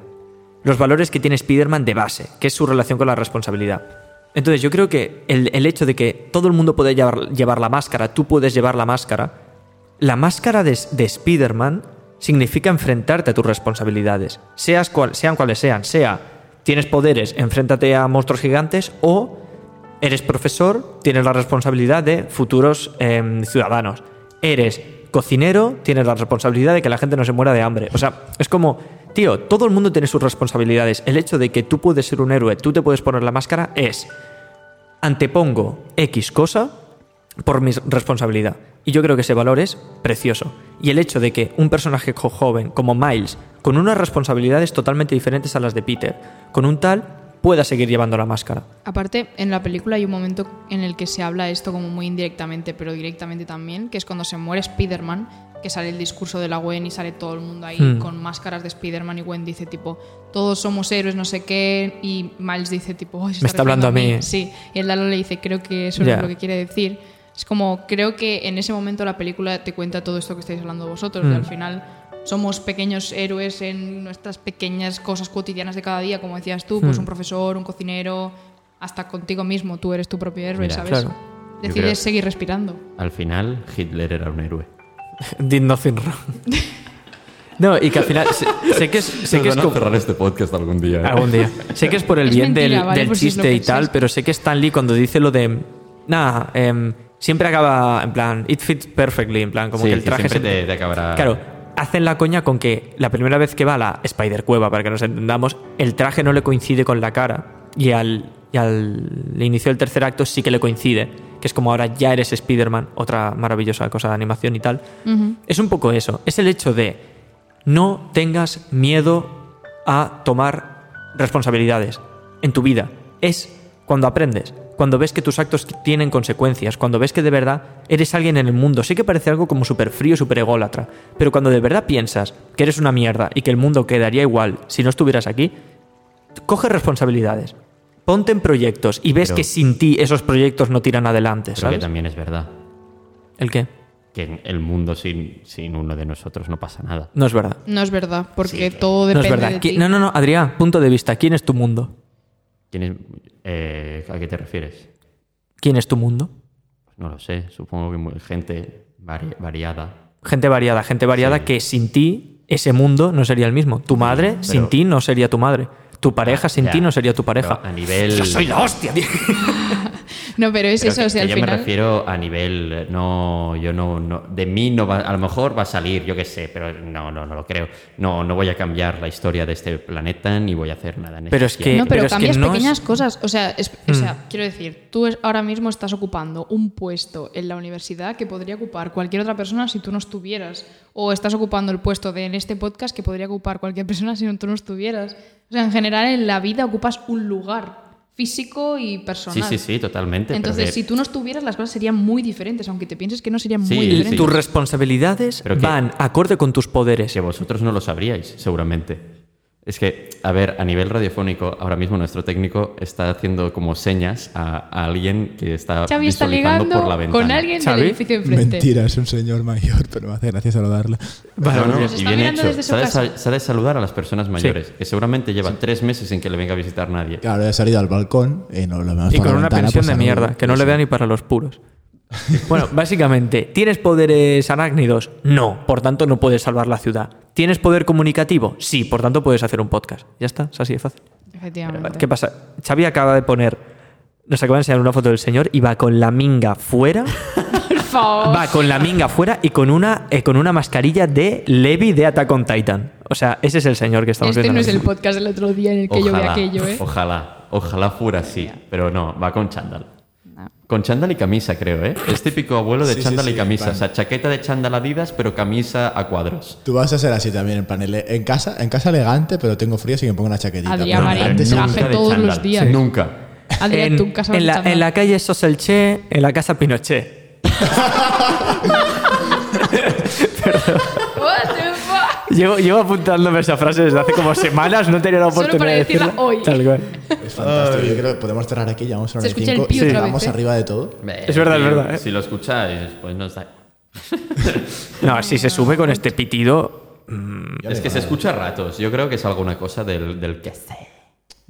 [SPEAKER 3] Los valores que tiene Spider-Man de base, que es su relación con la responsabilidad. Entonces yo creo que el, el hecho de que todo el mundo puede llevar, llevar la máscara, tú puedes llevar la máscara, la máscara de, de Spider-Man significa enfrentarte a tus responsabilidades, seas cual, sean cuales sean, sea tienes poderes, enfréntate a monstruos gigantes o eres profesor, tienes la responsabilidad de futuros em, ciudadanos, eres cocinero, tienes la responsabilidad de que la gente no se muera de hambre. O sea, es como, tío, todo el mundo tiene sus responsabilidades. El hecho de que tú puedes ser un héroe, tú te puedes poner la máscara, es antepongo X cosa por mi responsabilidad. Y yo creo que ese valor es precioso. Y el hecho de que un personaje jo- joven como Miles, con unas responsabilidades totalmente diferentes a las de Peter, con un tal, pueda seguir llevando la máscara.
[SPEAKER 2] Aparte, en la película hay un momento en el que se habla esto como muy indirectamente, pero directamente también, que es cuando se muere Spider-Man, que sale el discurso de la Gwen y sale todo el mundo ahí
[SPEAKER 3] Hmm.
[SPEAKER 2] con máscaras de Spider-Man y Gwen dice tipo, todos somos héroes, no sé qué, y Miles dice tipo, "Ay, se
[SPEAKER 3] Me está hablando
[SPEAKER 2] refiriendo
[SPEAKER 3] a mí.
[SPEAKER 2] Sí, y el Lalo le dice, creo que eso
[SPEAKER 3] Ya.
[SPEAKER 2] es lo que quiere decir. Es como, creo que en ese momento la película te cuenta todo esto que estáis hablando vosotros,
[SPEAKER 1] Mm.
[SPEAKER 2] y al final somos pequeños héroes en nuestras pequeñas cosas cotidianas de cada día, como decías tú,
[SPEAKER 1] Mm.
[SPEAKER 2] pues un profesor, un cocinero, hasta contigo mismo, tú eres tu propio héroe,
[SPEAKER 1] Mira,
[SPEAKER 2] ¿sabes?
[SPEAKER 3] claro.
[SPEAKER 1] Yo
[SPEAKER 2] Decides
[SPEAKER 1] creo-
[SPEAKER 2] seguir respirando.
[SPEAKER 1] Al final, Hitler era un héroe.
[SPEAKER 3] Did nothing wrong. No, y que al final sé, sé que es, sé que es como- Ah,
[SPEAKER 1] cerrar este podcast algún día.
[SPEAKER 3] algún día. Sé que es por el
[SPEAKER 2] Es
[SPEAKER 3] bien
[SPEAKER 2] mentira,
[SPEAKER 3] del,
[SPEAKER 2] ¿vale?
[SPEAKER 3] del
[SPEAKER 2] Por si os lo
[SPEAKER 3] chiste y
[SPEAKER 2] pensáis.
[SPEAKER 3] tal, pero sé que Stan Lee cuando dice lo de nada, em, siempre acaba en plan it fits perfectly, en plan como
[SPEAKER 1] Sí,
[SPEAKER 3] que el
[SPEAKER 1] que
[SPEAKER 3] traje
[SPEAKER 1] siempre
[SPEAKER 3] siempre-
[SPEAKER 1] te- te acabará-
[SPEAKER 3] Claro, hacen la coña con que la primera vez que va a la Spider Cueva, para que nos entendamos, el traje no le coincide con la cara y al y al inicio del tercer acto sí que le coincide, que es como ahora ya eres Spider-Man, otra maravillosa cosa de animación y tal. Es un poco eso, es el hecho de no tengas miedo a tomar responsabilidades en tu vida. Es cuando aprendes, cuando ves que tus actos tienen consecuencias, cuando ves que de verdad eres alguien en el mundo. Sé que parece algo como súper frío, súper ególatra, pero cuando de verdad piensas que eres una mierda y que el mundo quedaría igual si no estuvieras aquí, coge responsabilidades. Ponte en proyectos y ves
[SPEAKER 1] Pero-
[SPEAKER 3] que sin ti esos proyectos no tiran adelante,
[SPEAKER 1] Creo que
[SPEAKER 3] ¿sabes?
[SPEAKER 1] también es verdad.
[SPEAKER 3] ¿El qué?
[SPEAKER 1] Que en el mundo sin, sin uno de nosotros no pasa nada.
[SPEAKER 3] No es verdad.
[SPEAKER 2] No es verdad, porque todo depende
[SPEAKER 3] no es verdad.
[SPEAKER 2] de
[SPEAKER 3] ¿Qui-
[SPEAKER 2] ti.
[SPEAKER 3] No, no, no, Adrián, punto de vista. ¿Quién es tu mundo?
[SPEAKER 1] ¿Quién es- eh, ¿A qué te refieres? Pues
[SPEAKER 3] ¿Quién es tu mundo?
[SPEAKER 1] No lo sé. Supongo que mu- gente vari- variada.
[SPEAKER 3] Gente variada, gente variada que sin ti ese mundo no sería el mismo. Tu madre sin ti no sería tu madre. Tu pareja sin
[SPEAKER 1] Ya.
[SPEAKER 3] ti no sería tu pareja.
[SPEAKER 1] Pero a nivel.
[SPEAKER 3] Yo soy la hostia, tío.
[SPEAKER 2] No, pero es
[SPEAKER 1] pero
[SPEAKER 2] eso,
[SPEAKER 1] que-
[SPEAKER 2] o sea,
[SPEAKER 1] que
[SPEAKER 2] al
[SPEAKER 1] yo me
[SPEAKER 2] final...
[SPEAKER 1] refiero a nivel. eh, No, yo no, no- De mí no va. A lo mejor va a salir, yo qué sé, pero no, no, no lo creo. No, no voy a cambiar la historia de este planeta ni voy a hacer nada en
[SPEAKER 3] Pero
[SPEAKER 1] este
[SPEAKER 3] es que-
[SPEAKER 2] No, pero,
[SPEAKER 3] pero es que
[SPEAKER 2] cambias
[SPEAKER 3] no es-
[SPEAKER 2] pequeñas cosas. O sea, es-
[SPEAKER 1] Mm.
[SPEAKER 2] o sea, quiero decir, tú es- ahora mismo estás ocupando un puesto en la universidad que podría ocupar cualquier otra persona si tú no estuvieras. O estás ocupando el puesto de en este podcast que podría ocupar cualquier persona si no- tú no estuvieras. O sea, en general en la vida ocupas un lugar físico y personal.
[SPEAKER 1] Sí, sí, sí, totalmente. pero
[SPEAKER 2] Entonces,
[SPEAKER 1] que-
[SPEAKER 2] si tú no estuvieras, las cosas serían muy diferentes, aunque te pienses que no serían
[SPEAKER 1] Sí,
[SPEAKER 2] muy
[SPEAKER 1] sí.
[SPEAKER 2] diferentes.
[SPEAKER 3] Tus responsabilidades
[SPEAKER 1] Pero que-
[SPEAKER 3] van acorde con tus poderes.
[SPEAKER 1] que vosotros no lo sabríais, seguramente. Es que, a ver, a nivel radiofónico, ahora mismo nuestro técnico está haciendo como señas a, a alguien que está
[SPEAKER 2] Xavi está
[SPEAKER 1] visualizando
[SPEAKER 2] ligando
[SPEAKER 1] por la ventana.
[SPEAKER 2] con alguien
[SPEAKER 3] ¿Xavi?
[SPEAKER 2] del edificio enfrente.
[SPEAKER 4] Mentira, es un señor mayor, pero me hace gracia saludarla.
[SPEAKER 1] Bueno,
[SPEAKER 3] Vale,
[SPEAKER 1] no,
[SPEAKER 2] nos
[SPEAKER 1] y
[SPEAKER 2] está
[SPEAKER 1] bien
[SPEAKER 2] mirando
[SPEAKER 1] hecho.
[SPEAKER 2] desde su
[SPEAKER 1] Sabe,
[SPEAKER 2] casa.
[SPEAKER 1] sa- sabe saludar a las personas mayores, que seguramente lleva tres meses sin que le venga a visitar nadie.
[SPEAKER 4] Claro, he salido al balcón y no lo vemos
[SPEAKER 3] Y
[SPEAKER 4] por la
[SPEAKER 3] con una
[SPEAKER 4] ventana,
[SPEAKER 3] pensión
[SPEAKER 4] pues,
[SPEAKER 3] de
[SPEAKER 4] saludo.
[SPEAKER 3] mierda, que no le vea ni para los puros. Bueno, básicamente, ¿tienes poderes arácnidos? No, por tanto no puedes salvar la ciudad. ¿Tienes poder comunicativo? Sí, por tanto puedes hacer un podcast. Ya está, es así de fácil.
[SPEAKER 2] Efectivamente.
[SPEAKER 3] ¿Qué pasa? Xavi acaba de poner, nos acaba de enseñar una foto del señor y va con la minga fuera,
[SPEAKER 2] Por favor.
[SPEAKER 3] va con la minga fuera y con una, eh, con una mascarilla de Levi de Attack on Titan. O sea, ese es el señor que estamos
[SPEAKER 2] Este
[SPEAKER 3] viendo.
[SPEAKER 2] no es
[SPEAKER 3] ahora
[SPEAKER 2] el
[SPEAKER 3] mismo.
[SPEAKER 2] podcast del otro día en el que yo vi
[SPEAKER 1] Ojalá,
[SPEAKER 2] aquello, ¿eh?
[SPEAKER 1] ojalá, ojalá fuera así, pero no, va con chándal.
[SPEAKER 2] No.
[SPEAKER 1] Con chándal y camisa, creo, ¿eh? Es típico abuelo de
[SPEAKER 4] Sí, sí,
[SPEAKER 1] chándal y
[SPEAKER 4] sí,
[SPEAKER 1] camisa,
[SPEAKER 4] plan.
[SPEAKER 1] o sea, chaqueta de chándal Adidas, pero camisa a cuadros.
[SPEAKER 4] Tú vas a ser así también, en plan, ele- en casa, en casa elegante, pero tengo frío, así que me pongo una chaquetita.
[SPEAKER 2] Adrián
[SPEAKER 4] Pero
[SPEAKER 2] Marín,
[SPEAKER 4] elegante,
[SPEAKER 2] traje
[SPEAKER 4] sí.
[SPEAKER 1] de
[SPEAKER 2] todos los
[SPEAKER 1] chándal,
[SPEAKER 2] días.
[SPEAKER 1] Nunca.
[SPEAKER 2] Adrián,
[SPEAKER 3] en,
[SPEAKER 2] tú en casa vas
[SPEAKER 3] en la,
[SPEAKER 2] echando-
[SPEAKER 3] en la calle Soselche, en la casa Pinochet.
[SPEAKER 2] What the fuck?
[SPEAKER 3] Llevo, llevo apuntándome esa frase desde hace como semanas, no tenía la
[SPEAKER 2] Solo para
[SPEAKER 3] oportunidad de
[SPEAKER 2] decirla hoy.
[SPEAKER 3] Tal cual.
[SPEAKER 4] Es fantástico. Yo creo que podemos cerrar aquí, ya vamos
[SPEAKER 2] Se
[SPEAKER 4] a una
[SPEAKER 2] escucha el
[SPEAKER 4] cinco.
[SPEAKER 2] pi
[SPEAKER 4] Sí.
[SPEAKER 2] otra vez,
[SPEAKER 4] Vamos
[SPEAKER 2] ¿eh?
[SPEAKER 4] arriba de todo.
[SPEAKER 3] Es verdad, es
[SPEAKER 1] Eh,
[SPEAKER 3] verdad, ¿eh?
[SPEAKER 1] Si lo escucháis, pues no está.
[SPEAKER 3] No, si se sube con este pitido, mm,
[SPEAKER 4] Ya
[SPEAKER 1] Es
[SPEAKER 4] me
[SPEAKER 1] que se
[SPEAKER 4] vale.
[SPEAKER 1] escucha a ratos. Yo creo que es alguna cosa del, del que sé.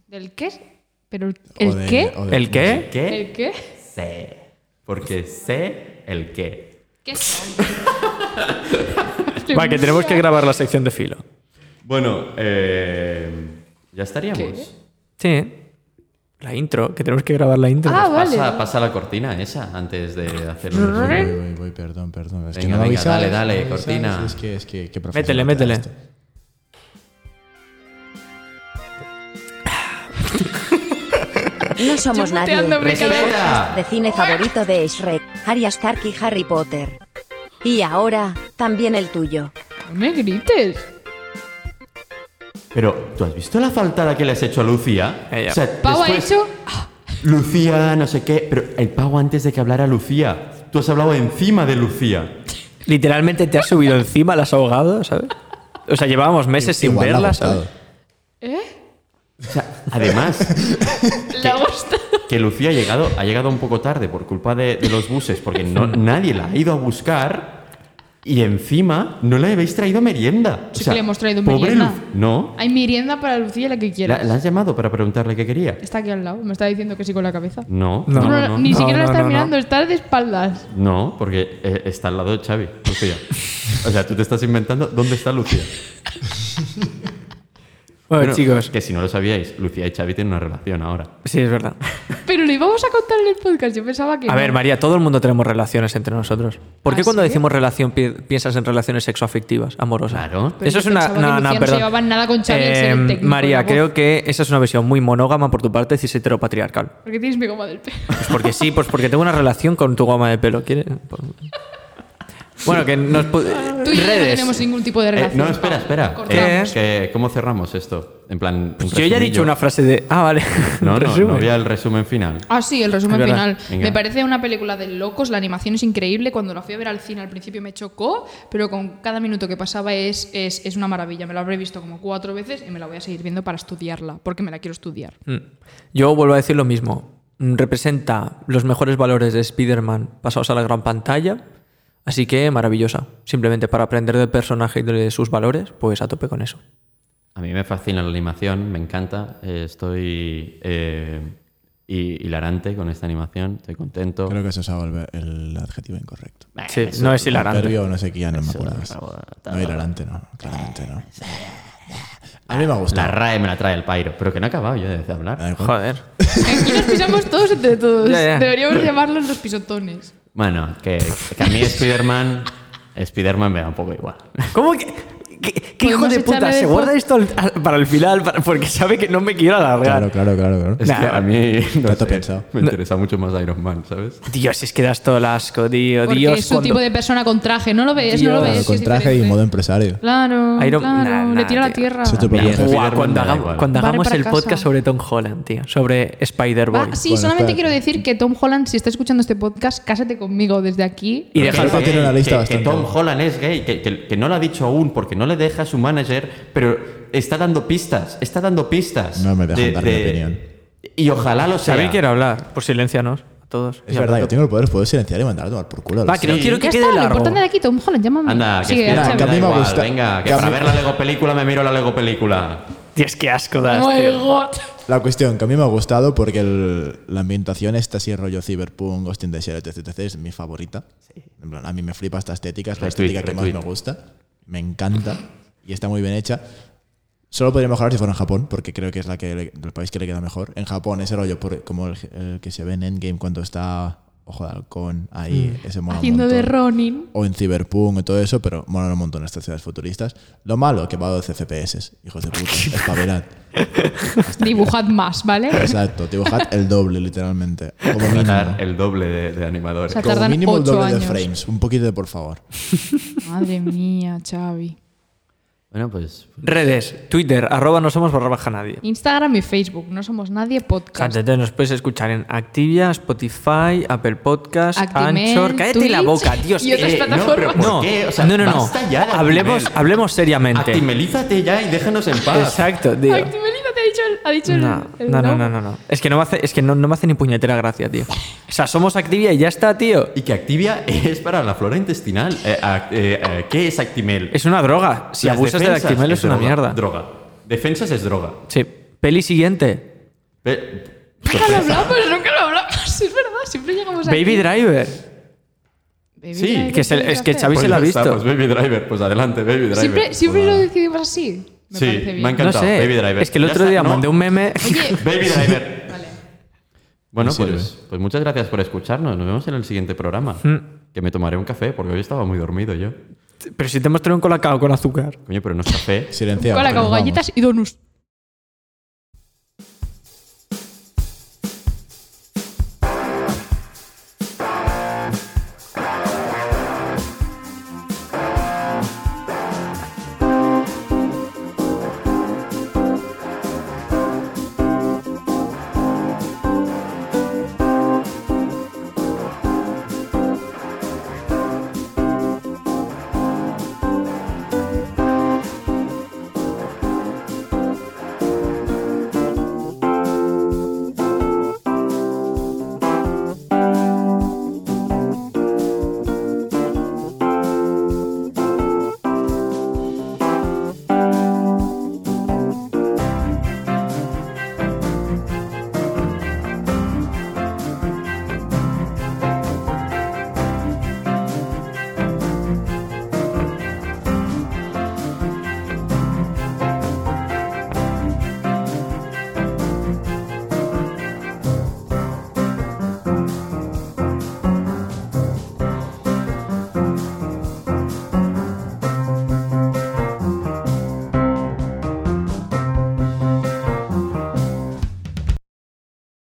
[SPEAKER 2] ¿Del qué? ¿Pero el,
[SPEAKER 4] O
[SPEAKER 2] el
[SPEAKER 4] de-
[SPEAKER 2] qué?
[SPEAKER 4] o de-
[SPEAKER 3] ¿el qué?
[SPEAKER 2] ¿El qué?
[SPEAKER 1] Sé. Porque sé el qué.
[SPEAKER 2] ¿Qué?
[SPEAKER 3] Va, que tenemos que grabar la sección de filo.
[SPEAKER 1] Bueno, eh, ya estaríamos. Pues
[SPEAKER 2] ¿Qué?
[SPEAKER 3] Sí. La intro, que tenemos que grabar la intro.
[SPEAKER 2] Ah, vale.
[SPEAKER 1] Pasa,
[SPEAKER 2] vale.
[SPEAKER 1] pasa la cortina esa antes de hacer
[SPEAKER 4] Voy,
[SPEAKER 1] un...
[SPEAKER 4] voy, voy, perdón, perdón. Es que
[SPEAKER 1] Venga,
[SPEAKER 4] no me
[SPEAKER 1] venga,
[SPEAKER 4] avisas,
[SPEAKER 1] dale, dale,
[SPEAKER 4] no me avisas,
[SPEAKER 1] cortina.
[SPEAKER 4] Es que, es que, qué profesional
[SPEAKER 3] métele,
[SPEAKER 4] te
[SPEAKER 3] métele.
[SPEAKER 4] das tú.
[SPEAKER 6] No somos
[SPEAKER 2] Yo
[SPEAKER 6] nadie.
[SPEAKER 2] muteándome
[SPEAKER 6] Es el
[SPEAKER 2] cada vez.
[SPEAKER 6] podcast de cine favorito de Shrek, Arya Stark y Harry Potter. Y ahora, también el tuyo.
[SPEAKER 2] No me grites.
[SPEAKER 1] Pero, ¿tú has visto la faltada que le has hecho a Lucía?
[SPEAKER 2] Eh,
[SPEAKER 3] Ella.
[SPEAKER 2] Pau ha
[SPEAKER 1] después-
[SPEAKER 2] hecho...
[SPEAKER 1] Lucía, no sé qué, pero el pavo antes de que hablara Lucía. Tú has hablado encima de Lucía.
[SPEAKER 3] Literalmente te has subido encima, la has ahogado, ¿sabes? O sea, llevábamos meses sin
[SPEAKER 4] Igual le ha
[SPEAKER 3] verla,
[SPEAKER 4] gustado.
[SPEAKER 3] ¿sabes?
[SPEAKER 2] ¿Eh?
[SPEAKER 1] O sea, además,
[SPEAKER 2] ¿Le ha gustado?
[SPEAKER 1] que Lucía ha llegado, ha llegado un poco tarde por culpa de, de los buses, porque no, nadie la ha ido a buscar y encima no le habéis traído merienda. O
[SPEAKER 2] Sí que
[SPEAKER 1] sea,
[SPEAKER 2] le hemos traído
[SPEAKER 1] pobre
[SPEAKER 2] merienda.
[SPEAKER 1] Lu- No.
[SPEAKER 2] Hay merienda para Lucía la que quiera.
[SPEAKER 1] ¿La, la has llamado para preguntarle qué quería?
[SPEAKER 2] Está aquí al lado. Me está diciendo que sí con la cabeza.
[SPEAKER 1] No,
[SPEAKER 3] No.
[SPEAKER 1] no,
[SPEAKER 2] Tú
[SPEAKER 1] no.
[SPEAKER 2] ni
[SPEAKER 3] No,
[SPEAKER 2] siquiera la
[SPEAKER 3] no,
[SPEAKER 2] estás
[SPEAKER 3] no, no.
[SPEAKER 2] mirando. Estás de espaldas.
[SPEAKER 1] No, porque eh, está al lado de Xavi, Lucía. O sea, tú te estás inventando dónde está Lucía.
[SPEAKER 3] Bueno,
[SPEAKER 1] Bueno,
[SPEAKER 3] chicos.
[SPEAKER 1] Que si no lo sabíais, Lucía y Xavi tienen una relación ahora. Eh,
[SPEAKER 3] Sí, es verdad.
[SPEAKER 2] Pero lo íbamos a contar en el podcast. Yo pensaba que
[SPEAKER 3] A
[SPEAKER 2] no.
[SPEAKER 3] ver, María, todo el mundo tenemos relaciones entre nosotros. ¿Por qué
[SPEAKER 2] ¿Ah,
[SPEAKER 3] cuando
[SPEAKER 2] sí?
[SPEAKER 3] decimos relación pi- piensas en relaciones sexoafectivas, amorosas?
[SPEAKER 1] Claro.
[SPEAKER 2] Pero
[SPEAKER 3] eso es
[SPEAKER 2] yo
[SPEAKER 3] una.
[SPEAKER 2] pensaba que
[SPEAKER 3] No,
[SPEAKER 2] Lucía
[SPEAKER 3] no,
[SPEAKER 2] no se
[SPEAKER 3] perdón. Eh,
[SPEAKER 2] llevaba nada con Xavi al ser el técnico de
[SPEAKER 3] María,
[SPEAKER 2] la voz.
[SPEAKER 3] creo que esa es una visión muy monógama por tu parte, cis heteropatriarcal.
[SPEAKER 2] Porque tienes mi goma del pelo.
[SPEAKER 3] Pues porque sí, pues porque tengo una relación con tu goma de pelo. ¿Quieres? Por- Bueno, que nos. pu-
[SPEAKER 2] Tú y yo no
[SPEAKER 3] redes.
[SPEAKER 2] tenemos ningún tipo de
[SPEAKER 1] Eh,
[SPEAKER 2] relación.
[SPEAKER 1] no, espera, espera.
[SPEAKER 2] Cortamos.
[SPEAKER 1] Eh, que- ¿Cómo cerramos esto? En plan. un
[SPEAKER 3] Yo ya he dicho
[SPEAKER 1] resumillo.
[SPEAKER 3] una frase de. Ah, vale.
[SPEAKER 1] No, no,
[SPEAKER 3] Resumen.
[SPEAKER 1] no había el resumen final.
[SPEAKER 2] Ah, sí, el resumen
[SPEAKER 3] Es verdad.
[SPEAKER 2] final.
[SPEAKER 1] Venga.
[SPEAKER 2] Me parece una película de locos, la animación es increíble. Cuando la fui a ver al cine al principio me chocó, pero con cada minuto que pasaba es, es, es una maravilla. Me la habré visto como cuatro veces y me la voy a seguir viendo para estudiarla, porque me la quiero estudiar.
[SPEAKER 3] Mm. Yo vuelvo a decir lo mismo. Mm, Representa los mejores valores de Spider-Man pasados a la gran pantalla. Así que maravillosa. Simplemente para aprender del personaje y de sus valores, pues a tope con eso.
[SPEAKER 1] A mí me fascina la animación, me encanta. eh, estoy eh, hi- hilarante con esta animación, estoy contento.
[SPEAKER 4] Creo que eso es el, el adjetivo incorrecto.
[SPEAKER 1] Eh,
[SPEAKER 3] Sí,
[SPEAKER 1] eso-
[SPEAKER 3] no es hilarante.
[SPEAKER 4] Pervio, no sé qué, ya no me acuerdo. No, hilarante no, claramente no. A mí me ha
[SPEAKER 1] La
[SPEAKER 4] gustado.
[SPEAKER 1] RAE me la trae el pairo, pero que no he acabado yo de hablar.
[SPEAKER 4] Da igual.
[SPEAKER 3] Joder.
[SPEAKER 2] Aquí nos pisamos todos entre todos.
[SPEAKER 3] Ya, ya.
[SPEAKER 2] Deberíamos llamarlos los pisotones.
[SPEAKER 1] Bueno, que, que a mí Spider-Man Spider me da un poco igual.
[SPEAKER 3] ¿Cómo que.? ¿Qué, qué hijo
[SPEAKER 2] Podemos
[SPEAKER 3] de puta?
[SPEAKER 2] echarle
[SPEAKER 3] Se
[SPEAKER 2] del
[SPEAKER 3] guarda
[SPEAKER 2] pod-
[SPEAKER 3] esto al- al- para el final para- porque sabe que no me quiero alargar.
[SPEAKER 4] Claro, claro, claro, claro.
[SPEAKER 1] Es que a mí no
[SPEAKER 4] Trato
[SPEAKER 1] sé,
[SPEAKER 4] pensado.
[SPEAKER 1] me interesa mucho más Iron Man, ¿sabes?
[SPEAKER 3] Dios, es que das todo el asco, tío.
[SPEAKER 2] Porque
[SPEAKER 3] Dios,
[SPEAKER 2] es un
[SPEAKER 3] cuando-
[SPEAKER 2] tipo de persona con traje. No lo ves, no lo
[SPEAKER 3] Dios.
[SPEAKER 2] ves.
[SPEAKER 4] Claro,
[SPEAKER 2] sí
[SPEAKER 4] con
[SPEAKER 2] es
[SPEAKER 4] traje y
[SPEAKER 2] diferente.
[SPEAKER 4] modo empresario.
[SPEAKER 2] Claro,
[SPEAKER 3] Iron-
[SPEAKER 2] claro.
[SPEAKER 3] Nah, nah,
[SPEAKER 2] le tira a la
[SPEAKER 3] tío.
[SPEAKER 2] tierra.
[SPEAKER 4] Eso te
[SPEAKER 1] Mira,
[SPEAKER 4] parece-
[SPEAKER 1] Spider-Man
[SPEAKER 3] Buah, cuando
[SPEAKER 1] me da
[SPEAKER 3] hagamos,
[SPEAKER 1] igual.
[SPEAKER 3] cuando
[SPEAKER 2] Barre
[SPEAKER 3] hagamos
[SPEAKER 2] para
[SPEAKER 3] el
[SPEAKER 2] casa.
[SPEAKER 3] podcast sobre Tom Holland, tío. Sobre Spider-Boy.
[SPEAKER 2] Va, Ah, sí,
[SPEAKER 4] Bueno,
[SPEAKER 2] solamente
[SPEAKER 4] espera.
[SPEAKER 2] quiero decir que Tom Holland, si está escuchando este podcast, cásate conmigo desde aquí.
[SPEAKER 1] Que
[SPEAKER 3] Y dejar
[SPEAKER 1] es
[SPEAKER 4] Alfa tiene
[SPEAKER 1] gay,
[SPEAKER 4] una
[SPEAKER 1] que-
[SPEAKER 4] lista
[SPEAKER 1] que
[SPEAKER 4] bastante
[SPEAKER 1] Tom
[SPEAKER 4] buena.
[SPEAKER 1] Holland es gay, que, que- que no lo ha dicho aún porque no le deja a su manager, pero está dando pistas, está dando pistas.
[SPEAKER 4] No me dejan dar mi opinión.
[SPEAKER 1] Y ojalá lo sea.
[SPEAKER 3] Xavi quiere hablar, pues silencianos a todos.
[SPEAKER 4] Es verdad, yo tengo el poder, puedo silenciar y mandar a tomar por culo. a los
[SPEAKER 3] Va, que no
[SPEAKER 1] Sí.
[SPEAKER 3] quiero que
[SPEAKER 2] Ya
[SPEAKER 3] quede
[SPEAKER 2] está, lo
[SPEAKER 3] largo.
[SPEAKER 2] importante de aquí, Tom Holland, llámame.
[SPEAKER 1] Anda, que,
[SPEAKER 2] Sigue,
[SPEAKER 1] espera,
[SPEAKER 4] Nada,
[SPEAKER 1] me
[SPEAKER 2] Xavi.
[SPEAKER 4] que a mí
[SPEAKER 1] da
[SPEAKER 4] me
[SPEAKER 1] igual,
[SPEAKER 4] gusta-
[SPEAKER 1] Venga, que
[SPEAKER 4] que a
[SPEAKER 1] para
[SPEAKER 4] mí-
[SPEAKER 1] ver la Lego película me miro la Lego película.
[SPEAKER 3] Dios, qué asco das,
[SPEAKER 2] Oh my
[SPEAKER 3] tío.
[SPEAKER 2] God.
[SPEAKER 4] La cuestión que a mí me ha gustado porque el- la ambientación está así rollo cyberpunk, Ghost in the Shell, etc, etc, es mi favorita. En plan, a mí me flipa esta estética, es la
[SPEAKER 1] Retweet,
[SPEAKER 4] estética que
[SPEAKER 1] retweet.
[SPEAKER 4] más me gusta. Me encanta y está muy bien hecha. Solo podría mejorar si fuera en Japón, porque creo que es la que le- el país que le queda mejor. En Japón ese rollo por- como el, el que se ve en Endgame cuando está ojo de halcón ahí, ese mola un
[SPEAKER 2] Mm. Haciendo de
[SPEAKER 4] montón
[SPEAKER 2] Ronin.
[SPEAKER 4] o en Cyberpunk y todo eso, pero molan un montón estas ciudades futuristas. Lo malo, que va a 12 FPS, hijos de puta, espabilad.
[SPEAKER 2] Dibujad más, ¿vale?
[SPEAKER 4] Exacto, dibujad el doble, literalmente. Como mínimo.
[SPEAKER 1] Bajar el doble de, de
[SPEAKER 2] O
[SPEAKER 1] animadores.
[SPEAKER 2] sea,
[SPEAKER 4] Como
[SPEAKER 2] tardan
[SPEAKER 4] mínimo el
[SPEAKER 2] ocho
[SPEAKER 4] doble
[SPEAKER 2] años.
[SPEAKER 4] de frames. Un poquito de por favor.
[SPEAKER 2] Madre mía, Xavi.
[SPEAKER 1] Bueno, pues
[SPEAKER 3] Redes, Twitter, arroba no somos barra baja nadie.
[SPEAKER 2] Instagram y Facebook, no somos nadie podcast.
[SPEAKER 3] Cállate, nos puedes escuchar en Activia, Spotify, Apple Podcast,
[SPEAKER 2] Actimel,
[SPEAKER 3] Anchor. Cállate la
[SPEAKER 2] Twitch
[SPEAKER 3] boca, Dios.
[SPEAKER 2] y otras
[SPEAKER 1] Eh, no,
[SPEAKER 2] plataformas.
[SPEAKER 1] pero ¿por
[SPEAKER 3] no,
[SPEAKER 1] qué? O sea,
[SPEAKER 3] no, no, no.
[SPEAKER 1] basta ya de
[SPEAKER 3] Hablemos,
[SPEAKER 1] Actimel.
[SPEAKER 3] hablemos seriamente.
[SPEAKER 1] actimelízate ya y déjanos en paz.
[SPEAKER 3] Exacto, tío.
[SPEAKER 2] Ay, Melina, te ha dicho el, ha dicho el-
[SPEAKER 3] No,
[SPEAKER 2] el
[SPEAKER 3] no, no,
[SPEAKER 2] logo.
[SPEAKER 3] no, no, no. Es que, no me, hace, es que no, no me hace ni puñetera gracia, tío. O sea, somos Activia y ya está, tío.
[SPEAKER 1] Y que Activia es para la flora intestinal. Eh, ac- eh, eh, ¿Qué es Actimel?
[SPEAKER 3] Es una droga. Si
[SPEAKER 1] Las
[SPEAKER 3] abusas del
[SPEAKER 1] defensas
[SPEAKER 3] Actimel es una
[SPEAKER 1] droga,
[SPEAKER 3] mierda.
[SPEAKER 1] Droga. Defensas es droga.
[SPEAKER 3] Sí. Peli siguiente.
[SPEAKER 1] Pe-
[SPEAKER 2] Nunca lo hablamos, nunca lo hablamos. Es verdad, siempre llegamos a.
[SPEAKER 3] Baby Driver.
[SPEAKER 1] Sí,
[SPEAKER 3] que es el- es que Xavi-
[SPEAKER 1] Pues
[SPEAKER 3] se la ha
[SPEAKER 1] ya está,
[SPEAKER 3] visto.
[SPEAKER 1] pues Baby Driver, pues adelante, Baby Driver.
[SPEAKER 2] Siempre, siempre
[SPEAKER 1] Pues
[SPEAKER 2] lo
[SPEAKER 1] nada.
[SPEAKER 2] decidimos así. Me
[SPEAKER 1] Sí,
[SPEAKER 2] parece bien.
[SPEAKER 1] me ha
[SPEAKER 3] No
[SPEAKER 1] encantado.
[SPEAKER 3] sé.
[SPEAKER 1] Baby Driver.
[SPEAKER 3] Es que el
[SPEAKER 1] Ya
[SPEAKER 3] otro
[SPEAKER 1] está,
[SPEAKER 3] día
[SPEAKER 1] ¿no?
[SPEAKER 3] mandé un meme.
[SPEAKER 2] Oye,
[SPEAKER 1] Baby Driver.
[SPEAKER 2] vale.
[SPEAKER 1] Bueno,
[SPEAKER 4] Me
[SPEAKER 1] pues,
[SPEAKER 3] ¿eh?
[SPEAKER 4] sirve.
[SPEAKER 1] pues muchas gracias por escucharnos. Nos vemos en el siguiente programa.
[SPEAKER 3] Hmm.
[SPEAKER 1] Que me tomaré un café, porque hoy estaba muy dormido yo.
[SPEAKER 3] Pero si te hemos traído un colacao con azúcar.
[SPEAKER 1] Coño, pero no es café.
[SPEAKER 4] Silenciado.
[SPEAKER 2] Colacao, galletas y donuts.